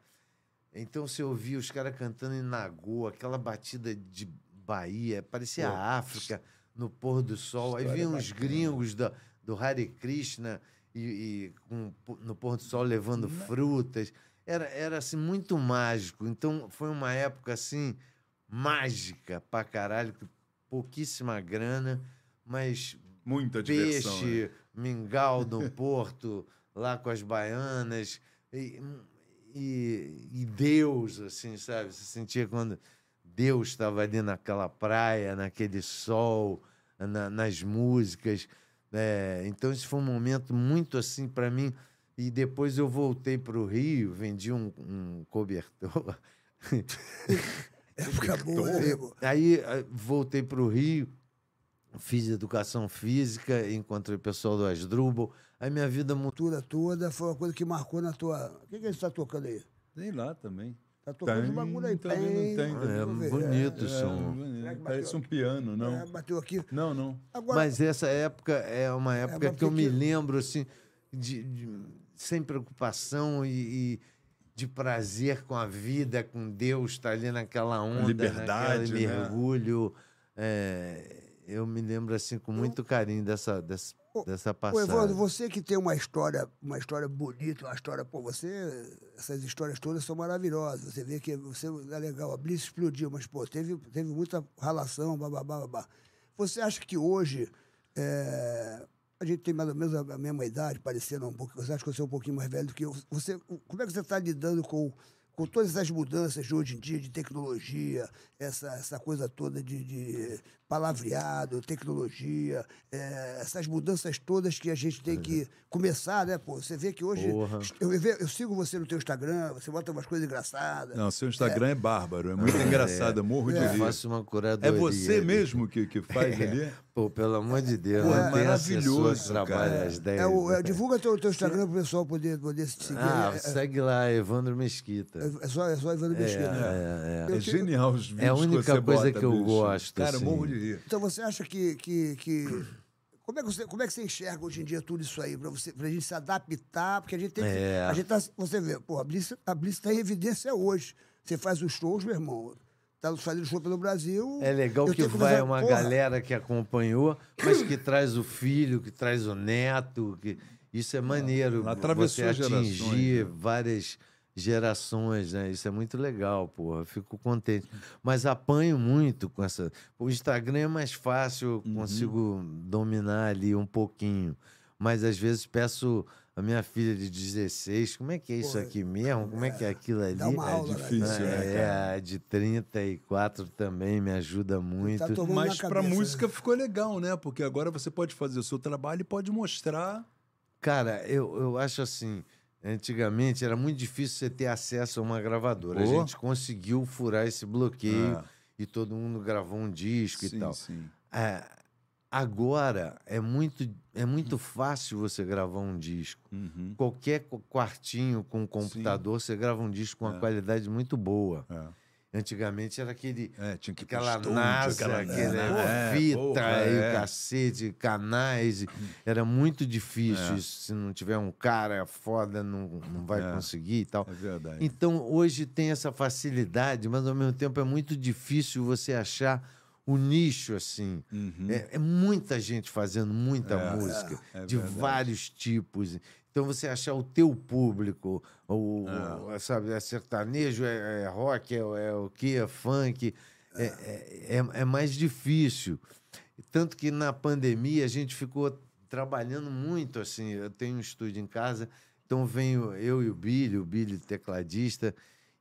Então você ouvia os caras cantando em Nagoa, aquela batida de Bahia, parecia a África no pôr do sol. Aí vinham uns gringos da, do Hare Krishna e, e com- no pôr do sol levando frutas. Era, era assim, muito mágico. Então foi uma época assim, mágica pra caralho, com pouquíssima grana, mas Muita diversão. né? peixe, (laughs) mingau no porto, lá com as baianas. E, e- e Deus, assim, sabe? Você sentia quando Deus estava ali naquela praia, naquele sol, na- nas músicas. né? então, esse foi um momento muito assim para mim. E depois eu voltei para o Rio, vendi um- um cobertor. Época boa, né, irmão? Aí eh, voltei para o Rio, fiz educação física, encontrei o pessoal do Asdrubal. Aí minha vida mudou. Cultura toda foi uma coisa que marcou na tua. O que, que a gente tá tocando aí? Tem lá também. Tá tocando Tem, um bagulho aí. tá vendo? Tem, Tem, É vamos ver. bonito o É, som. bonito. Parece um piano, É, não? bateu aqui. Não, não. Agora, Mas essa época é uma época mas que eu que me que- lembro, assim, de, de- sem preocupação e, e de prazer com a vida, com Deus, estar ali naquela onda, liberdade, naquele né? mergulho. É, eu me lembro, assim, com muito carinho dessa, dessa, Ô, dessa Ô, passagem. Evandro, você que tem uma história, uma história bonita, uma história, pô, você, essas histórias todas são maravilhosas. Você vê que você é legal, a Blitz explodiu, mas, pô, teve, teve muita ralação, bababá, babá. Você acha que hoje é, a gente tem mais ou menos a, a mesma idade, parecendo um pouco, você acha que você é um pouquinho mais velho do que eu. Você, como é que você está lidando com, com todas essas mudanças de hoje em dia, de tecnologia, essa, essa coisa toda de, de palavreado, tecnologia, eh, essas mudanças todas que a gente tem que começar, né, pô? Você vê que hoje. Uhum. Porra. Eu, ve- eu sigo você no teu Instagram, você bota umas coisas engraçadas. Não, seu Instagram é, bárbaro. É muito engraçado. eu Morro de Eu rir. faço É. uma É curadoria. você de- mesmo que, que (laughs) faz ali? Pô, pelo amor de Deus, Pô, é não tem assessor que maravilhoso, trabalha cara. às 10. É o- é, né? divulga teu, teu Instagram pro pessoal poder, poder se seguir. Ah, É- segue lá, Evandro Mesquita. é, é só, é só Ivano Mesquita. É, é, é. É Eu te- genial os vídeos É a única que você coisa bota, que eu bicho. gosto, Cara, eu assim. morro de rir. Então você acha que. que, que- Como, é que você, como é que você enxerga hoje em dia tudo isso aí? Pra, você, pra gente se adaptar, porque a gente tem que. É. A gente tá, você vê, pô, a Blitz, a Blitz tá em evidência hoje. Você faz os shows, meu irmão. Tá fazendo show pelo Brasil. É legal eu que tenho vai conversar- uma porra, galera que acompanhou, mas que traz o filho, que traz o neto. Que... Isso é maneiro. Atravessou você atingir gerações, né? várias gerações, né? Isso é muito legal, porra. Eu Fico contente. Mas apanho muito com essa. O Instagram é mais fácil, Uhum. eu consigo dominar ali um pouquinho. Mas às vezes peço a minha filha de 16, como é que é isso aqui mesmo? Como é que é aquilo ali? Dá uma É aula, difícil, né? né? É, a de 34 também me ajuda muito. Tá tomando Mas na pra cabeça, né? música ficou legal, né? Porque agora você pode fazer o seu trabalho e pode mostrar. Cara, eu, eu acho assim. Antigamente era muito difícil você ter acesso a uma gravadora. A Oh. gente conseguiu furar esse bloqueio Ah. e todo mundo gravou um disco e tal. sim. É, agora é muito, é muito Hum. fácil você gravar um disco. Uhum. Qualquer co- quartinho com um computador, você grava um disco com É. uma qualidade muito boa. Antigamente era aquele É, tinha que ir pro Aquela estúdio, NASA, aquele É, fita porra, e é. o cacete, canais. Era muito difícil. isso. Se não tiver um cara foda, não, não vai É. conseguir e tal. É verdade. Então, hoje tem essa facilidade, mas ao mesmo tempo é muito difícil você achar o nicho assim. Uhum. É, é muita gente fazendo muita É, música, é de verdade. vários tipos. Então você achar o teu público, o, o- sabe, é sertanejo, é, é rock, é, é o que, é funk, é, é, é- é mais difícil. Tanto que na pandemia a gente ficou trabalhando muito assim. Eu tenho um estúdio em casa, então venho eu e o Billy, o Billy tecladista,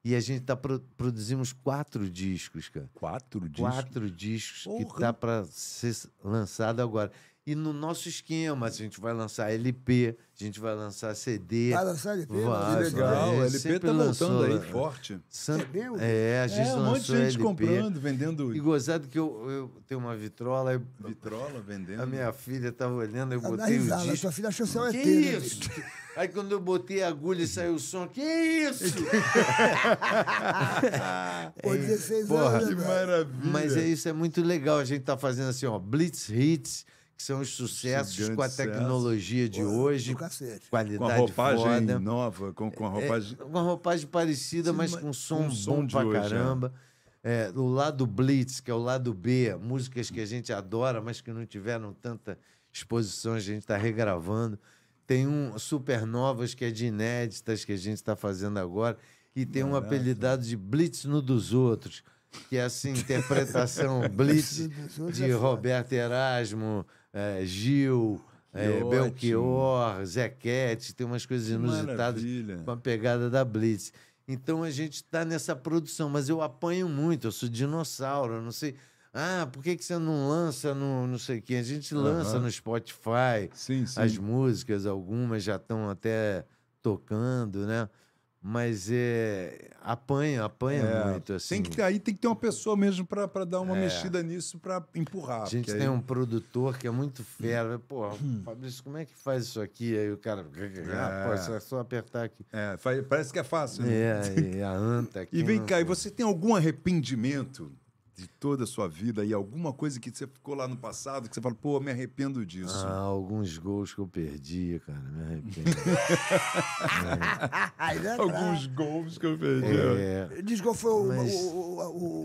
E a gente tá pro- produzimos quatro discos, cara. Quatro discos. Quatro discos que Porra. tá para ser s- lançado agora. E no nosso esquema, a gente vai lançar LP, a gente vai lançar CD. Vai lançar LP? Vai, Que Legal, É, o LP sempre tá voltando lançou, aí né? forte. San- É mesmo? É, a gente é, um lançou monte de gente LP. comprando, vendendo E gozado que eu, eu tenho uma vitrola, eu- vitrola, vendendo. a minha filha tava olhando, eu Tá Ela dá botei o risada, disco. sua filha achou é seu ET. Que né, isso? bicho? Aí quando eu botei a agulha e saiu o som, que isso? Pô, 16 Ah, é. Porra, anos. Que né, velho? maravilha. Mas é isso, é muito legal. A gente tá fazendo assim, ó, Blitz Hits, que são os sucessos Gigante com a sucesso. tecnologia de Pô, hoje. do cacete. Qualidade com a roupagem foda. nova, com, com a É, roupagem. uma roupagem parecida, Sim, mas mas com som com som bom de pra hoje, é. caramba. É, o lado Blitz, que é o lado B, músicas que a gente adora, mas que não tiveram tanta exposição, a gente está regravando. Tem um Supernovas, que é de inéditas, que a gente está fazendo agora. E tem um apelidado de Blitz no dos Outros, que é essa interpretação Blitz dos Outros de é foda. Roberto Erasmo, eh, Gil, eh, ótimo. Belchior, Zequete, tem umas coisas inusitadas Maravilha. com a pegada da Blitz. Então a gente está nessa produção, mas eu apanho muito, eu sou dinossauro, eu não sei. Ah, por que, que você não lança no não sei o quê? A gente lança Aham. no Spotify, Sim, sim. É. as músicas, algumas já estão até tocando, né? Mas é, apanha, apanha É, muito. Assim. Tem que ter, aí tem que ter uma pessoa mesmo pra pra dar uma mexida nisso, pra empurrar. A gente porque aí- tem Hum. um produtor que é muito fera. Pô, Fabrício, como é que faz isso aqui? Aí o cara. Ah, pô, É. isso é só apertar aqui. É, faz- parece que é fácil, né? É, e a anta aqui. E vem né, cá, e pô? você tem algum arrependimento de toda a sua vida e alguma coisa que você ficou lá no passado que você fala, pô, eu me arrependo disso? Ah, alguns gols que eu perdi, cara, me arrependo. Aí, né, Alguns gols que (laughs) eu perdi. é, cara? Diz qual foi o, Mas- o, (laughs)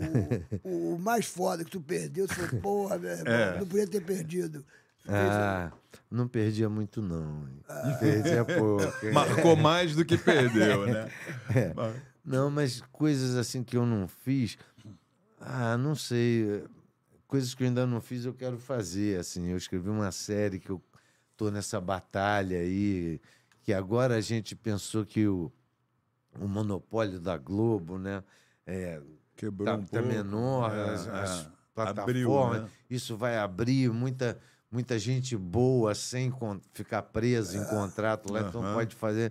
o, o- o mais foda que tu perdeu. Tu falou, porra, meu irmão, É. não podia ter perdido. ah, não perdia muito, não. hein. Ah. (laughs) Perdia pouco. é. hein. Marcou mais do que perdeu, (laughs) né? É. Mas- Não, mas coisas assim que eu não fiz. Ah, não sei. eh, Coisas que eu ainda não fiz, eu quero fazer. Assim, eu escrevi uma série que eu tô nessa batalha aí, que agora a gente pensou que o, o monopólio da Globo, né? É, Quebrou tá, um tá pouco. menor, É, as, as é. Abriu, plataformas. né? Isso vai abrir muita, muita gente boa sem con- ficar presa em contrato lá, então Aham. pode fazer.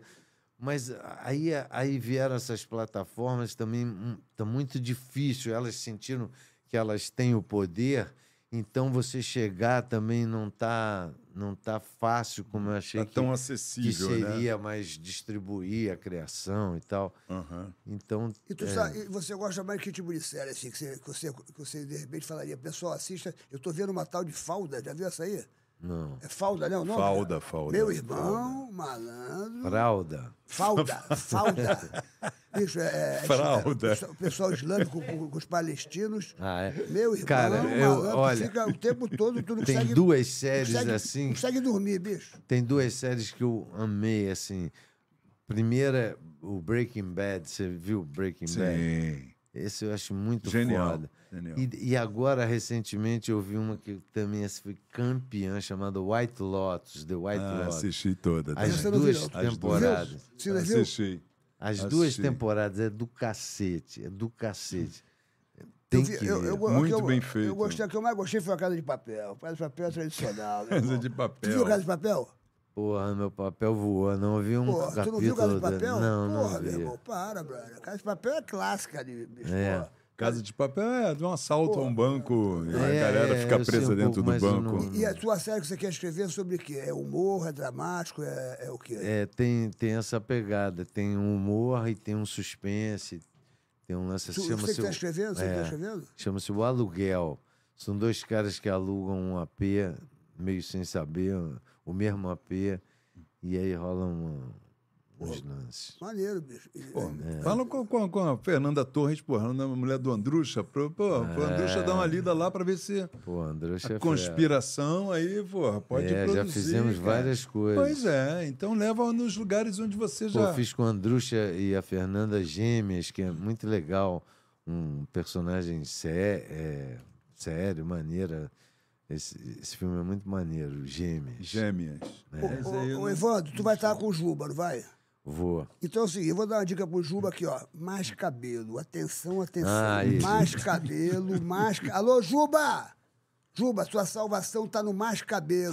Mas aí, aí vieram essas plataformas também, hum, tá muito difícil. Elas sentiram que elas têm o poder, então você chegar também não tá, não tá fácil como eu achei Tá que, tão que acessível, né? seria, mas distribuir a criação e tal. Aham. Então, E tu é, sabe, e você gosta mais de que tipo de série, assim, que você, que você, que você de repente falaria, pessoal, assista, eu tô vendo uma tal de Falda, já viu essa aí? não. É Falda, né? O nome? Falda, falda. Meu irmão, malandro. Fralda. Falda, (laughs) falda. Bicho, é, é- Fralda. é- o pessoal- o pessoal islâmico com, com os palestinos. Ah, é. Meu irmão, Cara, eu- malandro, olha, fica o tempo todo, tu não Tem consegue... duas não séries consegue- assim. Não consegue dormir, bicho. Tem duas séries que eu amei, assim. Primeira, o Breaking Bad. Você viu Breaking Bad? Sim. Esse eu acho muito Genial, foda. genial. E, e agora, recentemente, eu vi uma que também assim, foi campeã, chamada White Lotus, The White Ah, Lotus. assisti toda. As Essa eu também. não vi, duas não. As duas. temporadas. Viu? Você não viu? Assisti. As duas Assisti. temporadas é do cacete. É do cacete. Eu Tem vi- que eu- ver. eu- o que Muito eu- bem Eu feito. gostei, o que eu mais gostei foi a Casa de Papel. A Casa de Papel é tradicional. né, Casa irmão? Tu de viu Papel. a Casa de Papel? Porra, meu papel voou. Não vi um Porra, tu capítulo. não viu Casa de da- Papel? Não, Porra, não vi. meu irmão, para, brother. Casa de Papel é clássica de bicho. É. porra. Casa de Papel é de um assalto a um Pô. banco e É, a galera é, fica eu sei presa um dentro pouco, do mas eu banco. não- E a tua série que você quer escrever é sobre o quê? É humor, é dramático, é, é o quê? É, tem, tem essa pegada. Tem um humor e tem um suspense. Tem um lance Tu- chama você que tá escrevendo? Você que tá É. escrevendo? Chama-se O Aluguel. São dois caras que alugam um AP, meio sem saber, o mesmo AP. E aí rolam um, uns lances. Maneiro, bicho. E- Pô, É. Fala com, com- com a Fernanda Torres, porra, a mulher do Andrucha. Pro, pô, pro É. Andrucha dar uma lida lá pra ver se Pô, André a Chefé. conspiração aí, porra, pode É, já produzir. fizemos cara. várias coisas. Pois é, então leva nos lugares onde você Pô, já... fiz com a Andrucha e a Fernanda Gêmeas, que é muito legal. Um personagem sé- é, sério, maneira. Esse, esse filme é muito maneiro, Gêmeas. Gêmeas. É. um Ô, ô, ô, Evandro, tu vai estar com o Juba, não vai? Vou. Então, assim, eu vou dar uma dica pro Juba aqui, ó. Mais cabelo. Atenção, atenção. Ah, isso. mais cabelo, mais. ca- Alô, Juba! Juba, sua salvação tá no mais cabelo.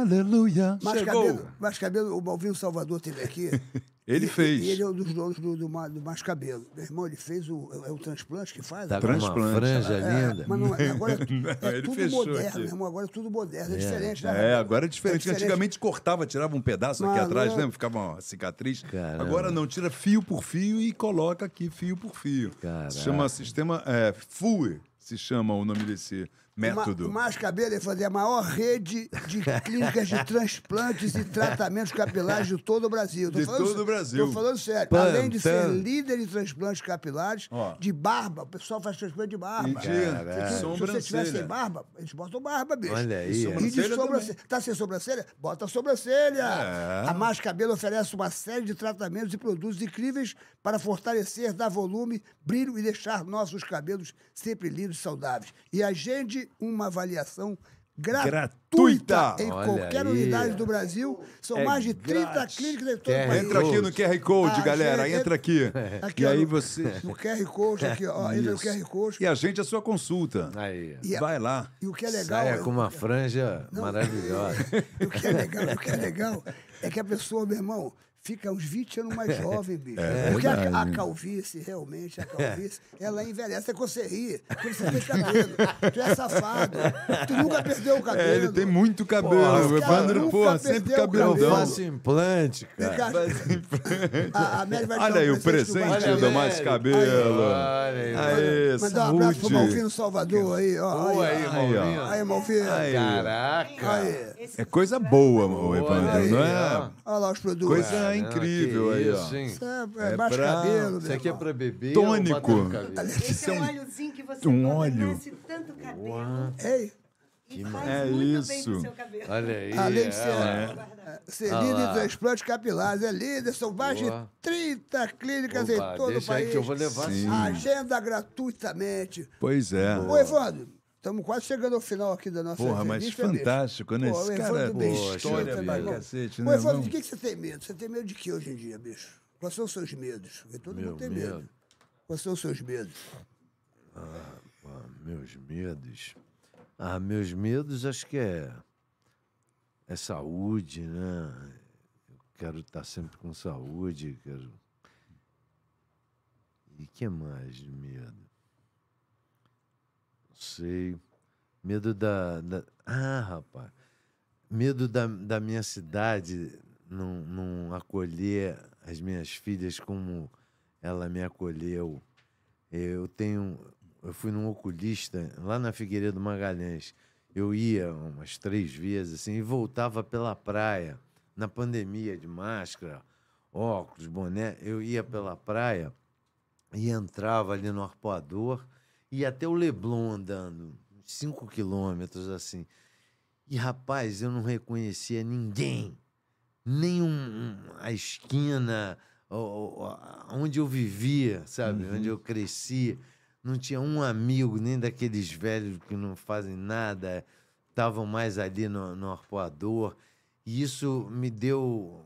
Aleluia. mais Ah, Chegou. cabelo. Mais cabelo, o Balvinho Salvador teve aqui. (laughs) Ele E- fez. E ele é um dos donos do, do, Ma- do mais cabelo. Meu irmão, ele fez o. É o transplante que faz? Tá né? com uma Transplante. franja É, linda. Mas não, é- agora é, (laughs) Não, ele tudo fechou moderno, aqui. meu irmão. Agora é tudo moderno. É, diferente, né? É, agora é diferente. porque Antigamente cortava, tirava um pedaço aqui Maluco. atrás, lembra? Ficava uma cicatriz. Caramba. Agora não, tira fio por fio e coloca aqui fio por fio. Caraca. Se chama sistema é, FUE, se chama o nome desse método. O mais cabelo é fazer a maior rede (laughs) de clínicas de transplantes e tratamentos capilares de todo o Brasil. Tô De todo sé- o Brasil. Tô falando sério. Pam, Além de ser pam. líder em transplantes capilares, Ó. de barba. O pessoal faz transplante de barba. E Se- de Se você tiver sem é. sobrancelha. barba, eles botam barba, bicho. Olha aí. Isso é uma- E de Sobrancelha sobrancelha. Tá sem sobrancelha? Bota a sobrancelha. É. A Mais Cabelo oferece uma série de tratamentos e produtos incríveis para fortalecer, dar volume, brilho e deixar nossos cabelos sempre lindos e saudáveis. E agende uma avaliação gratuita, Gratuita. em Olha qualquer aí. unidade do Brasil. São É mais de 30 grátis. clínicas em todo o Quer- país. Entra aqui no QR Code, Ah, galera. gente, é, Entra aqui. Aqui, E ó, aí no- você. No QR Code, aqui, ó. Entra no Isso. QR Code. E a gente é a sua consulta. Aí. E a- Vai lá. E o que é legal... Saia é- com uma franja maravilhosa. E (laughs) o que é legal, o que é legal é que a pessoa, meu irmão, fica uns 20 anos É, mais jovem, bicho. Porque a, a calvície, realmente, a calvície, ela envelhece. É quando você ri, quando você tem cabelo. Tu é safado. Tu nunca perdeu o cabelo. É, ele tem muito cabelo. Porra, o esse cara Evandro, nunca porra, sempre perdeu o Eu Não. cabeludão. faço implante, Vem cara. cá, (laughs) a, a Mary vai te dar Olha aí um o presente do Olha do Vasco. aí. Mais Cabelo. Olha aí. Aê, Mandar um abraço pro saúde. Malvino Salvador aí, ó. Boa aí, aí, ó. Maurinho. Aí, Malvino. Aí. Caraca. Aí. É coisa boa, ô Olha Evandro, aí, não é? ó. Olha lá os produtos. Coisa incrível Ah, que aí, isso, ó. hein? Isso é, é, É baixo pra- cabelo, meu Isso aqui é irmão. pra beber. Tônico. ou bater no cabelo? Esse é um Isso é um- óleozinho que você um bota, óleo. nasce tanto cabelo Ei, e faz maravilha. muito É bem isso. pro seu cabelo. Olha aí. Além de ser, ela- ser Ah líder é, lá. em transplantes capilares, é líder, são mais Boa. de 30 clínicas Opa, em todo o deixa aí país. que eu vou levar sim. Agenda gratuitamente. Pois é. Ô, Evandro, estamos quase chegando ao final aqui da nossa Porra, mas entrevista. bicho. fantástico, né? Pô, Esse o cara Evandro tem Poxa, história vida, pra irmão. cacete, Ô, né, Evandro, não? de que, que você tem medo? Você tem medo de que hoje em dia, bicho? Quais são os seus medos? Porque todo mundo tem medo. medo. Quais são os seus medos? Ah, meus medos. Ah, meus medos acho que é. É saúde, né? Eu quero estar sempre com saúde. Quero... E que mais de medo? Não sei. Medo da. da- Ah, rapaz. Medo da, da minha cidade não, não acolher as minhas filhas como ela me acolheu. Eu tenho. Eu fui num oculista lá na Figueiredo Magalhães. Eu ia umas três vezes assim e voltava pela praia. Na pandemia, de máscara, óculos, boné, eu ia pela praia e entrava ali no arpoador e até o Leblon andando, uns cinco quilômetros assim. E rapaz, eu não reconhecia ninguém, nem um- um- a esquina, o- o- a- onde eu vivia, sabe? Onde eu cresci. Não tinha um amigo, nem daqueles velhos que não fazem nada, estavam mais ali no, no arpoador. E isso me deu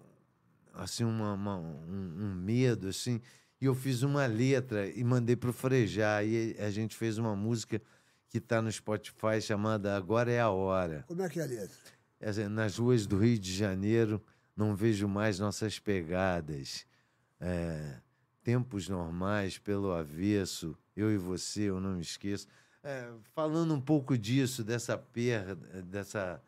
assim uma, uma- um, um medo assim e eu fiz uma letra e mandei pro Frejar e a gente fez uma música que está no Spotify chamada Agora é a hora Como é que é a letra? é assim, nas ruas do Rio de Janeiro não vejo mais nossas pegadas É, tempos normais pelo avesso eu e você eu não me esqueço É, falando um pouco disso dessa perda dessa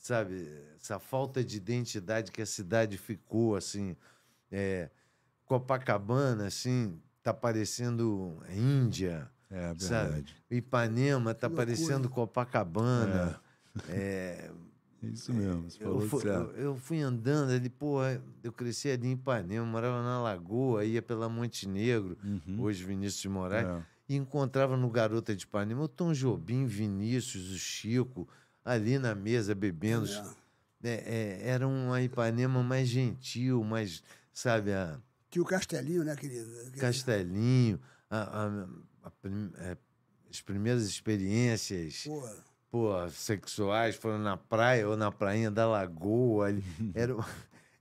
sabe essa falta de identidade que a cidade ficou assim é, Copacabana, assim, tá parecendo Índia, É sabe? verdade. Ipanema tá Que parecendo Copacabana. É, Isso mesmo, você é eu, falou fu- certo. eu- né? eu fui andando ali, porra, eu cresci ali em Ipanema, morava na Lagoa, ia pela Montenegro, hoje Vinícius de Moraes, Uhum. É. e encontrava no Garota de Ipanema o Tom Jobim, Vinícius, o Chico, ali na mesa bebendo. É, é, era uma Ipanema mais gentil, mais, sabe, a, Tinha o Castelinho, né, querido? Castelinho, a- a- a prim- é, as primeiras experiências Porra. (laughs) pô, sexuais foram na praia ou na prainha da Lagoa. ali. Era,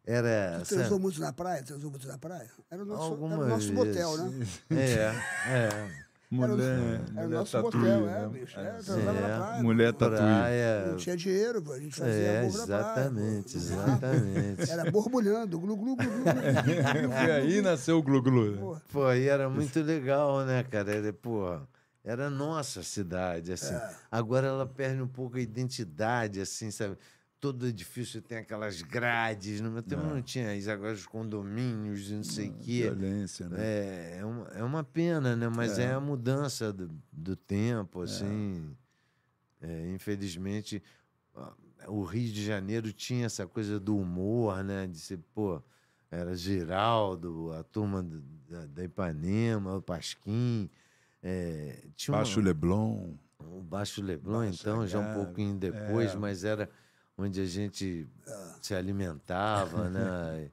Era. Você transou sabe, muito na praia? Transou muito na praia? Era o nosso, era alguma o nosso motel, vez. né? (laughs) É, é. Era, o- Mulher, era o mulher nosso tatuí, motel, né? é, bicho. É, É, transava é. na praia. Mulher tá não- tatuí. Praia. Não tinha dinheiro, pô, a gente fazia É, amor na praia, pô. né? exatamente, (laughs) exatamente. Era borbulhando, glu, glu, glu, glu, (laughs) glu. Foi aí né? nasceu o glu-glu. Pô, Pô, e era muito legal, né, cara? Era, porra, era nossa cidade, assim. É. Agora ela perde um pouco a identidade, assim, sabe? Todo edifício tem aquelas grades. No meu tempo É. não tinha isso, agora os condomínios, não sei o Hum, quê. Violência, né? É, é, uma, é uma pena, né? Mas é, a mudança do, do tempo, assim. É, infelizmente, ah, o Rio de Janeiro tinha essa coisa do humor, né? De ser, pô, era Giraldo, a turma do- da, da Ipanema, o Pasquim. É, tinha uma- Baixo Leblon. o Baixo Leblon, Baixo então, já um Leblon, é. pouquinho depois, mas era onde a gente se (laughs) alimentava, né?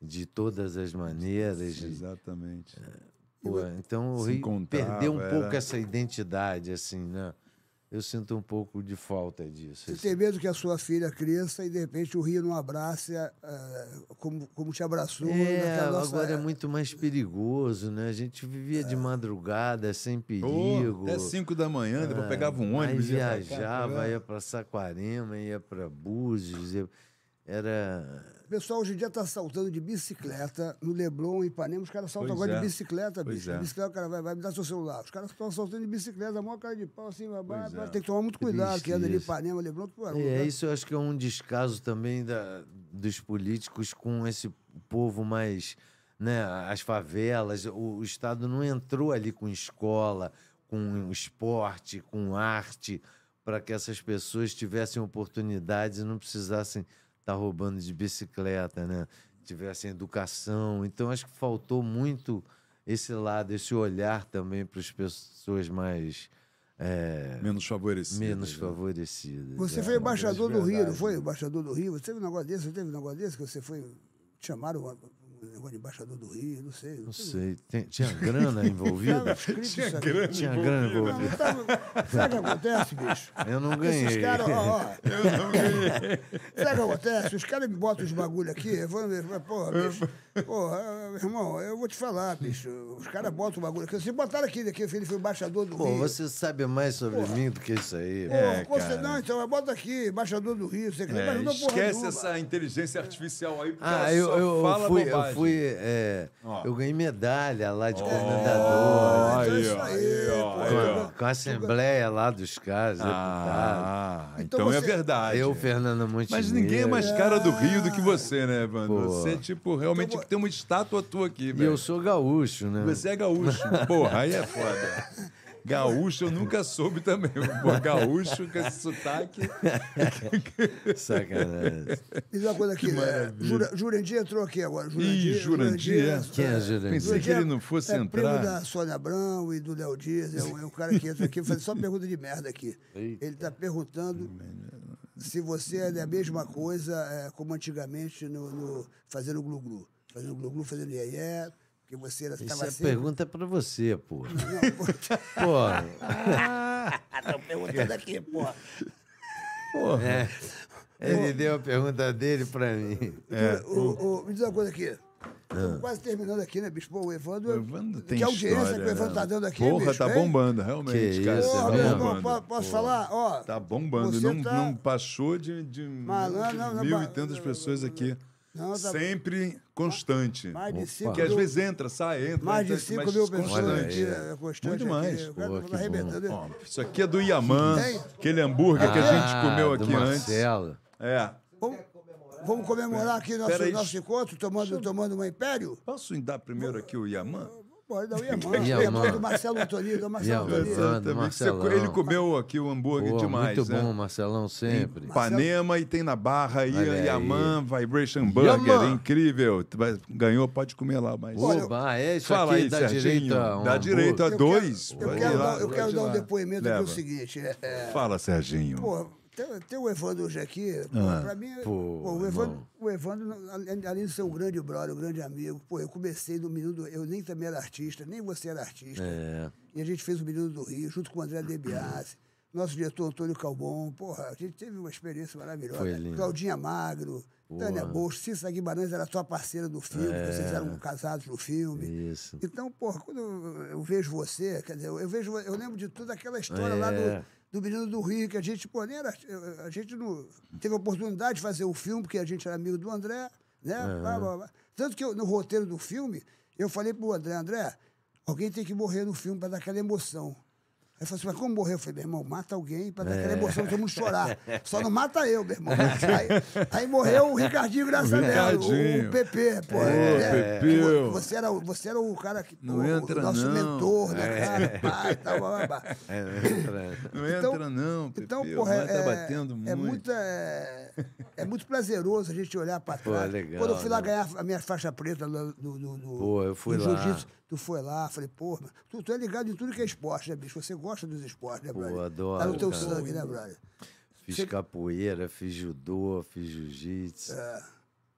De todas as maneiras. de- Exatamente. É, Pô, então o se Rio encontrava, perdeu um pouco era- essa identidade, assim, né? Eu sinto um pouco de falta disso. Você assim. tem medo que a sua filha cresça e de repente o Rio não abrace ah, como, como te abraçou É, naquela nossa. agora é muito mais perigoso, né? A gente vivia É. de madrugada, é sem perigo. Pô, né? até 5 da manhã, depois é assim, pegava um ônibus. É, Aí ia pra cá, viajava, né? ia para Saquarema, ia para Búzios, ia- era O pessoal hoje em dia tá assaltando de bicicleta no Leblon, em Ipanema. Os caras assaltam Pois agora é. de bicicleta, Pois bicho. é. Bicicleta, o cara vai, vai me dar seu celular. Os caras estão assaltando de bicicleta, a maior cara de pau, assim, vai, vai, Pois vai. é. tem que tomar muito cuidado, que Triste anda ali em isso. Ipanema, Leblon. Pô, É, isso eu acho que é um descaso também da, dos políticos com esse povo mais. Né, as favelas, o, o Estado não entrou ali com escola, com esporte, com arte, para que essas pessoas tivessem oportunidades e não precisassem estar roubando de bicicleta, né? tivessem educação. Então acho que faltou muito esse lado, esse olhar também para as pessoas mais eh, Menos né? favorecido. menos favorecidas. Você é. foi embaixador do Rio, não verdades, foi? né? Embaixador do Rio. Você teve um negócio desse? Você teve um negócio desse que você foi. Te chamaram um negócio de embaixador do Rio, não sei. Não sei. tem- tinha grana envolvida? Tinha tinha grana envolvida. tá Sabe o que acontece, bicho? Eu não ganhei. Esses caras, ó, ó. Eu não ganhei. Sabe o que acontece? Os caras me botam os bagulho aqui, eu vou, eu falo, porra, bicho. Porra, ah, meu irmão, eu vou te falar, bicho. Os caras botam o bagulho aqui. Se botaram aqui, daqui, ele foi embaixador do Pô, Rio. você sabe mais sobre mim do que isso aí. Porra, você não, então bota aqui, embaixador do Rio, você quer É, embaixador porra esquece nenhuma. essa inteligência artificial aí, porque Ah, ela eu, só eu fala fui. bobagem. Eu, fui é, Ó. eu ganhei medalha lá de Ó, então comendador. é aí, isso ó, aí, aí, ó, pô. é aí, ó. Com, com a assembleia lá dos caras, deputados. Ah, Então então, você- é verdade. Eu, Fernando Montenegro. Mas ninguém é mais cara do Rio do que você, né, Evandro? Pô. Você, tipo, realmente Então, tem uma estátua tua aqui, E velho. eu sou gaúcho, né? Você é gaúcho. Porra, aí é (laughs) foda. Gaúcho eu nunca soube também. Pô, gaúcho com esse sotaque. (laughs) Sacanagem. Me diz uma coisa aqui. É, Jura, Jurandir entrou aqui agora. Jurandir. Ih, Jurandir, é. Quem é Jurandir? Pensei que ele não fosse é entrar. primo da Sônia Abrão e do Léo Dias. É um, é um cara que entra aqui e faz só pergunta de merda aqui. Eita. Ele está perguntando se você é a mesma coisa é, como antigamente no, no- fazendo glu-glu. Fazendo glu-glu, fazendo iê porque você era- Isso tava assim? é sempre... pergunta é pra você, pô. Não, pô, (laughs) Pô, estão perguntando aqui, pô. É. Ele deu a pergunta dele pra mim. É. É, O- o- me diz uma coisa aqui. Ah. Estamos quase terminando aqui, né, bicho? Pô, o Evandro... O Evandro tem que audiência história, que o Evandro né? tá dando aqui, Porra, bicho, tá hein? bombando, realmente, Que cara. isso, tá Porra, é meu mesmo? irmão, po- bombando. posso falar? Ó, Tá bombando. Você Não, tá- não passou de, de Malandro, não, não, mil ba- e tantas pessoas aqui. Não, tá- Sempre constante. mais de cinco Porque às mil- vezes entra, sai, entra. mais de entra, 5 mas mil pessoas olha no aí, dia, é. é constante. Muito mais. aqui. O cara Pô, tá que bom. arrebentando. Ó, isso aqui é do Yaman, Tem? aquele hambúrguer que a gente comeu Ah, do aqui antes. Marcelo. É. Vamos, vamos comemorar aqui nosso, Pera aí. nosso encontro, tomando, tomando uma império? Posso dar primeiro aqui o Yaman? Pode dar o (laughs) Iamã. O Iamã. Iamã do Marcelo Antônio, do Marcelo Iamã. Antônio. Iamã. Também que você- Marcelão. ele comeu aqui o hambúrguer Pô, demais, muito né? bom, Marcelão, sempre. Panema e tem na Barra aí Olha a aí. Yaman Vibration Burger, Yaman. incrível. Tu vai- Ganhou, pode comer lá, mas... Oba, é isso Fala aqui, aí, dá Serginho. direito a um Dá direito a Eu hambúrguer. Tá dois. quero- Vai Eu quero, lá, dar, eu vai quero dar um lá. depoimento aqui, Leva. o seguinte. É, é, Fala, Serginho. Pô, tem, tem o Evandro hoje aqui. Pô, pra mim, Ah, pô, pô, o, Evandro, irmão. o Evandro, além- além de ser um grande brother, um grande amigo, pô, eu comecei no Minuto. Eu nem também era artista, nem você era artista. É. E a gente fez o Menino do Rio, junto com o André Debiase, nosso diretor Antônio Calbon. Porra, a gente teve uma experiência maravilhosa. Foi lindo. Claudinha Magro, Tânia Bolso, Cissa Guimarães era sua parceira do filme, vocês eram casados no filme. É. Isso. Então, pô, quando eu- eu vejo você, quer dizer, eu vejo, eu lembro de toda aquela história lá É. do, do menino do Rio, que a gente, pô, nem era, a gente não teve a oportunidade de fazer o filme, porque a gente era amigo do André, né? Blá, blá, blá. Tanto que eu, no roteiro do filme, eu falei pro André, André, alguém tem que morrer no filme para dar aquela emoção. Aí ele falou assim, mas como morrer? Eu falei, meu irmão, mata alguém pra dar É. aquela emoção, todo mundo chorar. Só não mata eu, meu irmão. (laughs) Aí, aí morreu o Ricardinho Graçadelo, o, Ricardinho. o Pepe, pô. né? Pepeu. Você você era, o- você era o cara que. Não o, entra, o nosso não. É. mentor, né, cara? Pai, tal, blá, blá, blá. É, (laughs) entra- Não Então- entra, não, Pepeu. Então, porra, Mas é, tá batendo muito. é muito. É, é muito prazeroso a gente olhar pra trás. legal, Quando eu fui lá né? ganhar a minha faixa preta lá do, do, do- Pô, eu fui do lá. jiu-jitsu, tu foi lá, falei, pô, mano, tu, tu é ligado em tudo que é esporte, né, bicho? Você gosta dos esportes, né, Pô, brother? adoro, Tá no teu cara. sangue, né, brother? Fiz capoeira, fiz judô, fiz jiu-jitsu, É.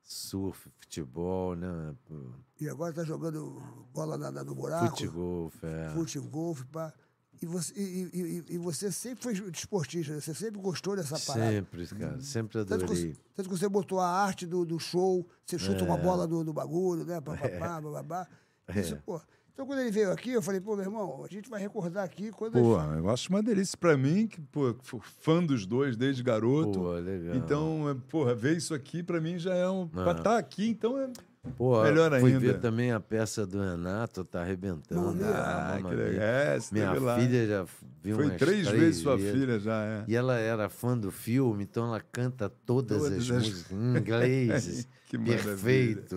surf, futebol, né? Pô, E agora tá jogando bola na, na, no buraco. Futegolfe, é. fute, golfe, pá. E você, e- e- e- e você sempre foi desportista, né? você sempre gostou dessa parada. Sempre, Uhum. cara, sempre Tá Tanto que, adorei. É. você- tanto que você botou a arte do, do show, você chuta uma bola do, do bagulho, né? Papapá, bababá. Isso, pô. Então, quando ele veio aqui, eu falei, pô, meu irmão, a gente vai recordar aqui quando. Pô, eu acho uma delícia pra mim, que pô, fui fã dos dois desde garoto. Pô, legal. Ah. Então, é, porra, ver isso aqui pra mim já é um. Pra estar aqui, então é. Pô, Melhor fui ainda. ver também a peça do Renato, tá arrebentando. né? A Ah, que Mamma legal. Mia. É, você Minha teve lá. filha já f- viu Foi umas três, vezes sua vezes. filha já, é. (laughs) E ela era fã do filme, então ela canta todas, Todas as- as, (laughs) músicas em inglês. Que maravilha. perfeito.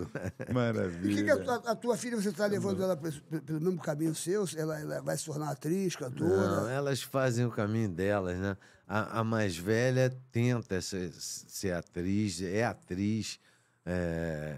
E o que, que Maravilha. a, tua, a tua filha, você está levando ela pelo, pelo mesmo caminho seu? Ela, ela vai se tornar atriz, cantora? Não, é elas fazem o caminho delas, né? A, a mais velha tenta ser, ser atriz, é atriz, é,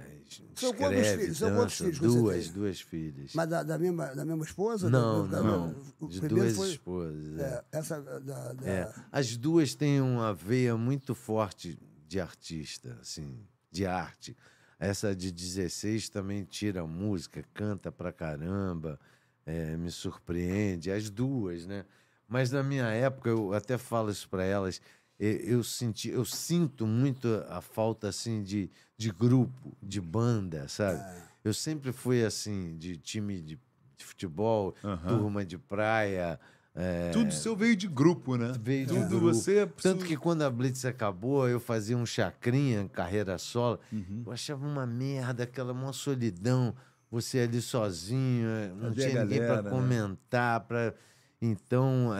São quantos escreve, filhos? São dança, quantos filhos você duas, tem? duas filhas. Mas da, da mesma, da mesma esposa? não, Do- do- não, O de primeiro duas foi. esposas. é. é, essa da. da- É, As duas têm uma veia muito forte de artista, assim, de arte. Essa de 16 também tira música, canta pra caramba, é, me surpreende. As duas, né? Mas na minha época, eu até falo isso pra elas, e- eu, senti, eu sinto muito a falta, assim, de, de grupo, de banda, sabe? Eu sempre fui, assim, de time de, de futebol, turma de praia, é, Tudo seu veio de grupo, né? Veio de Tudo grupo. você. é Tanto que quando a Blitz acabou, eu fazia um chacrinha, carreira solo. Uhum. Eu achava uma merda, aquela mó solidão. Você ali sozinho, eh, não Cadê a tinha ninguém para galera, né? comentar. Pra... Então,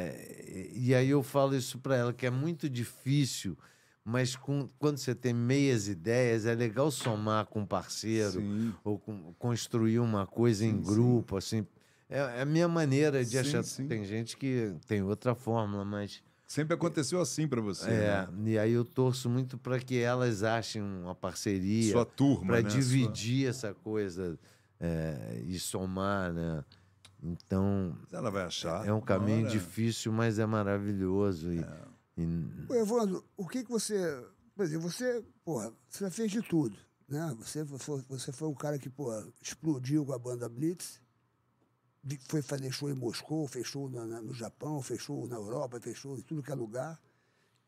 eh, e aí eu falo isso para ela, que é muito difícil, mas com- quando você tem meias ideias, é legal somar com um parceiro Sim. ou com- construir uma coisa em grupo, assim. É é a minha maneira de Sim, achar. sim. Tem gente que tem outra fórmula, mas. Sempre aconteceu assim pra você. é, né? e aí eu torço muito para que elas achem uma parceria. Sua turma, Para né? dividir essa coisa é, e somar, né? Então, Ela vai achar. é um Uma caminho hora. difícil, mas é maravilhoso. E, É. e- Ô, Evandro, o que que você. Por exemplo, você, porra, você já fez de tudo, né? Você foi, você foi um cara que, porra, explodiu com a banda Blitz, vi- foi fazer show em Moscou, fechou na, na- no Japão, fechou na Europa, fechou em tudo que é lugar.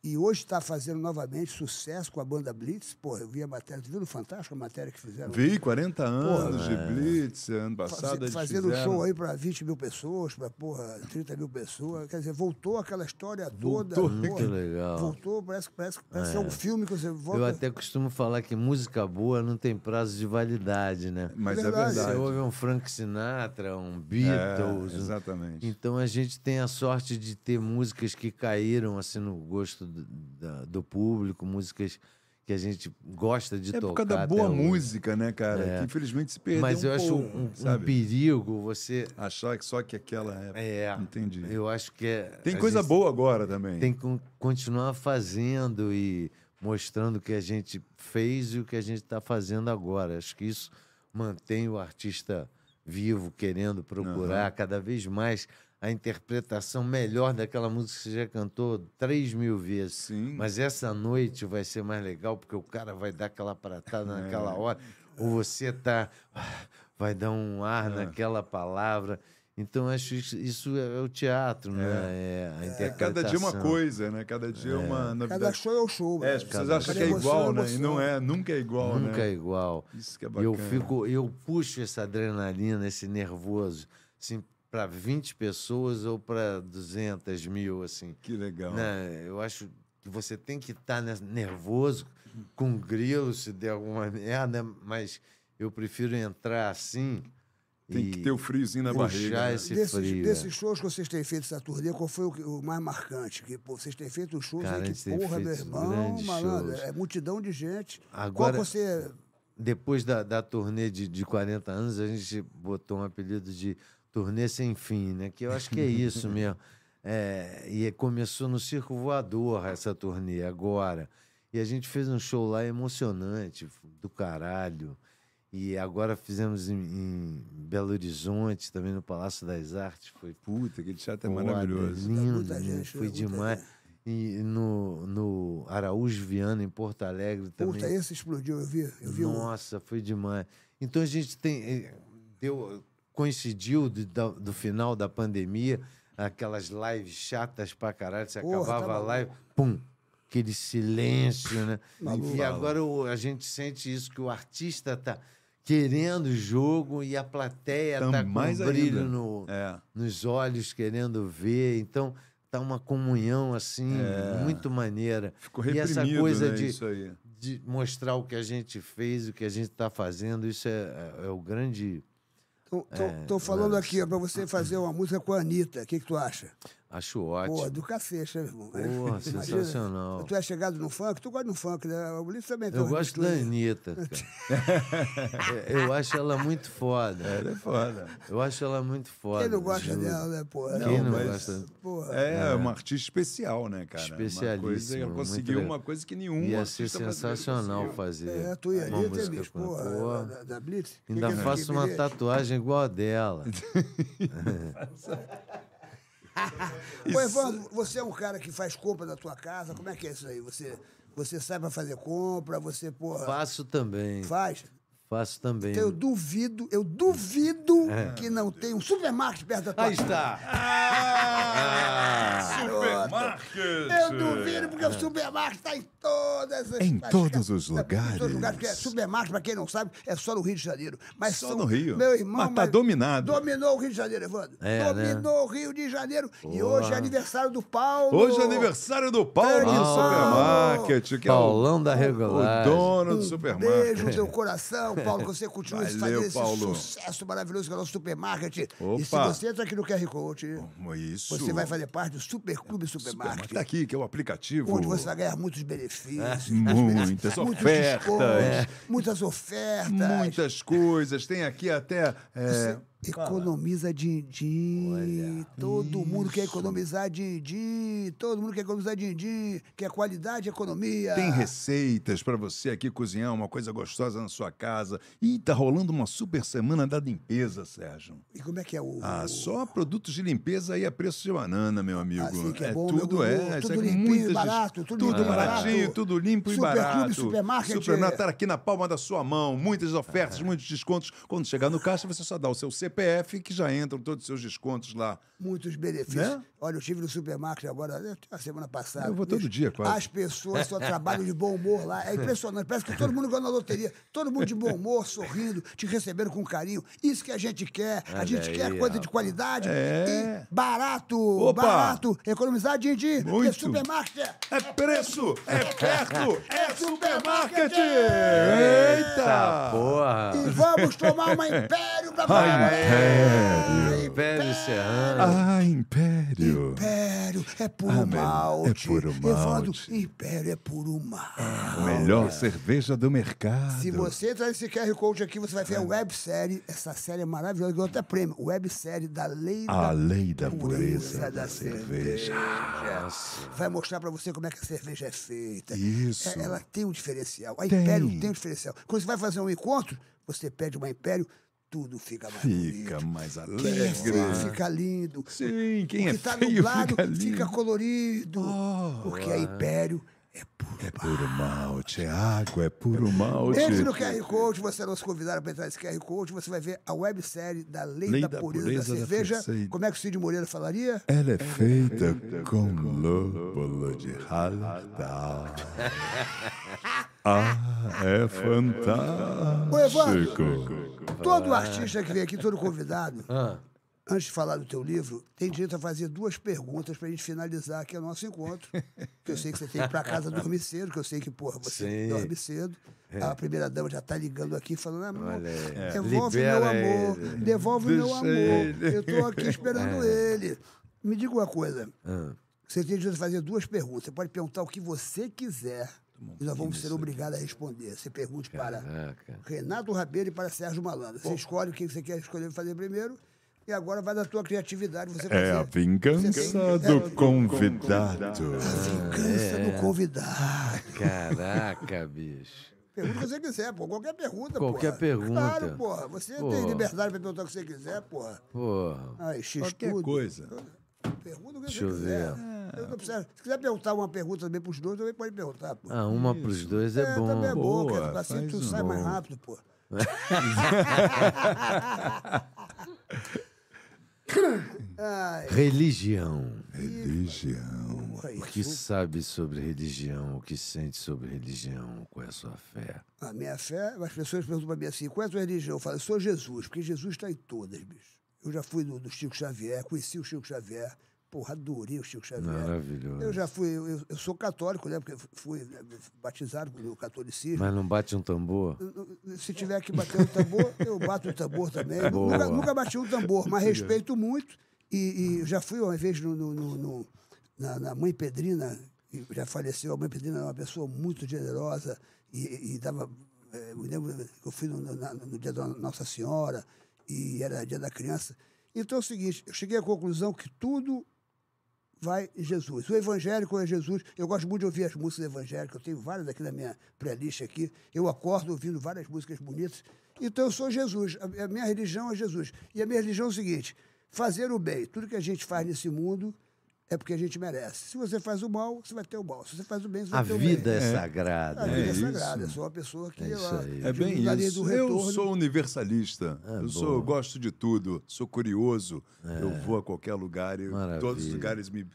E hoje está fazendo novamente sucesso com a banda Blitz. Porra, eu vi a matéria, tu viu no Fantástico a matéria que fizeram? Vi 40 anos é. de Blitz, ano Fazer, passado eles fazendo um fizeram. show aí para 20 mil pessoas, para porra, 30 mil pessoas. Quer dizer, voltou aquela história toda. Voltou. porra. Muito legal. Voltou, parece, parece, parece que é um filme que você volta. eu até costumo falar que música boa não tem prazo de validade, né? Mas é Verdade. Você verdade. ouve um Frank Sinatra, um É, Beatles. um- exatamente. Então a gente tem a sorte de ter músicas que caíram assim no gosto do, da- do público, músicas que a gente gosta de É tocar. por causa da até boa hoje. música, né, cara? É. Que infelizmente se perdeu Mas um eu acho pouco, um, um sabe? perigo você. Achar que só que aquela é... É, Entendi. Eu acho que é. Tem a coisa gente boa agora também. Tem que con- continuar fazendo e mostrando o que a gente fez e o que a gente está fazendo agora. Acho que isso mantém o artista vivo, querendo procurar cada vez mais a interpretação melhor daquela música que você já cantou três mil vezes. Sim. Mas essa noite vai ser mais legal, porque o cara vai dar aquela pratada É. É. naquela hora, ou você tá. Vai dar um ar naquela palavra. Então, acho isso, isso é o teatro, né? É, a É, interpretação. cada dia uma coisa, né? Cada dia uma Cada novidade. show é o show. É, né? as pessoas cada um acham que show. é igual, né? E Emoção, não emoção. é, nunca é igual, Nunca né? é igual. Isso que é E bacana. eu fico, eu puxo essa adrenalina, esse nervoso, assim, para 20 pessoas ou para 200 mil, assim. Que legal. né? Eu acho que você tem que estar nervoso, com grilo, se der alguma merda, mas eu prefiro entrar assim. Tem e que ter o friozinho na puxar barriga. né? esse Desses, frio. é. desses shows que vocês têm feito essa turnê, qual foi o, que- o mais marcante? Que, pô, vocês têm feito os shows Cara, a aí gente que tem porra, meu feito irmão, grandes malandro. shows. É multidão de gente. Agora- Qual você. Depois da, da turnê de, de 40 anos, a gente botou um apelido de turnê sem fim, né? Que eu acho que (laughs) é isso mesmo. É, e começou no Circo Voador essa turnê, agora. E a gente fez um show lá emocionante, do caralho. E agora fizemos em, em Belo Horizonte, também no Palácio das Artes. Foi Puta, aquele teatro é Pô, maravilhoso. Adelino, É muita né? gente, foi é muita demais. gente. E no, no Araújo Viana, em Porto Alegre, também. Puta, esse explodiu, eu vi. Eu vi um- Nossa, foi demais. Então a gente tem. eh, Deu, coincidiu de- da- do, final da pandemia, aquelas lives chatas pra caralho. Você Porra, tá acabava a maluco. Tá live, pum! Aquele silêncio, né? Maluco. E agora o- a gente sente isso, que o artista tá querendo o jogo e a plateia Tá tá, com mais um brilho ainda. no, É. nos olhos querendo ver. Então, tá uma comunhão assim É. muito maneira. Ficou E reprimido, essa coisa né? de, Isso aí. de mostrar o que a gente fez, o que a gente está fazendo, isso é, é o grande. É, Estão falando aqui ó, pra você fazer uma música com a Anitta. O que, que tu acha? Acho Pô, ótimo. do cacete, né, irmão? Porra, sensacional. Tu é chegado no funk? Tu gosta no funk, né? O Ulisses também tem Eu um gosto da estúdio. Anitta, (laughs) cara. Eu- Eu acho ela muito foda. É foda. Eu acho ela muito foda. Quem não gosta juro. dela, né, pô? Quem não mas- gosta? Porra. É, uma artista especial, né, cara? Uma coisa, Especialíssima, ela muito conseguiu legal. uma coisa que nenhum Ia ser Um artista brasileiro sensacional conseguiu. fazer. É, tu e a uma Anitta, é, música bicho, com- porra, Pô, da, da Blitz. Ainda Que que é faço uma bilhete? tatuagem igual (laughs) a dela. Ô, Evandro, você é um cara que faz compra da tua casa, como é que é isso aí? Você, você sai pra fazer compra, você, porra, Faço também. faz? Faço também. Então eu duvido, eu duvido que não tenha um supermarket perto da tua É. Aí casa. está. Ah, supermarket! Eu duvido, porque É. o supermarket está em todas as Em as- todos os em todos lugares. porque é supermarket, para quem não sabe, é só no Rio de Janeiro. Mas Só são- no Rio. Meu irmão. Mas tá dominado. né? Dominou o Rio de Janeiro, Evandro. É, dominou o Rio de Janeiro. E hoje é aniversário do Paulo. Hoje é aniversário do Paulo Grande do Paulo. Supermarket, que é o, Paulão da o Regular. dono do Um supermarket. Beijo no teu coração, Paulo. Que você continue Valeu, fazendo esse Paulo. sucesso maravilhoso que é o nosso supermarket. E se Opa. você entra aqui no QR Code, Isso. você vai fazer parte do Super Clube Supermarket. Supermarket. Tá aqui, que é o aplicativo. Onde você vai ganhar muitos benefícios, É, Muitas muitos ofertas. descontos, muitas ofertas. Muitas coisas. Tem aqui até. é, Economiza din-din. Todo mundo quer economizar din-din. Todo mundo quer economizar din-din. Quer qualidade e economia. Tem receitas para você aqui cozinhar uma coisa gostosa na sua casa. Ih, tá rolando uma super semana da limpeza, Sérgio. E como é que é o... Ah, só produtos de limpeza aí a preço de banana, meu amigo. Assim que é bom, tudo meu é, Gugu. isso Tudo é com limpinho e muitas des- barato, tudo limpinho e baratinho, barato. tudo limpo e Superclube, barato. supermarket. Supermercado tá aqui na palma da sua mão, muitas ofertas, muitos descontos. Quando chegar no caixa, você só dá o seu CPF que já entram todos os seus descontos lá. Muitos benefícios. Né? Olha, eu estive no supermercado agora, né, a semana passada. Eu vou todo dia, quase. As pessoas só trabalham de bom humor lá. É impressionante. Parece que todo mundo ganhou na loteria. Todo mundo de bom humor, sorrindo, te recebendo com carinho. Isso que a gente quer. a gente aí, quer coisa rapaz. de qualidade É. e barato. Opa! Barato. Economizar din din. Porque Muito. supermarket é É preço, é perto, é supermarket! Eita Eita! porra! E vamos tomar uma Império pra Ah, é. Império. Império Serrano. Ah, Império. Império é puro Amém. É malte. puro Evandro, malte. Império é puro Ah, malte. Melhor cerveja do mercado. Se você entrar nesse QR Code aqui, você vai ver a websérie. Essa série é maravilhosa, ganhou até prêmio. Websérie da Lei da, A lei da pureza da cerveja. Vai mostrar pra você como é que a cerveja é feita. Isso. É- ela tem um diferencial. A Tem. Império tem um diferencial. Quando você vai fazer um encontro, você pede uma Império, tudo fica mais Fica bonito. mais Quem é alegre. feio fica lindo. Sim, quem o é que tá feio nublado fica lindo. colorido. porque a Império É puro malte, é água, é puro malte. Entre no QR Code, você é não se convidaram para entrar nesse QR Code, você vai ver a websérie da Lei, Lei da, da Pureza, Pureza da da Cerveja. Cerveja. Como é que o Cid Moreira falaria? Ela é feita com lúpulo de Hallertau. Ah, é fantástico. Ô, Evandro, todo artista que vem aqui, todo convidado, Ah. antes de falar do teu livro, tem direito a fazer duas perguntas pra gente finalizar aqui o nosso encontro. Que eu sei que você tem que ir pra casa dormir cedo, que eu sei que, porra, você Sim. É. dorme cedo. A primeira dama já tá ligando aqui falando, amor, Olha aí. É. devolve o meu Libera amor, ele. É. devolve o meu Deixa amor. ele. Eu tô aqui esperando ele. Me diga uma coisa. Ah. Você tem direito a fazer duas perguntas. Você pode perguntar o que você quiser. E nós vamos ser obrigados a responder. Você pergunte para Caraca. Renato Rabelo e para Sérgio Malandro. Você escolhe o que você quer escolher fazer primeiro e agora vai da tua criatividade você fazer. É a vingança do convidado. É, vingança É, do convidado. Caraca, bicho. Pergunta o que você quiser, pô. Qualquer pergunta, pô. Qualquer pergunta. Claro, porra. Você tem Pô. liberdade para perguntar o que você quiser, porra. Porra. Ai, X Qualquer tudo. coisa. Pergunta o que Deixa você eu quiser. ver. Eu não preciso- Se quiser perguntar uma pergunta também pros dois, também pode perguntar, pô. Ah, uma pros dois é, bom. também é bom, Boa, cara. Assim faz tu um sai mais bom. rápido, pô. é Religião. Religião. Porra, O isso. que sabe sobre religião? O que sente sobre religião? Qual é a sua fé? A minha fé, as pessoas perguntam pra mim assim, qual é a tua religião? Eu falo, eu sou Jesus, porque Jesus está em todas, bicho. Eu já fui do, do Chico Xavier, conheci o Chico Xavier. Porra, adorei o Chico Xavier. Maravilhoso. É. Eu já fui, eu, eu sou católico, né? Porque fui né, batizado pelo catolicismo. Mas não bate um tambor? Se tiver que bater o tambor, eu bato o tambor também. Nu- Boa. Nunca, nunca bati um tambor, mas respeito muito. E, e já fui uma vez no, no- no- no- na, na Mãe Pedrina, e já faleceu. A Mãe Pedrina era uma pessoa muito generosa e, e dava. eh, Eu me lembro que eu fui no, no- na- no dia da Nossa Senhora e era dia da criança. Então é o seguinte: eu cheguei à conclusão que tudo vai em Jesus. O evangélico é Jesus. Eu gosto muito de ouvir as músicas evangélicas. Eu tenho várias aqui na minha playlist aqui. Eu acordo ouvindo várias músicas bonitas. Então eu sou Jesus. A a minha religião é Jesus. E a minha religião é o seguinte: fazer o bem. Tudo que a gente faz nesse mundo é porque a gente merece. Se você faz o mal, você vai ter o mal. Se você faz o bem, você vai A ter o vida bem. é A sagrada. vida é, isso. sagrada. Eu sou uma pessoa que É eu, isso aí. de É bem lugar isso. do Eu retorno. sou um universalista. eu sou, bom. eu gosto de tudo. Sou curioso. Eu vou a qualquer lugar e Maravilha. todos os lugares me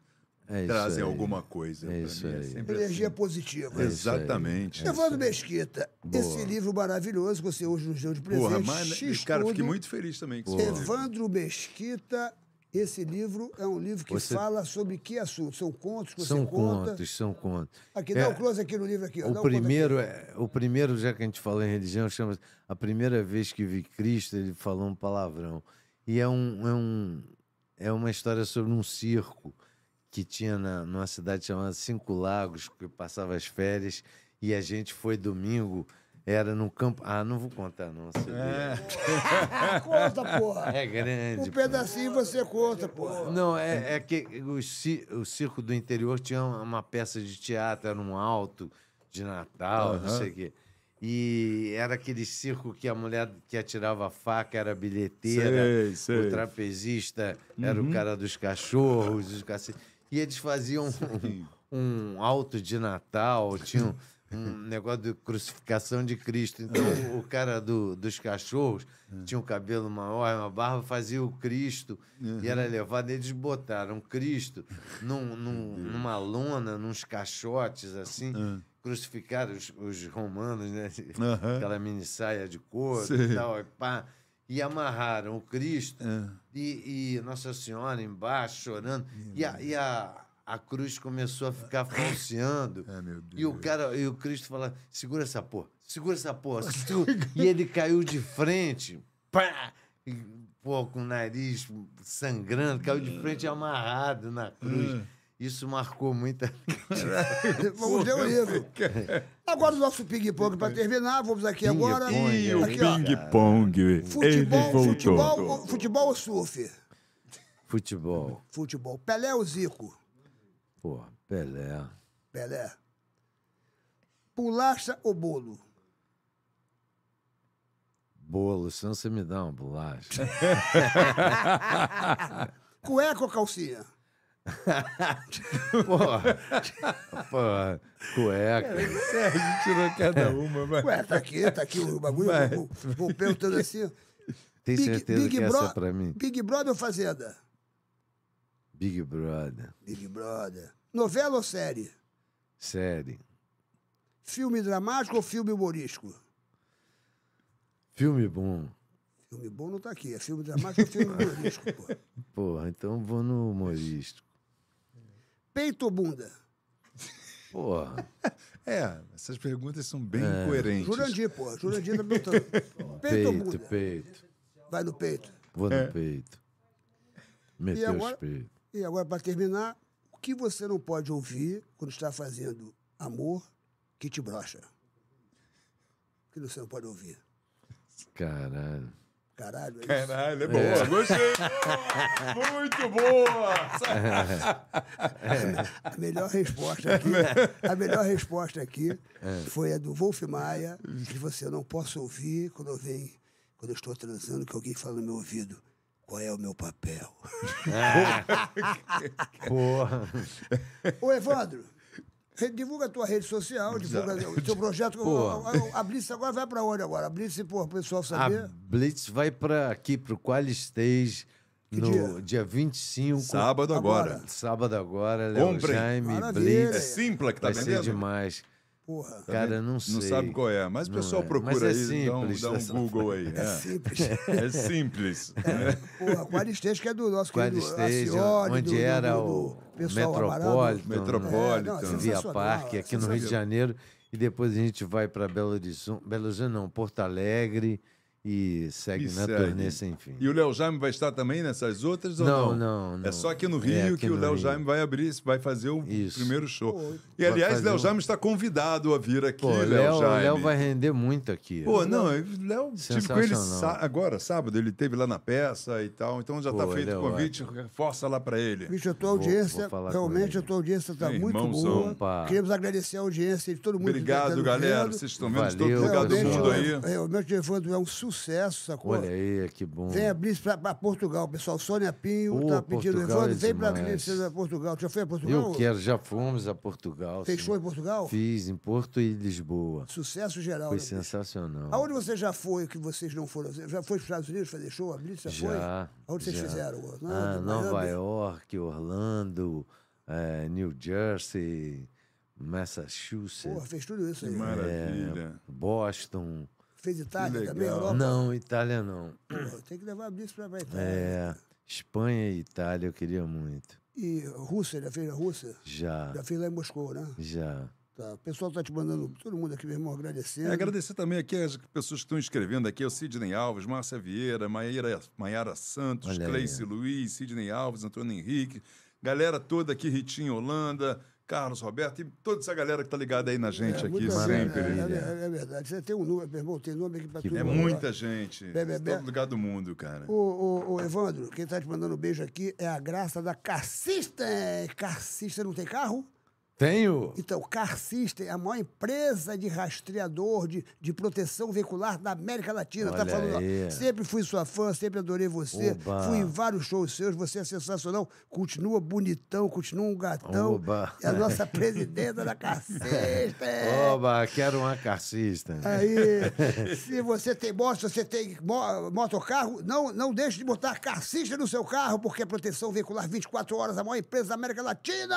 É isso trazem aí. alguma coisa. É Pra isso mim é aí. sempre Energia assim. positiva. É Exatamente. Evandro Mesquita, esse livro maravilhoso que você hoje nos deu de presente. Porra, mas, X cara, fiquei tudo. muito feliz também com esse livro. Evandro Mesquita, esse livro é um livro que Você- fala sobre que assunto? São contos que São É. você conta? contos, são contos. Aqui, dá É, o close aqui no livro aqui. ó, dá um O close (laughs) primeiro, é, o primeiro, já que a gente falou em religião, chama A Primeira Vez que Vi Cristo, ele falou um palavrão. E é, um, é, um, é uma história sobre um circo que tinha na, numa cidade chamada Cinco Lagos, que passava as férias, e a gente foi domingo, era no campo. Ah, não vou contar, não. você vê. aqui. Ah, Conta, porra. é (laughs) grande. Um pô. pedacinho você conta, porra. Não, é, é que o, ci- o circo do interior tinha uma uma peça de teatro, era um alto de Natal, não sei o quê. E era aquele circo que a mulher que atirava a faca era a bilheteira, Sei, sei. o trapezista era o cara dos cachorros, os cace- e eles faziam um, um alto de Natal, tinham um negócio de crucificação de Cristo. Então o cara do- dos cachorros tinha um cabelo maior, uma barba, fazia o Cristo e era levado. Eles botaram Cristo num- num- numa lona, nos caixotes assim. Crucificaram os, os romanos, né? Aham. Aquela mini saia de couro e Sei. tal, e pá. E amarraram o Cristo É. e, e Nossa Senhora embaixo chorando. E, a, e a, a cruz começou a ficar falseando. Ah, meu Deus. E o cara, e o Cristo fala: segura essa porra, segura essa porra. (laughs) segura." e ele caiu de frente, pá! E, pô, com o nariz sangrando, caiu de frente amarrado na cruz. É. Isso marcou (laughs) muita. (laughs) Vamos ver o livro. Agora o nosso ping-pong para terminar. Vamos aqui agora. Ping-pong, E o Aqui, ó. ping-pong, ele Futebol, voltou. futebol, ou- futebol ou surf? (laughs) Futebol, Futebol. Pelé ou Zico? pô, Pelé. Pelé. Pulacha ou bolo? Bolo, senão você me dá uma bolacha. Cueca ou calcinha? Porra. Porra. É, Cueca. Sérgio É, tirou cada uma, vai. Ué, tá aqui, tá aqui o bagulho. Vai. Vou, vou perguntando (laughs) assim. Tem Big- certeza Big que essa Bro- é pra mim? Big Brother ou Fazenda? Big Brother. Big Brother. Novela ou série? Série. Filme dramático ou filme humorístico? Filme bom. Filme bom não tá aqui. É filme dramático ou filme humorístico, pô? Porra, então vou no humorístico. Peito ou bunda? (laughs) Porra. É, essas perguntas são bem incoerentes. Jurandir, pô. Jurandir tá (laughs) perguntando. Peito, ou Peito, bunda? peito. Vai no peito. Vou É. no peito. Meteu agora? os peitos. E agora, pra terminar, o que você não pode ouvir quando está fazendo amor que te brocha? O que você não pode ouvir? Caralho. Caralho, é isso? Caralho, é boa, (laughs) gostei. Boa, Muito boa! A melhor resposta (laughs) aqui, a melhor resposta aqui É. foi a do Wolf Maia, que você não posso ouvir quando eu venho, quando eu estou transando, que alguém fala no meu ouvido. Qual é o meu (laughs) papel? Porra. Ô, Evandro, re- divulga a tua rede social, divulga o teu projeto. Pô. A- A, a Blitz agora vai pra onde agora? A Blitz, pô, o pessoal saber. A Blitz vai pra aqui, pro Qualistage, no dia? dia 25. Sábado agora. Agora. sábado agora, Léo Comprem. Jaime, Maravilha. É Blitz. Simpla que tá Vai ser vendendo? Tá demais. Porra, Cara, eu não sei. Não sabe qual é, mas o Não pessoal é. Mas procura é aí, dá um, simples dá um dessa Google aí. é É, (laughs) simples. É simples. né? Porra, Qualistage que é do nosso querido Qualistage, Acioli, onde do- do- era do- do o pessoal amarado. Metropolitan, Metropolitan. É, não, é Via Via sensacional, Parque, é aqui no Rio de sensacional. Janeiro. E depois a gente vai para Belo Horizonte, Belo Horizonte não, Porto Alegre e segue E na segue. turnê sem fim. E o Léo Jaime vai estar também nessas outras ou não? Não, não, não. É só aqui no É Rio aqui que o no Léo Rio. Jaime vai abrir, vai fazer o Isso. primeiro show. E Vai aliás, fazer Léo um- Jaime está convidado a vir aqui, Pô, Léo Léo, Jaime. Léo vai render muito aqui. Pô, não, eu- Léo, tive com ele Sensacional. sá- agora, sábado, ele teve lá na peça e tal, então já tá Pô, é um feito o Léo, convite, força lá pra ele. Bicho, a tua audiência, vou falar com realmente ele. a tua audiência está Meu muito irmãozão. boa. Opa. Queremos agradecer a audiência de todo mundo. que tá Obrigado, nos galera, vendo. vocês estão vendo de todo Valeu, lugar do realmente, mundo É aí. o- Realmente, o Evandro é um sucesso, sacou? Olha aí, que bom. Vem a Blitz para Portugal, pessoal. Sônia Pinho Pô, está pedindo, Portugal Evandro, é vem para a demais. Blitz para Portugal. Tu Já foi a Portugal? Eu quero, já fomos a Portugal. Fez sim. show em Portugal? Fiz em Porto e Lisboa. Sucesso geral. Foi né? sensacional. Aonde você já foi que vocês não foram? Já foi para os Estados Unidos fazer show? A Blitz já, foi? Já. Aonde vocês já. fizeram? Na- Ah, na Nova Miami? York, Orlando, eh, New Jersey, Porra, Massachusetts, fez tudo isso aí. Maravilha. Boston. Fez Itália Que também, legal. Europa. Não, Itália não. Porra, tem que levar a Blitz pra pra Itália. É, Espanha e Itália eu queria muito. E Rússia, já fez na Rússia? Já, Já fez lá em Moscou, né? já. Tá. O pessoal tá te mandando, todo mundo aqui, meu irmão, agradecendo. É, agradecer também aqui as pessoas que estão escrevendo aqui, o Sidney Alves, Márcia Vieira, Maíra, Maiara Santos, Olha aí. Cleice Luiz, Sidney Alves, Antônio Henrique, galera toda aqui, Ritinho Holanda, Carlos Roberto e toda essa galera que tá ligada aí na gente né? aqui muita- sempre. É, É, é- é verdade. Você tem um número, meu irmão, tem nome aqui pra tudo. quanto muita gente, Bebe, de bebe. todo lugar do mundo, cara. Ô, ô, ô, Evandro, quem tá te mandando um beijo aqui é a graça da Car System. Car System não tem carro? Tenho! Então, Car System é a maior empresa de rastreador de, de proteção veicular da América Latina. tá Olha falando, ó, aí. sempre fui sua fã, sempre adorei você. Oba. Fui em vários shows seus, você é sensacional. Continua bonitão, continua um gatão. Oba. É a nossa presidenta da Car System. Oba, quero uma carcista. É. Aí, se você tem moto, se você tem mo- motocarro, não, não deixe de botar carcista no seu carro, porque é proteção veicular 24 horas, a maior empresa da América Latina!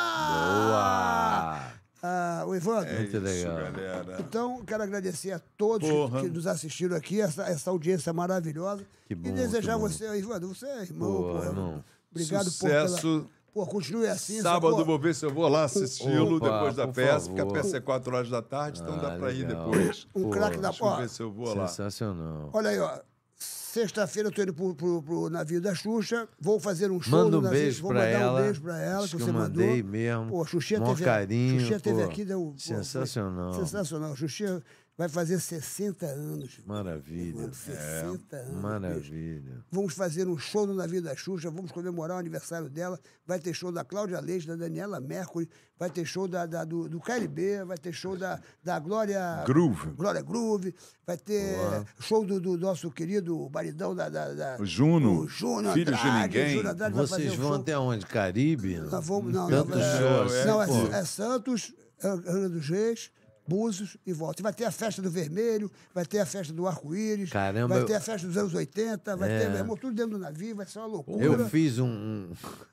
Boa! É Ah, o Evandro, Muito legal. É. galera. então quero agradecer a todos que, Porra. que nos assistiram aqui, essa, essa audiência maravilhosa. Que bom, e desejar que bom. você, Evandro, você é irmão, Pô, porra. irmão. Obrigado por Sucesso. pela... Pô, continue assim. Sábado sacou? vou ver se eu vou lá assisti-lo Opa, depois da por peça, porque a favor. peça é 4 horas da tarde, então dá Ah, pra ir legal. depois. Um Pô, craque da Deixa eu porra. ver se eu vou lá. Sensacional. Olha aí, ó. Sexta-feira eu tô indo pro, pro- pro navio da Xuxa. Vou fazer um show Manda no um navio. beijo vou pra mandar ela. um beijo pra ela, Acho que que você eu mandei mandou. mesmo. Pô, a Xuxinha Maior teve, carinho, Xuxinha teve pô. aqui, deu. pô, foi Sensacional. Sensacional. Xuxinha Vai fazer 60 anos. Maravilha. Mano, 60 anos. bicho. é, Maravilha. Vamos fazer um show no Navio da Xuxa, vamos comemorar o aniversário dela. Vai ter show da Cláudia Leite, da Daniela Mercury, vai ter show da, da- do, do KLB, vai ter show da, da Glória. Groove. Glória Groove, vai ter show do, do nosso querido baridão da. da, da O Juno. o Juno Filhos de Andrade, o ninguém. Juno Andrade vai Vocês fazer um vão show. até onde? Caribe? Nós vamos, não, Tanto não, é, show assim, não, pô. é, é Santos, Angra dos Reis, Búzios e volta. E vai ter a festa do Vermelho, vai ter a festa do Arco-Íris, Caramba, vai eu- ter a festa dos anos 80, vai É. ter, meu irmão, tudo dentro do navio, vai ser uma loucura. Eu fiz um, um, (laughs)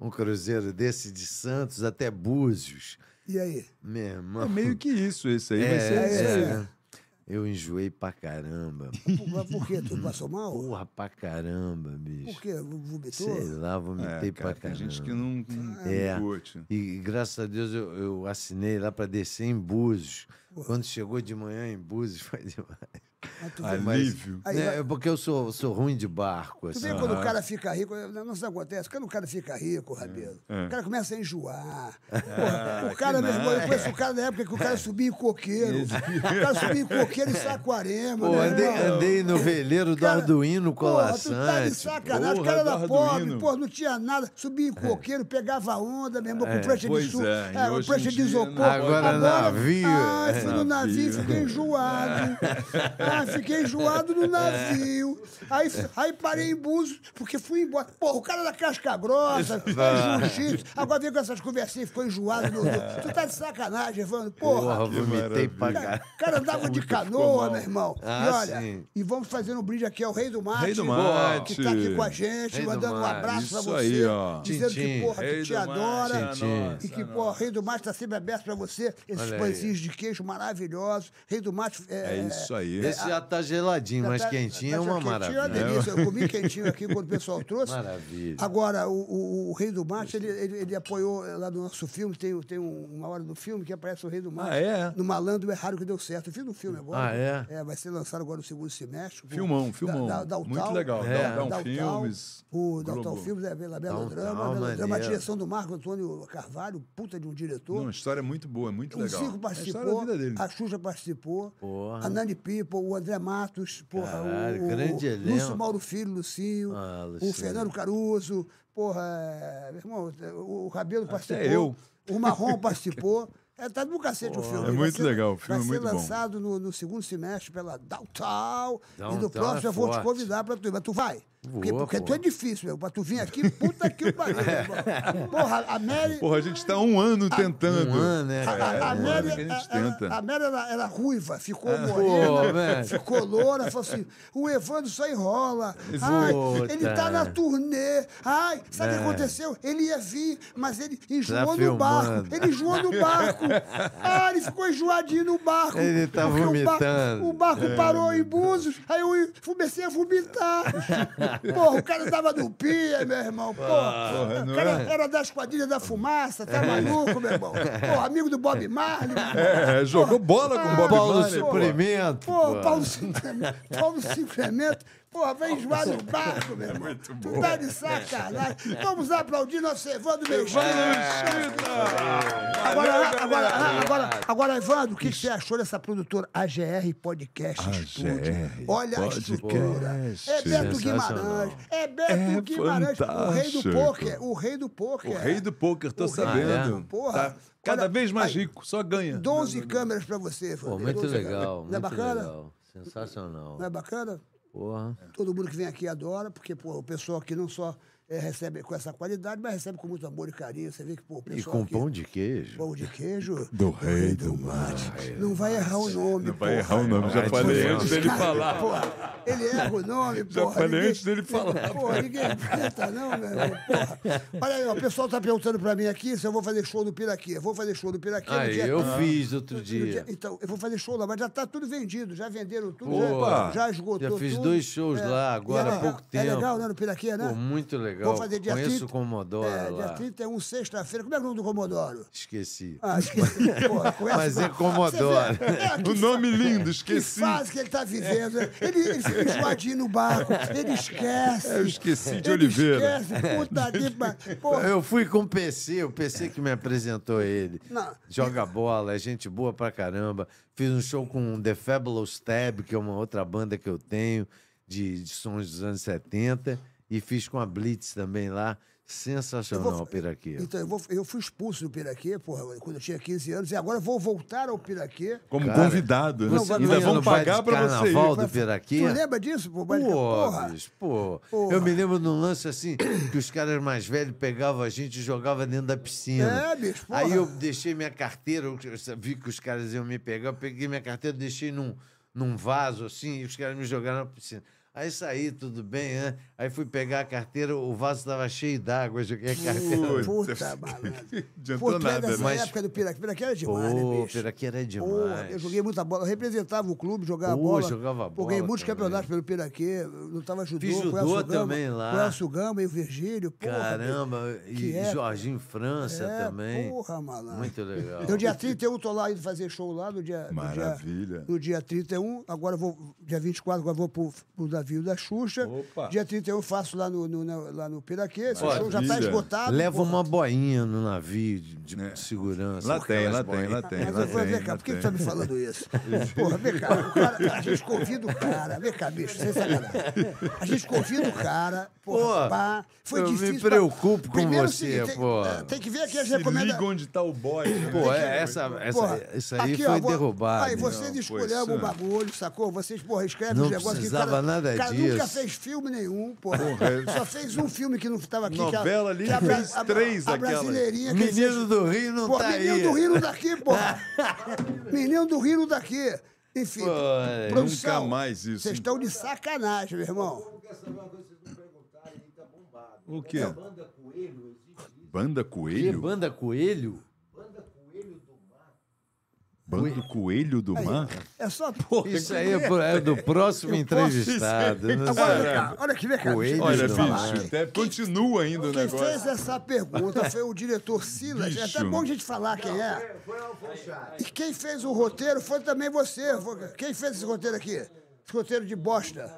um cruzeiro desse de Santos até Búzios. E aí? Meu irmão. É meio que isso, esse aí vai É, ser isso aí. é. Eu enjoei (laughs) pra caramba. Por, mas por quê? Tu passou mal? Porra pra caramba, bicho. Por quê? Vomitou? Sei lá, vomitei É, pra cara, tem caramba. gente que não, não É. curte. E graças a Deus eu, eu assinei lá pra descer em Búzios. Quando chegou de manhã em Búzios, (laughs) foi demais. Mas tu vê, Alívio. Aí É, vai- é porque eu sou, sou ruim de barco. tu Assim. vê quando o cara fica rico, não não sabe o que acontece, quando o cara fica É, rico, Rabelo, o cara começa a enjoar. Porra, o cara, que meu irmão, eu nada. conheço o cara da época que o cara subia em coqueiro. o cara subia em coqueiro e saquarema. Pô, meu andei, irmão. andei no veleiro do Cara, Arduino Porra, tu tá de Colassante. sacanagem, o Porra, cara era do pobre, Arduino. porra, não tinha nada. Subia em coqueiro, pegava onda, meu irmão, com prancha de pois suco, é, e hoje em prancha de dia, isopor. não. Agora navio, Ai, é. fui no navio, fiquei (laughs) enjoado. Ah, fiquei enjoado É. no navio. Aí, f- aí parei em Búzios, porque fui embora. Porra, o cara da casca grossa, faz jiu-jitsu, agora vem com essas conversinhas, ficou enjoado. meu Deus. Tu tá de sacanagem, Evandro, porra. Porra, vomitei pra Cara, o caramba. É, cara andava de canoa, meu irmão. e Ah, olha, sim. e vamos fazer um brinde aqui ao Rei do Mate. Rei do Mate. Que tá aqui com a gente, Rei do mandando um Mate. abraço pra Isso você. aí, ó. Dizendo Tchim, que, porra, Rei que te do Mate, adora. é Tchim, E que, porra, o Rei do Mate tá sempre aberto pra você. Esses Olha aí. pãezinhos de queijo maravilhosos. Rei do Mate... É isso aí. Esse já tá geladinho, mas tá- quentinho é tá uma quentinho, uma maravilha. delícia. Eu (laughs) comi quentinho aqui quando o pessoal trouxe. Maravilha. Agora, o, o- o Rei do Mate, ele, ele- ele apoiou eh, lá no nosso filme, tem, tem um- uma hora do filme que aparece o Rei do Mate. Ah, é? No Malandro é raro que deu certo. Eu fiz um filme agora. Ah, é? vai ser lançado agora no segundo semestre. com- Filmão, filmão. Da, da, Daltal, Muito legal. É. Daltal Daltal, Filmes, O Daltal Globo. Filmes é pela Melodrama. Daltal, Melodrama, a maneiro. direção do Marco Antônio Carvalho, puta de um diretor. Não, a história é muito boa, é muito O legal. Zico É a história da participou, vida dele. a Xuxa participou, Porra. a Nani People, o André Matos, porra, Caralho, o, o grande elenco. Lúcio Mauro Filho, Lucinho, Ah, Lucinho. o Fernando Caruso, porra, é, meu irmão, o Rabelo participou, eu. o Marrom participou. (laughs) É, tá no cacete o filme. É Vai muito ser- legal, o filme é Vai ser muito bom. lançado no, no segundo semestre pela Downtown. e Downtown no próximo é eu vou te forte. convidar pra tu ir. Mas tu vai? Porque, Vou, porque pô. tu é difícil, meu. Pra tu vir aqui, puta que o pariu, meu (laughs) irmão. Porra, a Mary... Porra, a gente tá um ano tentando. Um ano, né? A, a, a cara? não é Amélia, que a gente a- a- tenta. É. a Amélia era, era ruiva, ficou Pô, morena, velho. ficou loura, falou assim: o Evandro só enrola. Ai, Puta. É. ele tá na turnê. Ai, sabe o que aconteceu? Ele ia vir, mas ele enjoou no Tá filmando. barco. Ele enjoou no (laughs) barco. Ah, ele ficou enjoadinho no barco. Ele tá porque o barco- vomitando. O barco, parou É. em Búzios, aí eu comecei a (laughs) vomitar. Porra, o cara tava no pia, meu irmão. Porra, Porra, não o cara é? era da Esquadrilha da Fumaça, tá maluco, meu (laughs) irmão? Pô, amigo do Bob Marley. É, jogou bola com o Bob Paulo Marley, pô. Suprimento. Pô, pô. Paulo Suplemento, Paulo Suplemento, porra, vai enjoar no barco, meu irmão. Tu tá de sacanagem. Vamos aplaudir nosso Evandro Meixão. É. Agora, agora, ah, agora, agora, Evandro, o que que você achou dessa produtora AGR Podcast Studio? Olha a estrutura. É Beto Sensacional. Guimarães. É Beto É Guimarães, o rei do fantástico. pôquer. O rei do pôquer. O rei do poker, tô O rei do sabendo. poker, porra. Tá cada Olha, vez mais aí, rico, só ganha. 12 câmeras pra você, Pô, Evandro. muito 12 legal. câmeras. Muito Não é bacana? legal. Sensacional. Não é bacana? Porra. Todo mundo que vem aqui adora, porque pô, o pessoal aqui não só eh, recebe com essa qualidade, mas recebe com muito amor e carinho. Você vê que pô, o E pessoal com aqui- pão de queijo. pão de queijo Do rei do mate. Não vai errar o nome, Não vai porra. errar o nome, já Vai falei dizer, antes dele Cara, falar. porra, ele erra o nome, Já porra. falei antes dele falar. Porra, ninguém aguenta, não, meu irmão, porra. Olha aí, ó, o pessoal tá perguntando pra mim aqui se eu vou fazer show no Piraquê. Eu vou fazer show no Piraquê no Aí, dia... Ah, eu no fiz outro dia- dia. Então, eu vou fazer show lá, mas já tá tudo vendido, já venderam tudo, Pô, já, já esgotou já fiz tudo. dois shows lá E agora há legal- pouco É legal, tempo. né, no Piraquê, né? Pô, muito legal. legal. Vou fazer dia Conheço 30. o Comodoro É, dia lá. 31, sexta-feira. Como é o nome do (laughs) Comodoro? Esqueci. Ah, esqueci. Porra, conhece- Mas é Comodoro. Você vê? É, (laughs) que Um nome lindo, Que esqueci. fase que ele tá vivendo. né? Ele, ele fica enjoadinho no barco. (laughs) Ele esquece. Eu esqueci de Ele Oliveira. Esquece. Puta de... pa- Pô, Eu fui com o PC, o PC que me apresentou ele. Não. Joga bola, é gente boa pra caramba. Fiz um show com The Fabulous Tab, que é uma outra banda que eu tenho, de, de sons dos anos 70. E fiz com a Blitz também lá. Eu Sensacional, vou- Piraquê. Então, eu, vou- eu fui expulso do Piraquê, porra, quando eu tinha 15 anos, e agora eu vou voltar ao Piraquê. Como Cara, convidado. né? não, vai- Ainda não, vão não vai pagar de pra você ir. carnaval do Mas- Piraquê? Tu lembra disso, pô? Mas, Pô, porra, bicho, pô. Porra. Eu me lembro de um lance assim, (coughs) que os caras mais velhos pegavam a gente e jogavam dentro da piscina. É, bicho, porra. Aí eu deixei minha carteira, eu vi que os caras iam me pegar, eu peguei minha carteira, deixei num, num vaso assim, e os caras me jogaram na piscina. Aí saí, tudo bem, né? Aí fui pegar a carteira, o vaso estava cheio d'água, eu joguei a carteira. puta malandro. Adiantou Pô, tu é nada, dessa né? Mas- época do Piraquê. Piraquê era demais, né, Pô, bicho? Piraquê era demais. Porra, eu joguei muita bola, eu representava o clube, jogava Pô, bola. jogava bola Joguei muitos também. campeonatos pelo Piraquê, eu lutava judô, Fiz com o judô Elcio Gama, também lá. Com o Elcio Gama e o Virgílio, porra. Caramba, bicho, que e época. Jorginho França É, também. Porra, malandro. Muito legal. Então, dia 31, tô lá indo fazer show lá no dia. no dia- Maravilha. No dia 31, agora eu vou. Dia 24, agora eu vou pro, pro navio da Xuxa. Opa. Dia 31 eu faço lá no, no, na- lá no Piraquê. Esse show Maravilha. já tá esgotado. Leva porra. uma boinha no navio de, de É. segurança. Lá tem, aquelas lá tem, boinhas. lá tem. Mas Lá eu vou tem, ver, lá cara, por que tem. tu tá me falando (laughs) isso? Porra, vem cá, o cara, tá, a gente convida o cara, vem cá, bicho, sem sacanagem. A gente convida o cara, porra, Pô, pá, foi eu me difícil. preocupo com Primeiro, você, seguinte, tem- pô. eh, Tem que ver aqui as Se liga recomendações. onde tá o boy. né? Pô, é, essa, essa, Porra, isso aí aqui, ó, foi vo- derrubado. Aí né? vocês Não, escolheram pois o é. bagulho, sacou? Vocês, porra, escrevem Não os negócios. que o precisava cara- nada O cara nunca disso. é. fez filme nenhum, porra. Porra, Só fez um filme que não estava aqui. que Novela ali, bra- fez três a, a daquelas. brasileirinha que ele fez- Menino do Rio não Pô, tá menino aí. do Rio não daqui, pô. (laughs) menino do Rio não daqui. Enfim, Pô, é, produção, nunca mais isso, Vocês hein? estão de sacanagem, meu irmão. Quer saber uma coisa que vocês não perguntaram e tá bombado. O quê? A banda Coelho existe isso. Banda Que Coelho? banda Coelho? Banda Coelho do Mar. Banda Coelho do Mar? É só porra. Isso aí é, pro- é do próximo entrevistado. não sei. Agora, vem cá, olha aqui, vem cá. Coelho deixa eu Olha, do falar. Mar. bicho, até continua ainda o Quem fez negócio. essa pergunta foi o diretor Silas. É Bicho. até bom a gente falar quem é. Foi o Alfonso Chá. E quem fez o roteiro foi também você. Foi- Quem fez esse roteiro aqui? Esse roteiro de bosta.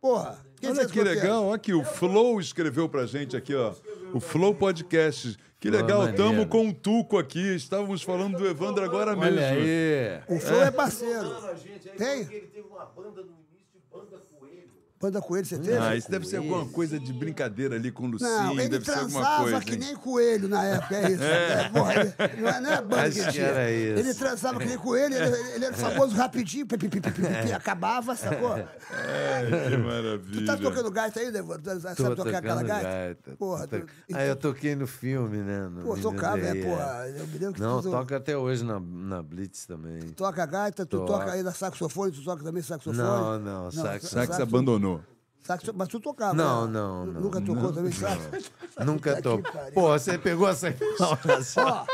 Porra. Quem é Olha fez esse que roteiro? legal, olha aqui, o Flow escreveu pra gente aqui, ó. O Flow Podcast. Que Flow é legal, tamo maneiro. com o Tuco aqui. Estávamos falando do Evandro agora Olha mesmo. aí. O Flow é parceiro. A gente aí Tem? falou que ele teve uma banda no início, Banda Coelho. Banda Coelho, você teve? Ah, isso deve ser alguma coisa de brincadeira ali com o Não, Lucinho, ele deve ser alguma transava coisa. que hein? nem coelho na época, é isso. É, porra, ele- não, é, não é banda que Acho que tinha. era isso. Ele transava que nem coelho, ele, ele era o famoso rapidinho, pi, pi, pi, pi, pi, É. pi, acabava, sacou? Ai, que Tu maravilha. tá tocando gaita aí, Devor? Tu Sabe Tô tocar é aquela tocando gaita? gaita. Porra, Tô- tu- então- Ah, eu toquei no filme, né? no Pô, Menino tocava, do é, Rio, porra. Eu me lembro que Não, tu tu- toca até hoje na, na Blitz também. toca gaita, tu Toca. toca aí na saxofone, tu toca também saxofone? Não, não, sax- é sa- Sax abandonou. saxo- mas tu tocava. Não, né? não, Nu- não, Nunca tocou também sax? Nunca que tô. pariu. Pô, você pegou essa (laughs) informação.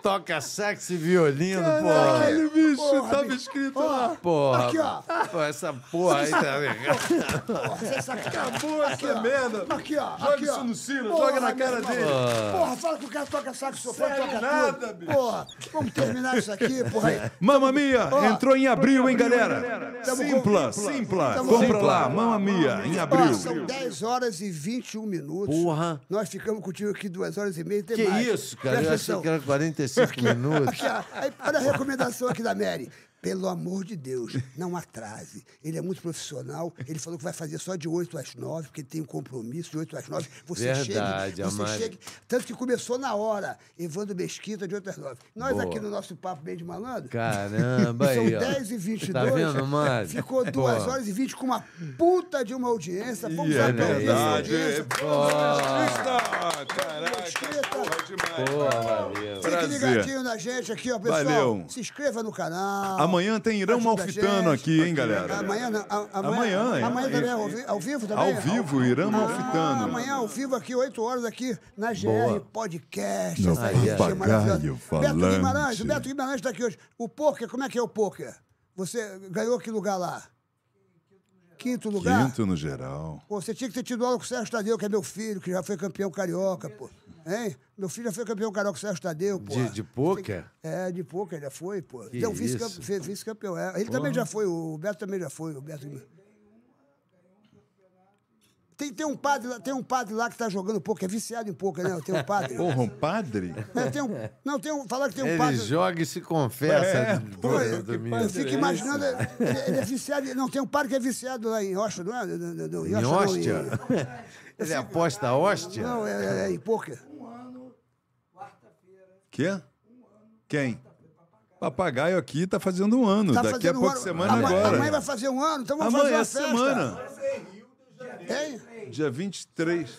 Toca sax e violino, porra. Caralho, bicho, Porra, tava bicho. escrito Ó, lá. Porra. Aqui, ó. Pô, essa porra aí tá legal. Porra, você saca- Acabou essa ó. merda. Aqui, ó. Joga aqui, isso ó. no Silas, Porra, joga na meu cara irmão. dele. Porra, fala que o cara toca saxofone, Sério toca nada, tudo. bicho. Porra, vamos terminar isso aqui, porra. (laughs) aí. Mamma Mia, Ó, entrou em abril, hein, galera? Tamo com Simpla, Simpla. simpla. Tamo Compra Simpla. lá, Mamma Mia, em Ó, abril. são 10 horas e 21 minutos. Porra. Nós ficamos contigo aqui duas horas e meia. Tem Que mais. isso, cara? Eu Presta achei atenção. que era 45 minutos. Aqui, ó. Aí, olha a recomendação aqui da Mary. Pelo amor de Deus, não atrase. Ele é muito profissional. Ele falou que vai fazer só de 8 às 9, porque ele tem um compromisso de 8 às 9. Você Verdade, chega, você a Mari. chega. Tanto que começou na hora. Evandro Mesquita, de 8 às 9. Nós Boa. aqui no nosso Papo Bem de Malandro. Caramba, São aí, ó. 10 e 22. Tá vendo, Mário? Ficou Pô. 2 horas e 20 com uma puta de uma audiência. Vamos Ih, lá é pra ouvir essa verdade. audiência. Pô, Caraca, Mesquita. demais. Pô, valeu. Fique Prazer. ligadinho na gente aqui, ó, pessoal. Valeu. Se inscreva no canal. Amanhã tem Irã Ajuda a Malfitano gente. aqui, hein, galera? Amanhã, não, a- amanhã, Amanhã, amanhã, hein? também, é ao, vi- ao vivo também? Ao vivo, Irã Ah, Malfitano. amanhã ao vivo aqui, 8 horas aqui na GR Boa. Podcast. Meu essa gente papagaio maravilhosa. Beto falante. Guimarães, o Beto Guimarães tá está aqui hoje. O poker, como é que é o poker? Você ganhou que lugar lá? Quinto lugar. Quinto no geral. Pô, você tinha que ter tido aula com o Sérgio Tadeu, que é meu filho, que já foi campeão carioca, pô. Hein? Meu filho já foi campeão carioca com o Sérgio Tadeu, pô. De, de pôquer? É, de pouca, já foi, pô. Deu vice-campe- isso? fez vice-campeão. é. Ele também já foi, o Beto também já foi. O Beto... Tem, tem, um padre, lá- tem um padre lá que tá jogando pouco, é viciado em pouco, né? Tem um (laughs) padre. Porra, um padre? É, tem um, não, tem um. Falaram que tem um Ele padre. joga né? e se confessa É, do- Pô, eu- do domingo. eu fico imaginando. Ele ele é viciado. Não, tem um padre que é viciado lá em Rocha, não é? Do- do- do- do- Em Rocha, não, hóstia? em- (laughs) Ele aposta a hóstia? Não, é, é, é em pôquer. Quê? Quem? Papagaio aqui tá fazendo um ano. Tá Daqui a fazendo um pouco ano. semana Ama- agora. Amanhã vai fazer um ano, então vamos Amanhã, fazer uma essa festa. semana. Hein? Dia 23.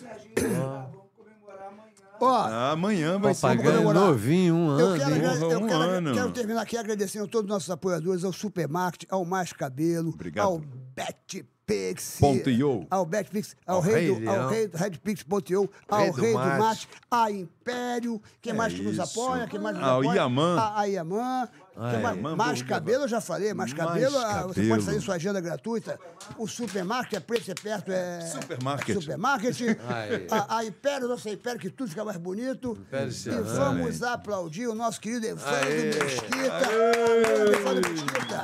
Ó, Amanhã vai ser. Papagaio comemorar. Tá novinho, um eu, ano. quero, hein? agra- eu um quero, ano. quero terminar aqui agradecendo a todos os nossos apoiadores, ao Supermarket, ao Mais Cabelo, Obrigado. ao BetPix, Ponto io. ao BetPix, ao, Ao rei Rei do, ao Leão. rei do RedPix.io, ao Rei Rei do, do Mate, Mate. a Império, quem mais que nos É isso. apoia, quem mais nos Ao apoia? Iamã. A, a Iamã. Quem mais? Iamã, mais bom, cabelo, eu já falei, mais Mais cabelo, ah, você pode Cabelo. fazer sua agenda gratuita. O supermarket, é preço, é perto, é. Supermarket. Supermarket. Aí. a, a Império, nossa Império, que tudo fica mais bonito. Império e Serrano. vamos aplaudir o nosso querido Evandro Aê. Mesquita. Evandro Mesquita.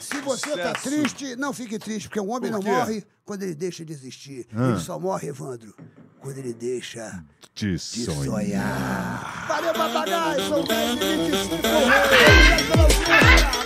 Se você está Sucesso. triste, não fique triste, porque um homem Por não quê? morre quando ele deixa de existir. Ele só morre, Evandro, quando ele deixa De de sonho. sonhar. Valeu, papagaio! São 10 e 25. Valeu pela audiência.